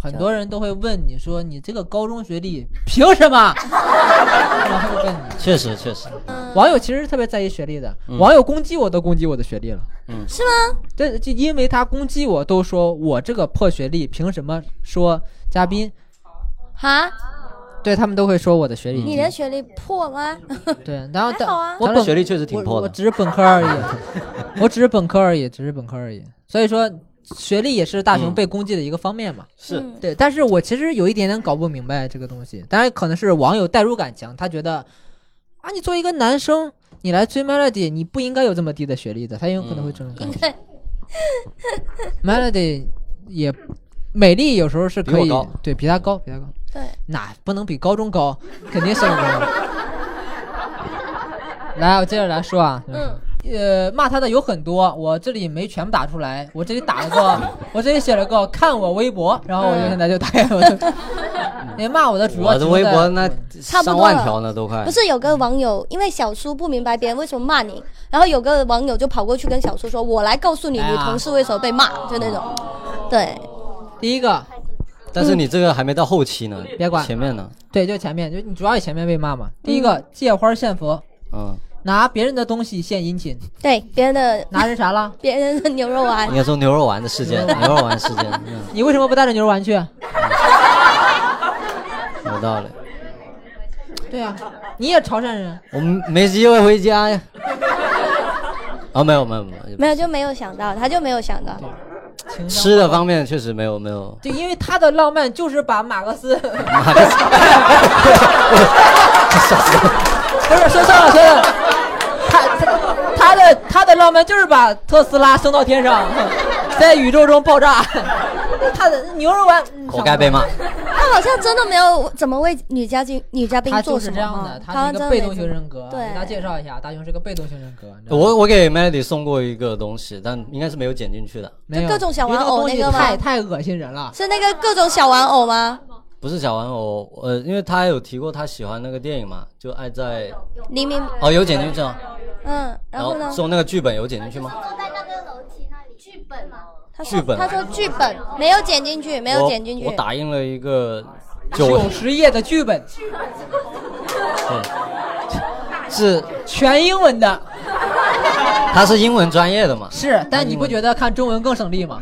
[SPEAKER 2] 很多人都会问你说你这个高中学历凭什么？然后问你，
[SPEAKER 1] 确实确实，
[SPEAKER 2] 网友其实特别在意学历的，网友攻击我都攻击我的学历了，
[SPEAKER 3] 是吗？
[SPEAKER 2] 这就因为他攻击我都说我这个破学历凭什么说嘉宾？
[SPEAKER 3] 哈，
[SPEAKER 2] 对他们都会说我的学历低，
[SPEAKER 3] 你的学历破吗？
[SPEAKER 2] 对，然后
[SPEAKER 3] 还
[SPEAKER 2] 但
[SPEAKER 3] 好啊
[SPEAKER 2] 我
[SPEAKER 1] 他
[SPEAKER 2] 本
[SPEAKER 1] 的学历确实挺
[SPEAKER 2] 我
[SPEAKER 1] 破
[SPEAKER 2] 我
[SPEAKER 1] 的。
[SPEAKER 2] 只是本科而已，我只是本科而已，只是本科而已，所以说。学历也是大熊
[SPEAKER 1] 嗯
[SPEAKER 2] 被攻击的一个方面嘛，
[SPEAKER 1] 是
[SPEAKER 3] 嗯
[SPEAKER 2] 对，但是我其实有一点点搞不明白这个东西，当然可能是网友代入感强，他觉得啊，你作为一个男生，你来追 Melody，你不应该有这么低的学历的，他有可能会这种感
[SPEAKER 3] 嗯
[SPEAKER 2] 觉。Melody 也美丽，有时候是可以
[SPEAKER 1] 比我高
[SPEAKER 2] 对比他高，比他高，
[SPEAKER 3] 对，
[SPEAKER 2] 哪不能比高中高？肯定是有高的。来，我接着来说啊，
[SPEAKER 3] 嗯，
[SPEAKER 2] 呃，骂他的有很多，我这里没全部打出来，我这里打了个，我这里写了个看我微博，然后我就现在就打开我
[SPEAKER 3] 嗯
[SPEAKER 2] 的，你骂我的主要
[SPEAKER 1] 我的
[SPEAKER 2] 集中
[SPEAKER 1] 微
[SPEAKER 2] 在
[SPEAKER 1] 博那
[SPEAKER 3] 差不多
[SPEAKER 1] 上万条呢，都快
[SPEAKER 3] 不。是有个网友，因为小苏不明白别人为什么骂你，然后有个网友就跑过去跟小苏说：“我来告诉你，
[SPEAKER 2] 哎呀
[SPEAKER 3] 女同事为什么被骂。”
[SPEAKER 2] 啊
[SPEAKER 3] 就那种，对，
[SPEAKER 2] 第一个，
[SPEAKER 1] 但是你这个还没到后期呢，
[SPEAKER 2] 别管
[SPEAKER 1] 前面呢，
[SPEAKER 2] 对，就前面，就你主要以前面被骂嘛。第一个借花献佛，
[SPEAKER 1] 嗯，
[SPEAKER 2] 拿别人的东西献殷勤，
[SPEAKER 3] 对，别人的
[SPEAKER 2] 拿人啥了？
[SPEAKER 3] 别人的牛肉丸
[SPEAKER 1] 应，该说牛肉丸的事件，牛肉丸事件，嗯，
[SPEAKER 2] 你为什么不带着牛肉丸去？
[SPEAKER 1] 有道理。
[SPEAKER 2] 对啊，你也潮汕人，
[SPEAKER 1] 我们没机会回家呀。啊，没有没有没有，
[SPEAKER 3] 没有就没有想到，他就没有想到，
[SPEAKER 2] 情商
[SPEAKER 1] 吃的方面确实没有没有。
[SPEAKER 2] 就因为他的浪漫就是把马克思，
[SPEAKER 1] 马克思
[SPEAKER 2] 不是说错了，说错了，他他他的他的浪漫就是把特斯拉升到天上，在宇宙中爆炸，他的牛肉丸嗯
[SPEAKER 1] 活该被骂。
[SPEAKER 3] 他好像真的没有怎么为女嘉宾女嘉宾
[SPEAKER 2] 他就
[SPEAKER 3] 做
[SPEAKER 2] 是
[SPEAKER 3] 什
[SPEAKER 2] 这
[SPEAKER 3] 么
[SPEAKER 2] 样
[SPEAKER 3] 哈
[SPEAKER 2] 的，，
[SPEAKER 3] 好
[SPEAKER 2] 他是一
[SPEAKER 3] 像真
[SPEAKER 2] 个
[SPEAKER 3] 的
[SPEAKER 2] 被
[SPEAKER 3] 没
[SPEAKER 2] 动
[SPEAKER 3] 怎
[SPEAKER 2] 型
[SPEAKER 3] 么
[SPEAKER 2] 人格。
[SPEAKER 3] 对
[SPEAKER 2] 给大家介绍一下，大熊是个被动型人格。你知道吗
[SPEAKER 1] 我我给 Melody 送过一个东西，但应该是没有剪进去的，
[SPEAKER 2] 没有
[SPEAKER 3] 就各种小玩偶那个
[SPEAKER 2] 因为东西
[SPEAKER 3] 吗
[SPEAKER 2] 太太恶心人了。
[SPEAKER 3] 是那个各种小玩偶吗？
[SPEAKER 1] 不是小玩偶。呃，因为他有提过他喜欢那个电影嘛，就爱在
[SPEAKER 3] 黎明，
[SPEAKER 1] 哦有剪进去吗？
[SPEAKER 3] 嗯，然后呢？
[SPEAKER 1] 送那个剧本有剪进去吗？
[SPEAKER 5] 坐在那个楼梯那里，剧本吗？
[SPEAKER 3] 他说
[SPEAKER 1] 剧本啊
[SPEAKER 3] 他说剧本没有剪进去，没有
[SPEAKER 1] 我
[SPEAKER 3] 剪进去。啊
[SPEAKER 1] 我打印了一个九
[SPEAKER 2] 九十页的剧本，
[SPEAKER 1] 是
[SPEAKER 2] 全英文的，
[SPEAKER 1] 他是英文专业的嘛，
[SPEAKER 2] 是，但你不觉得看中文更省力吗？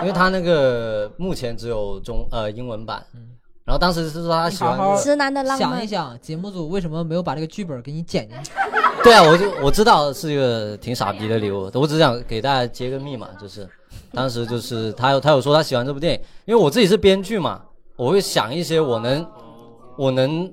[SPEAKER 1] 因为他那个目前只有中呃英文版，
[SPEAKER 3] 嗯
[SPEAKER 1] 然后当时是说他喜欢
[SPEAKER 2] 你好好
[SPEAKER 3] 直男的浪
[SPEAKER 2] 想一
[SPEAKER 3] 漫，
[SPEAKER 2] 想，节目组为什么没有把这个剧本给你剪进去？
[SPEAKER 1] 对啊，我就我知道是一个挺傻逼的礼物，我只想给大家揭个密嘛，就是当时就是他有他有说他喜欢这部电影，因为我自己是编剧嘛，我会想一些我能我能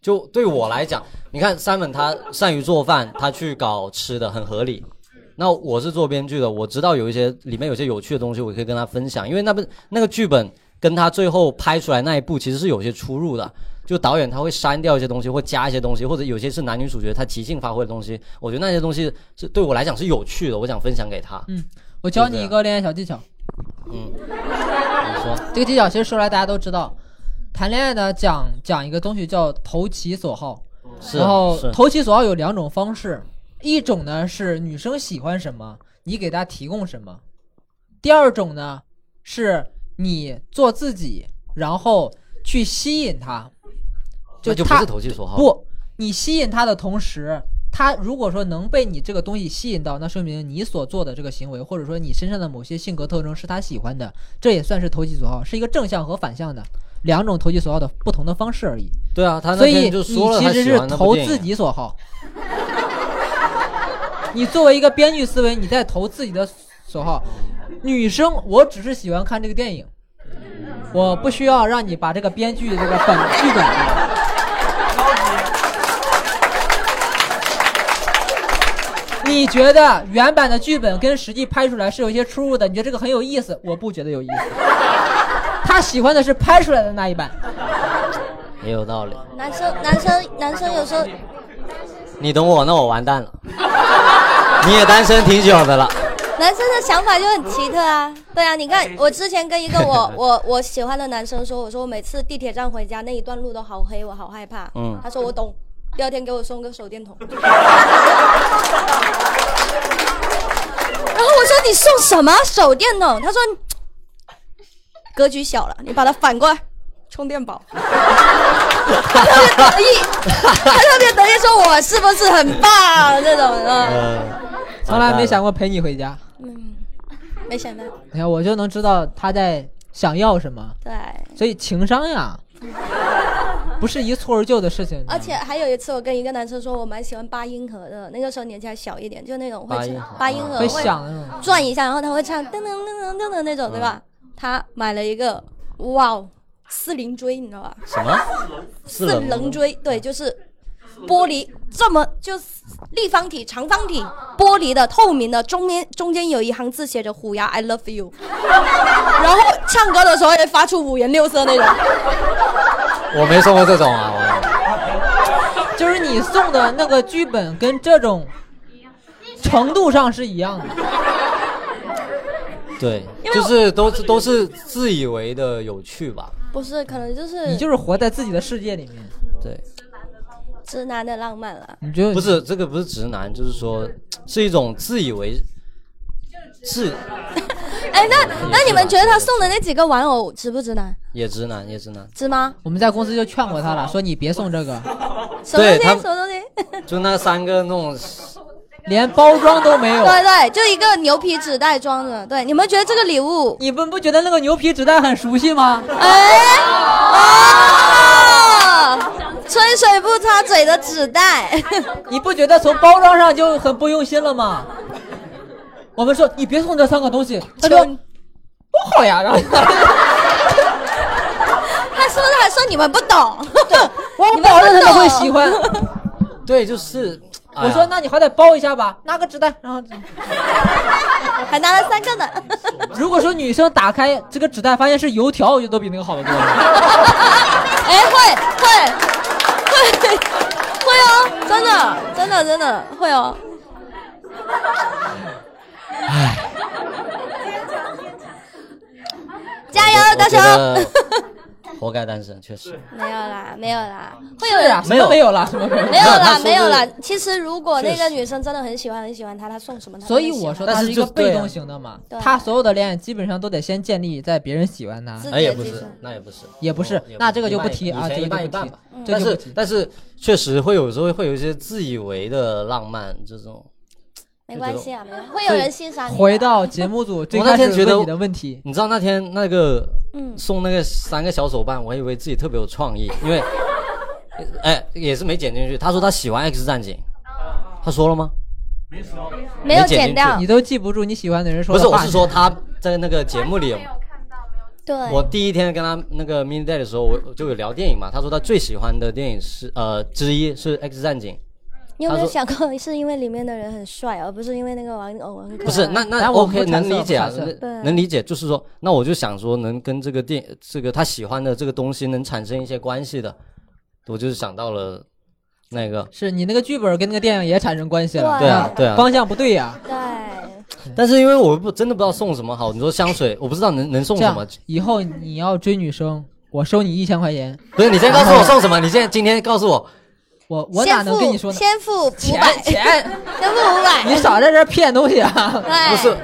[SPEAKER 1] 就对我来讲，你看三本他善于做饭，他去搞吃的很合理。那我是做编剧的，我知道有一些里面有些有趣的东西，我可以跟他分享，因为那本那个剧本跟他最后拍出来那一部其实是有些出入的。就导演他会删掉一些东西，或加一些东西，或者有些是男女主角他即兴发挥的东西，我觉得那些东西是对我来讲是有趣的，我想分享给他。
[SPEAKER 2] 嗯，我教你一个恋爱小技巧，
[SPEAKER 1] 嗯，你说，
[SPEAKER 2] 这个技巧其实说来大家都知道，谈恋爱呢讲讲一个东西叫投其所好，
[SPEAKER 1] 是
[SPEAKER 2] 然后
[SPEAKER 1] 是
[SPEAKER 2] 投其所好有两种方式，一种呢是女生喜欢什么，你给她提供什么；第二种呢是你做自己，然后去吸引她，
[SPEAKER 1] 那就不
[SPEAKER 2] 她
[SPEAKER 1] 是投其所好，，
[SPEAKER 2] 不，你吸引她的同时，她如果说能被你这个东西吸引到，那说明你所做的这个行为，或者说你身上的某些性格特征是她喜欢的，这也算是投其所好，是一个正向和反向的两种投其所好的不同的方式而已。
[SPEAKER 1] 对啊，他那
[SPEAKER 2] 所以
[SPEAKER 1] 天
[SPEAKER 2] 你
[SPEAKER 1] 就说了
[SPEAKER 2] 其
[SPEAKER 1] 他
[SPEAKER 2] 实
[SPEAKER 1] 喜
[SPEAKER 2] 是
[SPEAKER 1] 欢那部
[SPEAKER 2] 投
[SPEAKER 1] 电
[SPEAKER 2] 自
[SPEAKER 1] 影，
[SPEAKER 2] 己所 好。你作为一个编剧思维，你在投自己的所好。女生，我只是喜欢看这个电影，我不需要让你把这个编剧这个本剧本。你觉得原版的剧本跟实际拍出来是有一些出入的，你觉得这个很有意思？我不觉得有意思。他喜欢的是拍出来的那一版。
[SPEAKER 1] 也有道理。
[SPEAKER 3] 男生男生男生有时候
[SPEAKER 1] 你懂我，那我完蛋了。你也单身挺久的了，
[SPEAKER 3] 男生的想法就很奇特啊。对啊，你看我之前跟一个我 我我喜欢的男生说，我说我每次地铁站回家那一段路都好黑，我好害怕。
[SPEAKER 1] 嗯
[SPEAKER 3] 他说我懂。第二天给我送个手电筒，然后我说你送什么手电筒？他说格局小了，你把它反过来，充电宝。 他特别得意，他特别得意说我是不是很棒啊这种的，
[SPEAKER 1] 呃，
[SPEAKER 2] 从来没想过陪你回家。
[SPEAKER 3] 嗯，没想到，
[SPEAKER 2] 你看，哎我就能知道他在想要什么，
[SPEAKER 3] 对。
[SPEAKER 2] 所以情商呀，不是一蹴而就的事情。你知道吗
[SPEAKER 3] 而
[SPEAKER 1] 嗯
[SPEAKER 3] 且还有一次，我跟一个男生说，我蛮喜欢八音盒的，那个时候年纪还小一点，就那种会
[SPEAKER 1] 八音盒啊
[SPEAKER 3] 唱八音盒
[SPEAKER 2] 会
[SPEAKER 3] 会
[SPEAKER 2] 想的那种，
[SPEAKER 3] 转一下，然后他会唱噔噔噔噔噔的那种，对吧？
[SPEAKER 1] 嗯
[SPEAKER 3] 他买了一个，哇，哦，四棱锥，你知道吧？
[SPEAKER 1] 什么？四
[SPEAKER 3] 四棱锥，对，就是玻璃这么就是立方体、长方体，
[SPEAKER 1] 啊
[SPEAKER 3] 玻璃的、透明的，中间中间有一行字写着“虎牙 I love you”，然后唱歌的时候也发出五颜六色那种。
[SPEAKER 1] 我没送过这种啊，我
[SPEAKER 2] 就是你送的那个剧本跟这种程度上是一样的。
[SPEAKER 1] 对，
[SPEAKER 3] 因为
[SPEAKER 1] 就
[SPEAKER 3] 我
[SPEAKER 1] 是都是都是自以为的有趣吧，
[SPEAKER 3] 不是，可能就是
[SPEAKER 2] 你就是活在自己的世界里面，
[SPEAKER 1] 对，
[SPEAKER 3] 直男的浪漫了。
[SPEAKER 2] 你就
[SPEAKER 1] 不是这个不是直男，就是说是一种自以为是
[SPEAKER 3] 哎，那那你们觉得他送的那几个玩偶直不直男？
[SPEAKER 1] 也直男也直男，
[SPEAKER 3] 直吗？
[SPEAKER 2] 我们在公司就劝过他了，说你别送这个，
[SPEAKER 3] 什么东
[SPEAKER 1] 对
[SPEAKER 3] 西？
[SPEAKER 1] 他
[SPEAKER 3] 什么东 西？
[SPEAKER 1] 就那三个那种
[SPEAKER 2] 连包装都没有。
[SPEAKER 3] 对对，就一个牛皮纸袋装的。对，你们觉得这个礼物？
[SPEAKER 2] 你们不觉得那个牛皮纸袋很熟悉吗？
[SPEAKER 3] 哎，哦，吹水不擦嘴的纸 袋。
[SPEAKER 2] 你不觉得从包装上就很不用心了吗？我们说你别送这三个东西，他说
[SPEAKER 3] 就
[SPEAKER 2] 不好呀，然后
[SPEAKER 3] 他是不是还说你们不懂？
[SPEAKER 2] 我
[SPEAKER 3] 你们
[SPEAKER 2] 保证他们
[SPEAKER 3] 不懂
[SPEAKER 2] 会喜欢。
[SPEAKER 1] 对，就是哎
[SPEAKER 2] 我
[SPEAKER 1] 呀
[SPEAKER 2] 说那你还得包一下吧，拿个纸袋，然后
[SPEAKER 3] 还拿了三个呢。
[SPEAKER 2] 如果说女生打开这个纸袋发现是油条，我觉得都比那个好得多了。
[SPEAKER 3] 哎，会会会会哦，真的真的真的会 哦。加油，大
[SPEAKER 1] 我觉
[SPEAKER 3] 雄！
[SPEAKER 1] 得 活该单身，确实
[SPEAKER 3] 没有啦，没有啦，会有
[SPEAKER 2] 是
[SPEAKER 3] 人
[SPEAKER 2] 啊，什么没有了，什么没有了
[SPEAKER 3] 没有
[SPEAKER 1] 那他
[SPEAKER 3] 啦，
[SPEAKER 1] 说
[SPEAKER 3] 没有
[SPEAKER 1] 的
[SPEAKER 3] 啦。其实如果那
[SPEAKER 1] 确
[SPEAKER 3] 个
[SPEAKER 1] 实
[SPEAKER 3] 女生真的很喜欢很喜欢他，他送什么他都
[SPEAKER 2] 所
[SPEAKER 3] 会喜
[SPEAKER 2] 以
[SPEAKER 3] 欢，
[SPEAKER 2] 我说
[SPEAKER 1] 但
[SPEAKER 2] 他
[SPEAKER 1] 是
[SPEAKER 2] 是一个
[SPEAKER 1] 就是对啊
[SPEAKER 2] 被动型的嘛，
[SPEAKER 3] 对
[SPEAKER 2] 他所有的恋爱基本上都得先建立在别人喜欢他。
[SPEAKER 3] 自
[SPEAKER 1] 哎，也不
[SPEAKER 3] 己
[SPEAKER 1] 是
[SPEAKER 3] 送，
[SPEAKER 1] 那也不是，
[SPEAKER 2] 也不是
[SPEAKER 1] 哦
[SPEAKER 2] 那这个就不提
[SPEAKER 1] 一半
[SPEAKER 2] 啊
[SPEAKER 1] 以前
[SPEAKER 2] 这个就
[SPEAKER 1] 一
[SPEAKER 2] 不
[SPEAKER 1] 半一
[SPEAKER 2] 提
[SPEAKER 1] 半吧。
[SPEAKER 2] 这
[SPEAKER 1] 但
[SPEAKER 2] 就不
[SPEAKER 1] 是
[SPEAKER 2] 提
[SPEAKER 1] 但是确实会有时候会有一些自以为的浪漫这种。
[SPEAKER 3] 没关系啊，没关系，会有
[SPEAKER 2] 所以
[SPEAKER 3] 人欣赏你的。
[SPEAKER 2] 回到节目组 最
[SPEAKER 1] 我那
[SPEAKER 2] 开始
[SPEAKER 1] 天觉得
[SPEAKER 2] 问你的问题，
[SPEAKER 1] 你知道那天那个
[SPEAKER 3] 嗯
[SPEAKER 1] 送那个三个小手办，我还以为自己特别有创意，因 为哎也是没剪进去。他说他喜欢 X 战警，
[SPEAKER 3] 哦
[SPEAKER 1] 他说了吗？
[SPEAKER 3] 没有
[SPEAKER 1] 没剪
[SPEAKER 3] 剪
[SPEAKER 1] 进
[SPEAKER 3] 掉
[SPEAKER 2] 你，都记不住你喜欢的人说
[SPEAKER 1] 不
[SPEAKER 2] 的
[SPEAKER 1] 是，
[SPEAKER 2] 话。
[SPEAKER 1] 我是说他在那个节目里，
[SPEAKER 3] 对，
[SPEAKER 1] 我第一天跟他那个 mini day 的时候，我我就有聊电影嘛。他说他最喜欢的电影是呃之一是 X 战警，
[SPEAKER 3] 你有没
[SPEAKER 1] 他
[SPEAKER 3] 有
[SPEAKER 1] 说
[SPEAKER 3] 想过是因为里面的人很帅，而不是因为那个哦玩偶很可爱？
[SPEAKER 1] 不是，那那
[SPEAKER 2] 然后我们
[SPEAKER 1] OK
[SPEAKER 2] 不揣测
[SPEAKER 1] 能理解啊
[SPEAKER 2] 不揣测，
[SPEAKER 1] 能
[SPEAKER 3] 对
[SPEAKER 1] 能理解，就是说，那我就想说，能跟这个电这个他喜欢的这个东西能产生一些关系的，我就是想到了那个，
[SPEAKER 2] 是你那个剧本跟那个电影也产生关系了，
[SPEAKER 1] 对啊
[SPEAKER 2] 吧
[SPEAKER 1] 对啊
[SPEAKER 2] 方向不对呀。
[SPEAKER 3] 对，
[SPEAKER 1] 但是因为我不真的不知道送什么好，你说香水，我不知道能能送
[SPEAKER 2] 这
[SPEAKER 1] 什么
[SPEAKER 2] 样，以后你要追女生，我收你一千块钱，
[SPEAKER 1] 不是你先告诉我送什么，你现在今天告诉我，
[SPEAKER 2] 我我
[SPEAKER 3] 先
[SPEAKER 2] 哪能
[SPEAKER 3] 付
[SPEAKER 2] 跟你说呢？
[SPEAKER 3] 先付五
[SPEAKER 2] 钱
[SPEAKER 3] 百，先
[SPEAKER 2] 钱，
[SPEAKER 3] 付五百，
[SPEAKER 2] 你少在这儿骗东西啊！
[SPEAKER 3] 对，
[SPEAKER 1] 不是，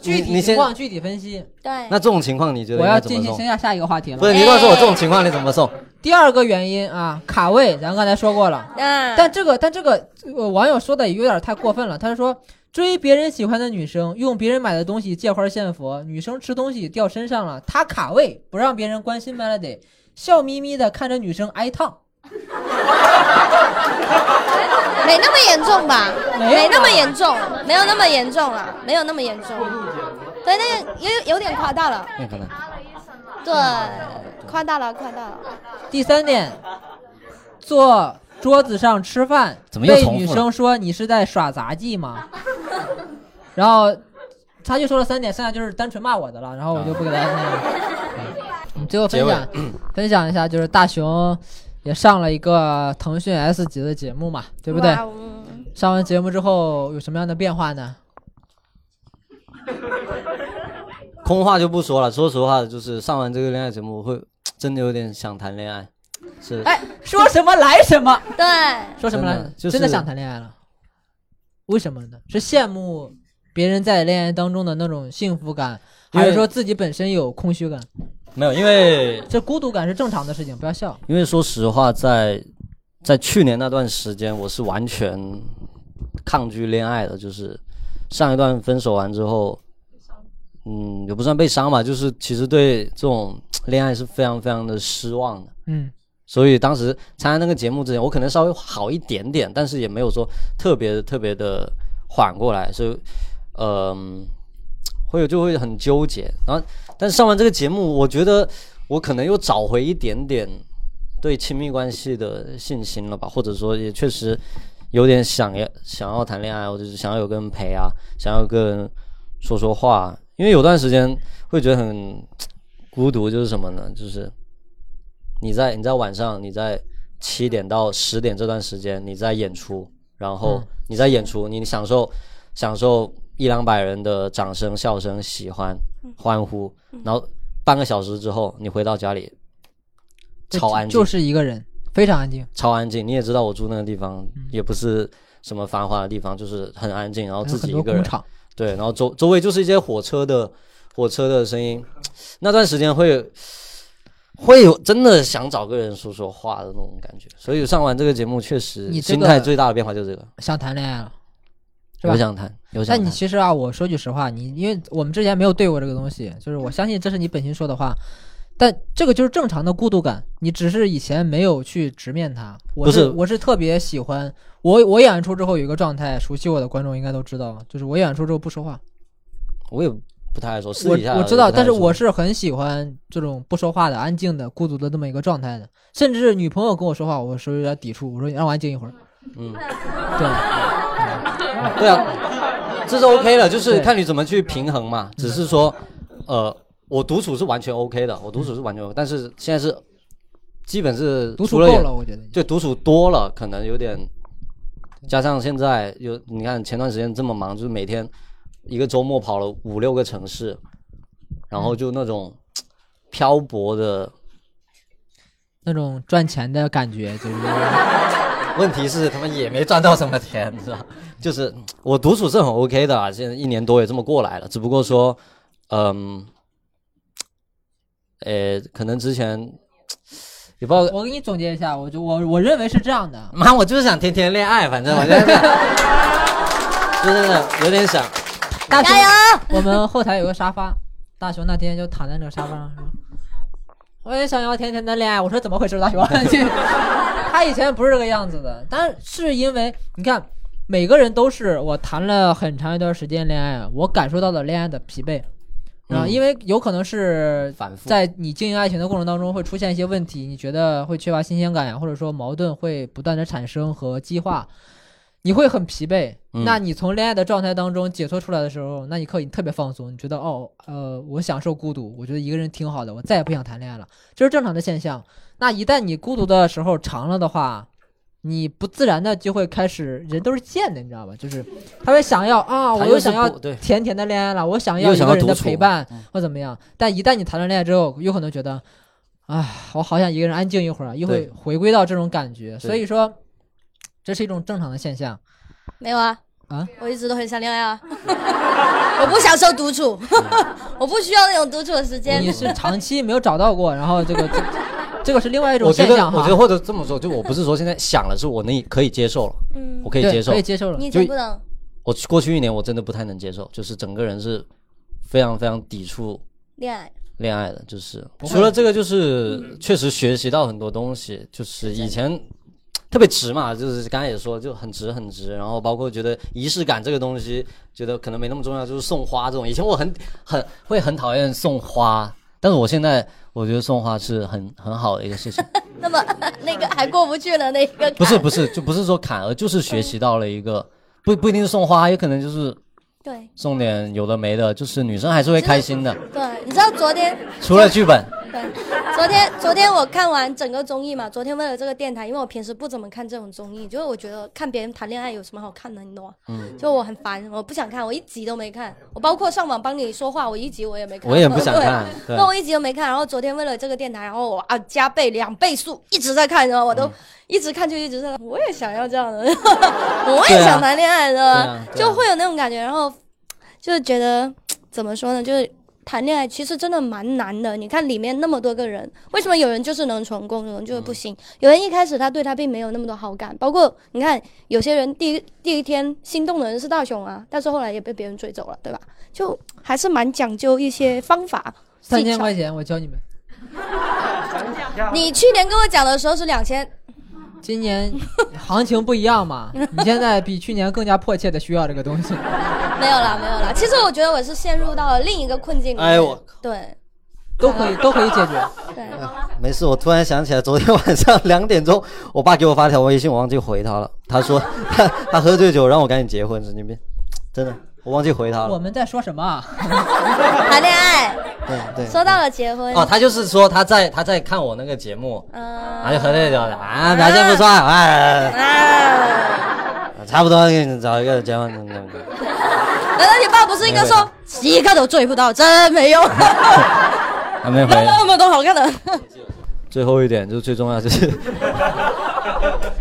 [SPEAKER 2] 具
[SPEAKER 1] 你你
[SPEAKER 2] 体情
[SPEAKER 1] 先，
[SPEAKER 2] 况具体分析。
[SPEAKER 3] 对，
[SPEAKER 1] 那这种情况你觉得
[SPEAKER 2] 我
[SPEAKER 1] 应
[SPEAKER 2] 要
[SPEAKER 1] 该怎
[SPEAKER 2] 进
[SPEAKER 1] 么
[SPEAKER 2] 行
[SPEAKER 1] 送
[SPEAKER 2] 形？象下一个话题
[SPEAKER 1] 不
[SPEAKER 2] 了。
[SPEAKER 1] 是你告诉我这种情况你怎么送？
[SPEAKER 2] 第二个原因啊，卡位，咱刚才说过了，
[SPEAKER 3] 那
[SPEAKER 2] 但这个但这个、呃网友说的也有点太过分了，他说追别人喜欢的女生，用别人买的东西借花献佛，女生吃东西掉身上了，他卡位不让别人关心 Melody，笑眯眯的看着女生挨烫。
[SPEAKER 3] 没那么严重吧？
[SPEAKER 2] 没有
[SPEAKER 3] 没那
[SPEAKER 2] 吧
[SPEAKER 3] 么严重，没有那么严重啦，没有那么严重。对，那个有有点夸大了，
[SPEAKER 1] 你看看，
[SPEAKER 3] 对，夸大了，夸大了。
[SPEAKER 2] 第三点，坐桌子上吃饭，
[SPEAKER 1] 怎么又
[SPEAKER 2] 被
[SPEAKER 1] 重复了
[SPEAKER 2] 女生说你是在耍杂技吗？ 然后他就说了三点，剩下就是单纯骂我的了，然后我就不给大家
[SPEAKER 1] 啊
[SPEAKER 2] 那个。嗯最后分享分享一下，就是大熊也上了一个腾讯 S 级的节目嘛，对不对
[SPEAKER 3] 哇？嗯
[SPEAKER 2] 上完节目之后有什么样的变化呢？
[SPEAKER 1] 空话就不说了，说实话，就是上完这个恋爱节目，我会真的有点想谈恋爱，是，
[SPEAKER 2] 哎，说什么来什么，
[SPEAKER 3] 对，
[SPEAKER 2] 说什么来
[SPEAKER 1] 真
[SPEAKER 2] 什么
[SPEAKER 1] 的，就是
[SPEAKER 2] 真的想谈恋爱了。为什么呢？是羡慕别人在恋爱当中的那种幸福感，
[SPEAKER 1] 因
[SPEAKER 2] 还
[SPEAKER 1] 为
[SPEAKER 2] 是说自己本身有空虚感？
[SPEAKER 1] 没有，因为
[SPEAKER 2] 这孤独感是正常的事情，不要笑。
[SPEAKER 1] 因为说实话，在在去年那段时间，我是完全抗拒恋爱的，就是上一段分手完之后，嗯，也不算被伤吧，就是其实对这种恋爱是非常非常的失望的。
[SPEAKER 2] 嗯，
[SPEAKER 1] 所以当时参加那个节目之前，我可能稍微好一点点，但是也没有说特别特别的缓过来，所以，嗯、会有就会很纠结。然后，但是上完这个节目，我觉得我可能又找回一点点对亲密关系的信心了吧，或者说也确实有点想要想要谈恋爱，或者是想要有个人陪啊，想要有个人说说话，因为有段时间会觉得很孤独，就是什么呢？就是你在你在晚上，你在七点到十点这段时间你在演出，然后你在演出，你享受享受一两百人的掌声、笑声、喜欢、欢呼，然后半个小时之后你回到家里，超安静，
[SPEAKER 2] 就是一个人，非常安静。
[SPEAKER 1] 超安静。你也知道我住那个地方
[SPEAKER 2] 嗯
[SPEAKER 1] 也不是什么繁华的地方，就是很安静，然后
[SPEAKER 2] 还
[SPEAKER 1] 自
[SPEAKER 2] 有很
[SPEAKER 1] 己
[SPEAKER 2] 多
[SPEAKER 1] 一个人
[SPEAKER 2] 工，厂，
[SPEAKER 1] 对，然后周周围就是一些火车的火车的声音，那段时间会会有真的想找个人说说话的那种感觉。所以上完这个节目，确实
[SPEAKER 2] 你这
[SPEAKER 1] 心
[SPEAKER 2] 个
[SPEAKER 1] 态最大的变化就是这个，
[SPEAKER 2] 想谈恋爱了，是吧
[SPEAKER 1] 有？想谈，有想
[SPEAKER 2] 但你
[SPEAKER 1] 谈。
[SPEAKER 2] 其实啊，我说句实话，你因为我们之前没有对过这个东西，就是我相信这是你本心说的话，但这个就是正常的孤独感，你只是以前没有去直面它。我
[SPEAKER 1] 不
[SPEAKER 2] 是
[SPEAKER 1] 是
[SPEAKER 2] 我是特别喜欢我我演完出之后有一个状态，熟悉我的观众应该都知道，就是我演完出之后不说话。
[SPEAKER 1] 我也不太爱说，私
[SPEAKER 2] 我
[SPEAKER 1] 底下
[SPEAKER 2] 我
[SPEAKER 1] 也
[SPEAKER 2] 知道，
[SPEAKER 1] 不太爱
[SPEAKER 2] 但是
[SPEAKER 1] 说
[SPEAKER 2] 我是很喜欢这种不说话的、安静的、孤独的这么一个状态的。甚至是女朋友跟我说话，我说有点抵触，我说你让我安静一会儿。
[SPEAKER 1] 嗯，
[SPEAKER 2] 对，
[SPEAKER 1] 对啊，这是 OK 的，就是
[SPEAKER 2] 对
[SPEAKER 1] 看你怎么去平衡嘛。只是说，呃，我独处是完全 OK 的，我独处是完全 OK，但是现在是基本是
[SPEAKER 2] 独处
[SPEAKER 1] 除了
[SPEAKER 2] 够
[SPEAKER 1] 演
[SPEAKER 2] 了，我觉得。
[SPEAKER 1] 对，独处多了，可能有点，加上现在有你看前段时间这么忙，就是每天一个周末跑了五六个城市，然
[SPEAKER 2] 嗯
[SPEAKER 1] 后就那种漂泊的。
[SPEAKER 2] 那种赚钱的感觉，就是
[SPEAKER 1] 问题是他们也没赚到什么钱，是吧？ 就是我独处是很 OK 的啊，现在一年多也这么过来了，只不过说，嗯，呃，可能之前也不知道
[SPEAKER 2] 我给你总结一下，我就我我认为是这样的，
[SPEAKER 1] 妈，我就是想天天恋爱，反正我现在 就是有点想，
[SPEAKER 2] 大
[SPEAKER 3] 加
[SPEAKER 2] 熊，
[SPEAKER 3] 油！
[SPEAKER 2] 我们后台有个沙发，大熊那天就躺在那个沙发上说，我也想要甜甜的恋爱。我说怎么回事，大 熊？他以前不是这个样子的，但是因为你看，每个人都是我谈了很长一段时间恋爱，我感受到了恋爱的疲惫。啊，
[SPEAKER 1] 嗯
[SPEAKER 2] 因为有可能是
[SPEAKER 1] 反复
[SPEAKER 2] 在你经营爱情的过程当中会出现一些问题，你觉得会缺乏新鲜感呀，或者说矛盾会不断的产生和激化，你会很疲惫。
[SPEAKER 1] 嗯
[SPEAKER 2] 那你从恋爱的状态当中解脱出来的时候，那一刻你特别放松，你觉得哦，呃，我享受孤独，我觉得一个人挺好的，我再也不想谈恋爱了，这是正常的现象。那一旦你孤独的时候长了的话，你不自然的就会开始，人都是贱的，你知道吧？就是他会想要啊，我
[SPEAKER 1] 他
[SPEAKER 2] 又
[SPEAKER 1] 又是
[SPEAKER 2] 想要
[SPEAKER 1] 不对
[SPEAKER 2] 甜甜的恋爱了，我想要
[SPEAKER 1] 又
[SPEAKER 2] 一
[SPEAKER 1] 想
[SPEAKER 2] 个
[SPEAKER 1] 要
[SPEAKER 2] 人的
[SPEAKER 1] 独处嗯
[SPEAKER 2] 陪伴或怎么样。但一旦你谈了恋爱之后，有可能觉得，哎，我好想一个人安静一会儿啊，又会
[SPEAKER 1] 对
[SPEAKER 2] 回归到这种感觉。所以说，这是一种正常的现象。
[SPEAKER 3] 没有啊。
[SPEAKER 2] 啊，
[SPEAKER 3] 我一直都很想恋爱啊， 我不享受独处， 我不需要那种独处的时间
[SPEAKER 2] 你。是长期没有找到过，然后这个这这个是另外一种
[SPEAKER 1] 我觉
[SPEAKER 2] 现
[SPEAKER 1] 得
[SPEAKER 2] 象
[SPEAKER 1] 我
[SPEAKER 2] 哈
[SPEAKER 1] 觉得。或者这么说，就我不是说现在想了，是我能可以接受了，
[SPEAKER 3] 嗯
[SPEAKER 1] 我，可以
[SPEAKER 2] 对
[SPEAKER 1] 接受
[SPEAKER 2] 可以。接受了
[SPEAKER 3] 你。以前不能，
[SPEAKER 1] 我去过去一年我真的不太能接受，就是整个人是非常非常抵触
[SPEAKER 3] 恋爱，
[SPEAKER 1] 恋爱的，就是
[SPEAKER 2] 不会
[SPEAKER 1] 除了这个，就是确实学习到很多东西，就是以前特别直嘛，就是刚才也说就很直很直，然后包括觉得仪式感这个东西，觉得可能没那么重要，就是送花这种，以前我很很会很讨厌送花，但是我现在我觉得送花是很很好的一个事 情。
[SPEAKER 3] 那么 那个还过不去了，那个坎
[SPEAKER 1] 不是不是，就不是说砍，而就是学习到了一个，不不一定是送花，也可能就是
[SPEAKER 3] 对
[SPEAKER 1] 送点有的没的，就是女生还是会开心的。
[SPEAKER 3] 对，你知道昨天
[SPEAKER 1] 除了剧本，
[SPEAKER 3] 对，昨天昨天我看完整个综艺嘛，昨天为了这个电台，因为我平时不怎么看这种综艺，就是我觉得看别人谈恋爱有什么好看的，你懂吗？
[SPEAKER 1] 嗯
[SPEAKER 3] 就我很烦，我不想看，我一集都没看，我包括上网帮你说话，我一集我也没看，
[SPEAKER 1] 我也不想
[SPEAKER 3] 对
[SPEAKER 1] 看。对
[SPEAKER 3] 那，我一集都没看，然后昨天为了这个电台，然后我啊加倍两倍速一直在看，然后我
[SPEAKER 1] 嗯
[SPEAKER 3] 都一直看就一直在，我也想要 这样的，我也想谈恋爱的，
[SPEAKER 1] 对啊对啊
[SPEAKER 3] 就会有那种感觉，然后就是觉得怎么说呢，就是谈恋爱其实真的蛮难的。你看里面那么多个人，为什么有人就是能成功，有人就是不行？有人一开始他对他并没有那么多好感，包括你看有些人第一第一天心动的人是大雄啊，但是后来也被别人追走了，对吧？就还是蛮讲究一些方 法。
[SPEAKER 2] 三
[SPEAKER 3] 技
[SPEAKER 2] 千
[SPEAKER 3] 巧
[SPEAKER 2] 块钱我教你们，
[SPEAKER 3] 你去年跟我讲的时候是两千，
[SPEAKER 2] 今年行情不一样嘛，你现在比去年更加迫切的需要这个东西。
[SPEAKER 3] 没有啦，没有啦。其实我觉得我是陷入到了另一个困境里面。
[SPEAKER 1] 哎我
[SPEAKER 3] 对
[SPEAKER 2] 都可以，都可以解决。
[SPEAKER 3] 对，
[SPEAKER 1] 没事，我突然想起来，昨天晚上两点钟，我爸给我发条微信，我忘记回他了。他说 他他喝醉酒，让我赶紧结婚，神经病，真的，我忘记回他
[SPEAKER 2] 我
[SPEAKER 1] 了。
[SPEAKER 2] 们在说什么啊？
[SPEAKER 3] 谈恋爱
[SPEAKER 1] 对对。
[SPEAKER 3] 说到了结婚，
[SPEAKER 1] 哦，他就是说他在他在看我那个节目，然后就
[SPEAKER 3] 嗯，
[SPEAKER 1] 喝醉酒了啊，表现不错，哎，
[SPEAKER 3] 啊，
[SPEAKER 1] 差不多给你找一个结婚。嗯嗯嗯
[SPEAKER 3] 难道你爸不是应该说一个都追不到，真没 用，
[SPEAKER 1] 还没回。
[SPEAKER 3] 那么多好看的？
[SPEAKER 1] 最后一点就是最重要，就是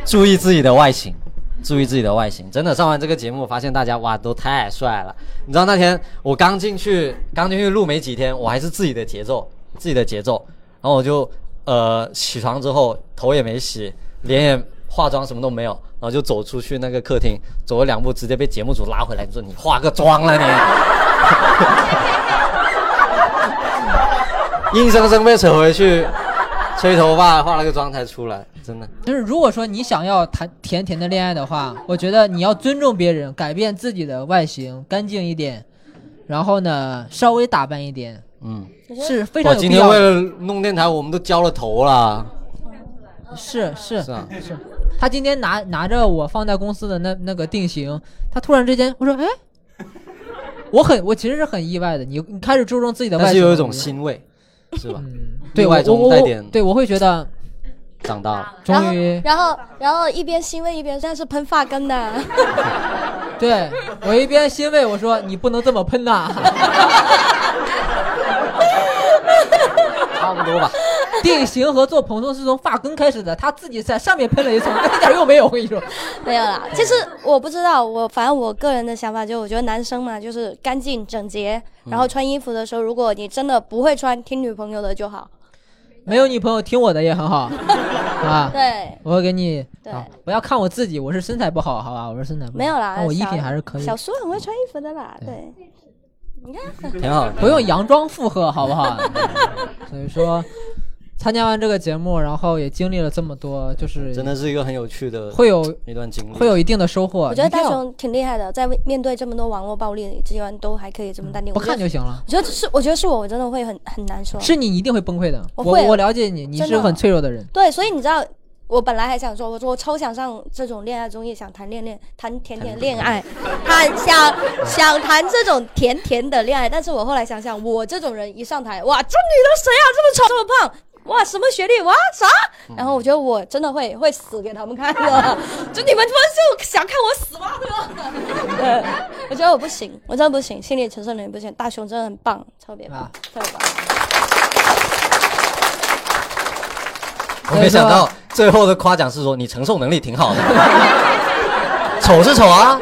[SPEAKER 1] 注意自己的外形，注意自己的外形。真的上完这个节目，发现大家哇都太帅了。你知道那天我刚进去，刚进去录没几天，我还是自己的节奏，自己的节奏。然后我就呃起床之后头也没洗，脸也化妆什么都没有，然后就走出去那个客厅，走了两步，直接被节目组拉回来，说你化个妆了你。硬生生被扯回去，吹头发，化了个妆才出来，真的。
[SPEAKER 2] 就是如果说你想要谈甜甜的恋爱的话，我觉得你要尊重别人，改变自己的外形，干净一点，然后呢，稍微打扮一点，
[SPEAKER 1] 嗯，
[SPEAKER 2] 是非
[SPEAKER 1] 我
[SPEAKER 2] 常有
[SPEAKER 1] 今
[SPEAKER 2] 必
[SPEAKER 1] 天
[SPEAKER 2] 要
[SPEAKER 1] 为
[SPEAKER 2] 的。
[SPEAKER 1] 了弄电台，我们都焦了头 了。
[SPEAKER 2] 是是
[SPEAKER 1] 是啊
[SPEAKER 2] 是，他今天拿拿着我放在公司的那那个定型，他突然之间我说哎， 我很我其实是很意外的，你你开始注重自己的外
[SPEAKER 1] 但
[SPEAKER 2] 形，
[SPEAKER 1] 是有一种欣慰，是吧？
[SPEAKER 2] 嗯，对
[SPEAKER 1] 意
[SPEAKER 2] 我
[SPEAKER 1] 外中
[SPEAKER 2] 我我
[SPEAKER 1] 带点
[SPEAKER 2] 对我会觉得
[SPEAKER 1] 长大了，
[SPEAKER 3] 然
[SPEAKER 2] 终
[SPEAKER 3] 后
[SPEAKER 2] 于
[SPEAKER 3] 然后然后一边欣慰一边但是喷发根的，
[SPEAKER 2] 对我一边欣慰我说你不能这么喷呐、
[SPEAKER 1] 差不多吧。
[SPEAKER 2] 定型和做蓬松是从发根开始的，他自己在上面喷了一层，那 一点用没有。我跟你说，
[SPEAKER 3] 没有啦。其实我不知道，我反正我个人的想法就是，我觉得男生嘛，就是干净整洁，然后穿衣服的时候，如果你真的不会穿，听女朋友的就好。
[SPEAKER 2] 没有女朋友听我的也很 好啊。
[SPEAKER 3] 对，
[SPEAKER 2] 我会给你
[SPEAKER 3] 对
[SPEAKER 2] 啊，不要看我自己，我是身材不好，好吧，我是身材不好，
[SPEAKER 3] 没有啦，
[SPEAKER 2] 啊但我衣
[SPEAKER 3] 小
[SPEAKER 2] 品还是可以的
[SPEAKER 3] 小，苏很会穿衣服的啦，对，
[SPEAKER 1] 挺好的，
[SPEAKER 2] 不用佯装附和，好不好？ 所以说，参加完这个节目，然后也经历了这么多，就是
[SPEAKER 1] 真的是一个很有趣的
[SPEAKER 2] 会有
[SPEAKER 1] 一段经历。
[SPEAKER 2] 会有一定的收获。
[SPEAKER 3] 我觉得
[SPEAKER 2] 一定
[SPEAKER 3] 大
[SPEAKER 2] 要
[SPEAKER 3] 雄挺厉害的，在面对这么多网络暴力，居然都还可以这么淡定。
[SPEAKER 2] 不
[SPEAKER 3] 我觉
[SPEAKER 2] 看
[SPEAKER 3] 得
[SPEAKER 2] 就行了，
[SPEAKER 3] 我觉得是，我觉得是我，我真的会很很难说。
[SPEAKER 2] 是你一定会崩溃的。
[SPEAKER 3] 我
[SPEAKER 2] 我
[SPEAKER 3] 会
[SPEAKER 2] 我了解你，你
[SPEAKER 3] 真
[SPEAKER 2] 是
[SPEAKER 3] 的
[SPEAKER 2] 很脆弱的人。
[SPEAKER 3] 对，所以你知道，我本来还想说，我说我超想上这种恋爱综艺，想谈恋恋谈甜甜恋 爱，谈想想谈这种甜甜的恋爱。但是我后来想想，我这种人一上台，哇，这女的谁啊，这么丑，这么胖。哇，什么学历？哇，啥？
[SPEAKER 2] 嗯
[SPEAKER 3] 然后我觉得我真的会会死给他们看的，就你们他妈就想看我死吗？ 对吧？对，我觉得我不行，我真的不行，心理承受能力不行。大雄真的很棒，特别棒
[SPEAKER 2] 啊，
[SPEAKER 3] 特别棒。
[SPEAKER 1] 我没想到最后的夸奖是说你承受能力挺好 的，丑是丑啊，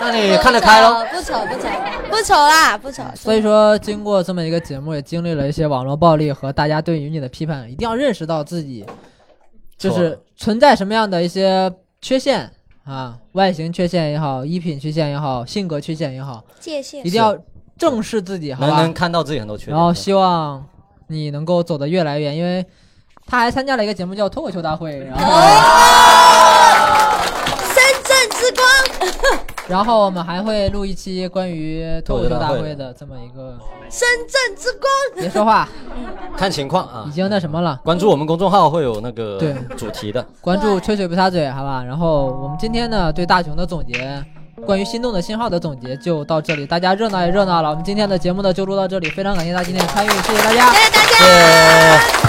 [SPEAKER 1] 那你看得开喽。
[SPEAKER 3] 不丑不丑不丑啦，不丑。
[SPEAKER 2] 所以说，经过这么一个节目，也经历了一些网络暴力和大家对于你的批判，一定要认识到自己就是存在什么样的一些缺陷啊，外形缺陷也好，衣品缺陷也好，性格缺陷也好，
[SPEAKER 3] 界限
[SPEAKER 2] 一定要正视自己，好
[SPEAKER 1] 能能
[SPEAKER 2] 吧？哦
[SPEAKER 1] 看到自己很多缺
[SPEAKER 2] 然后
[SPEAKER 1] 点，
[SPEAKER 2] 希望你能够走得越来越远，因为他还参加了一个节目叫《脱口秀大会》，然后
[SPEAKER 3] 哦深圳之光，
[SPEAKER 2] 然后我们还会录一期关于脱口秀大会的这么一个，
[SPEAKER 1] 哦
[SPEAKER 3] 深圳之光。
[SPEAKER 2] 别说话，
[SPEAKER 1] 看情况
[SPEAKER 2] 已
[SPEAKER 1] 啊。
[SPEAKER 2] 经那什么了。
[SPEAKER 1] 关注我们公众号会有那个
[SPEAKER 2] 对
[SPEAKER 1] 主题的，
[SPEAKER 2] 关注“吹水不擦嘴”，好吧？然后我们今天呢对大雄的总结关于心动的信号的总结就到这里，大家热闹也热闹了。我们今天的节目呢就录到这里，非常感谢大家今天的参与，谢谢大家。
[SPEAKER 3] 谢谢大家。
[SPEAKER 1] 谢谢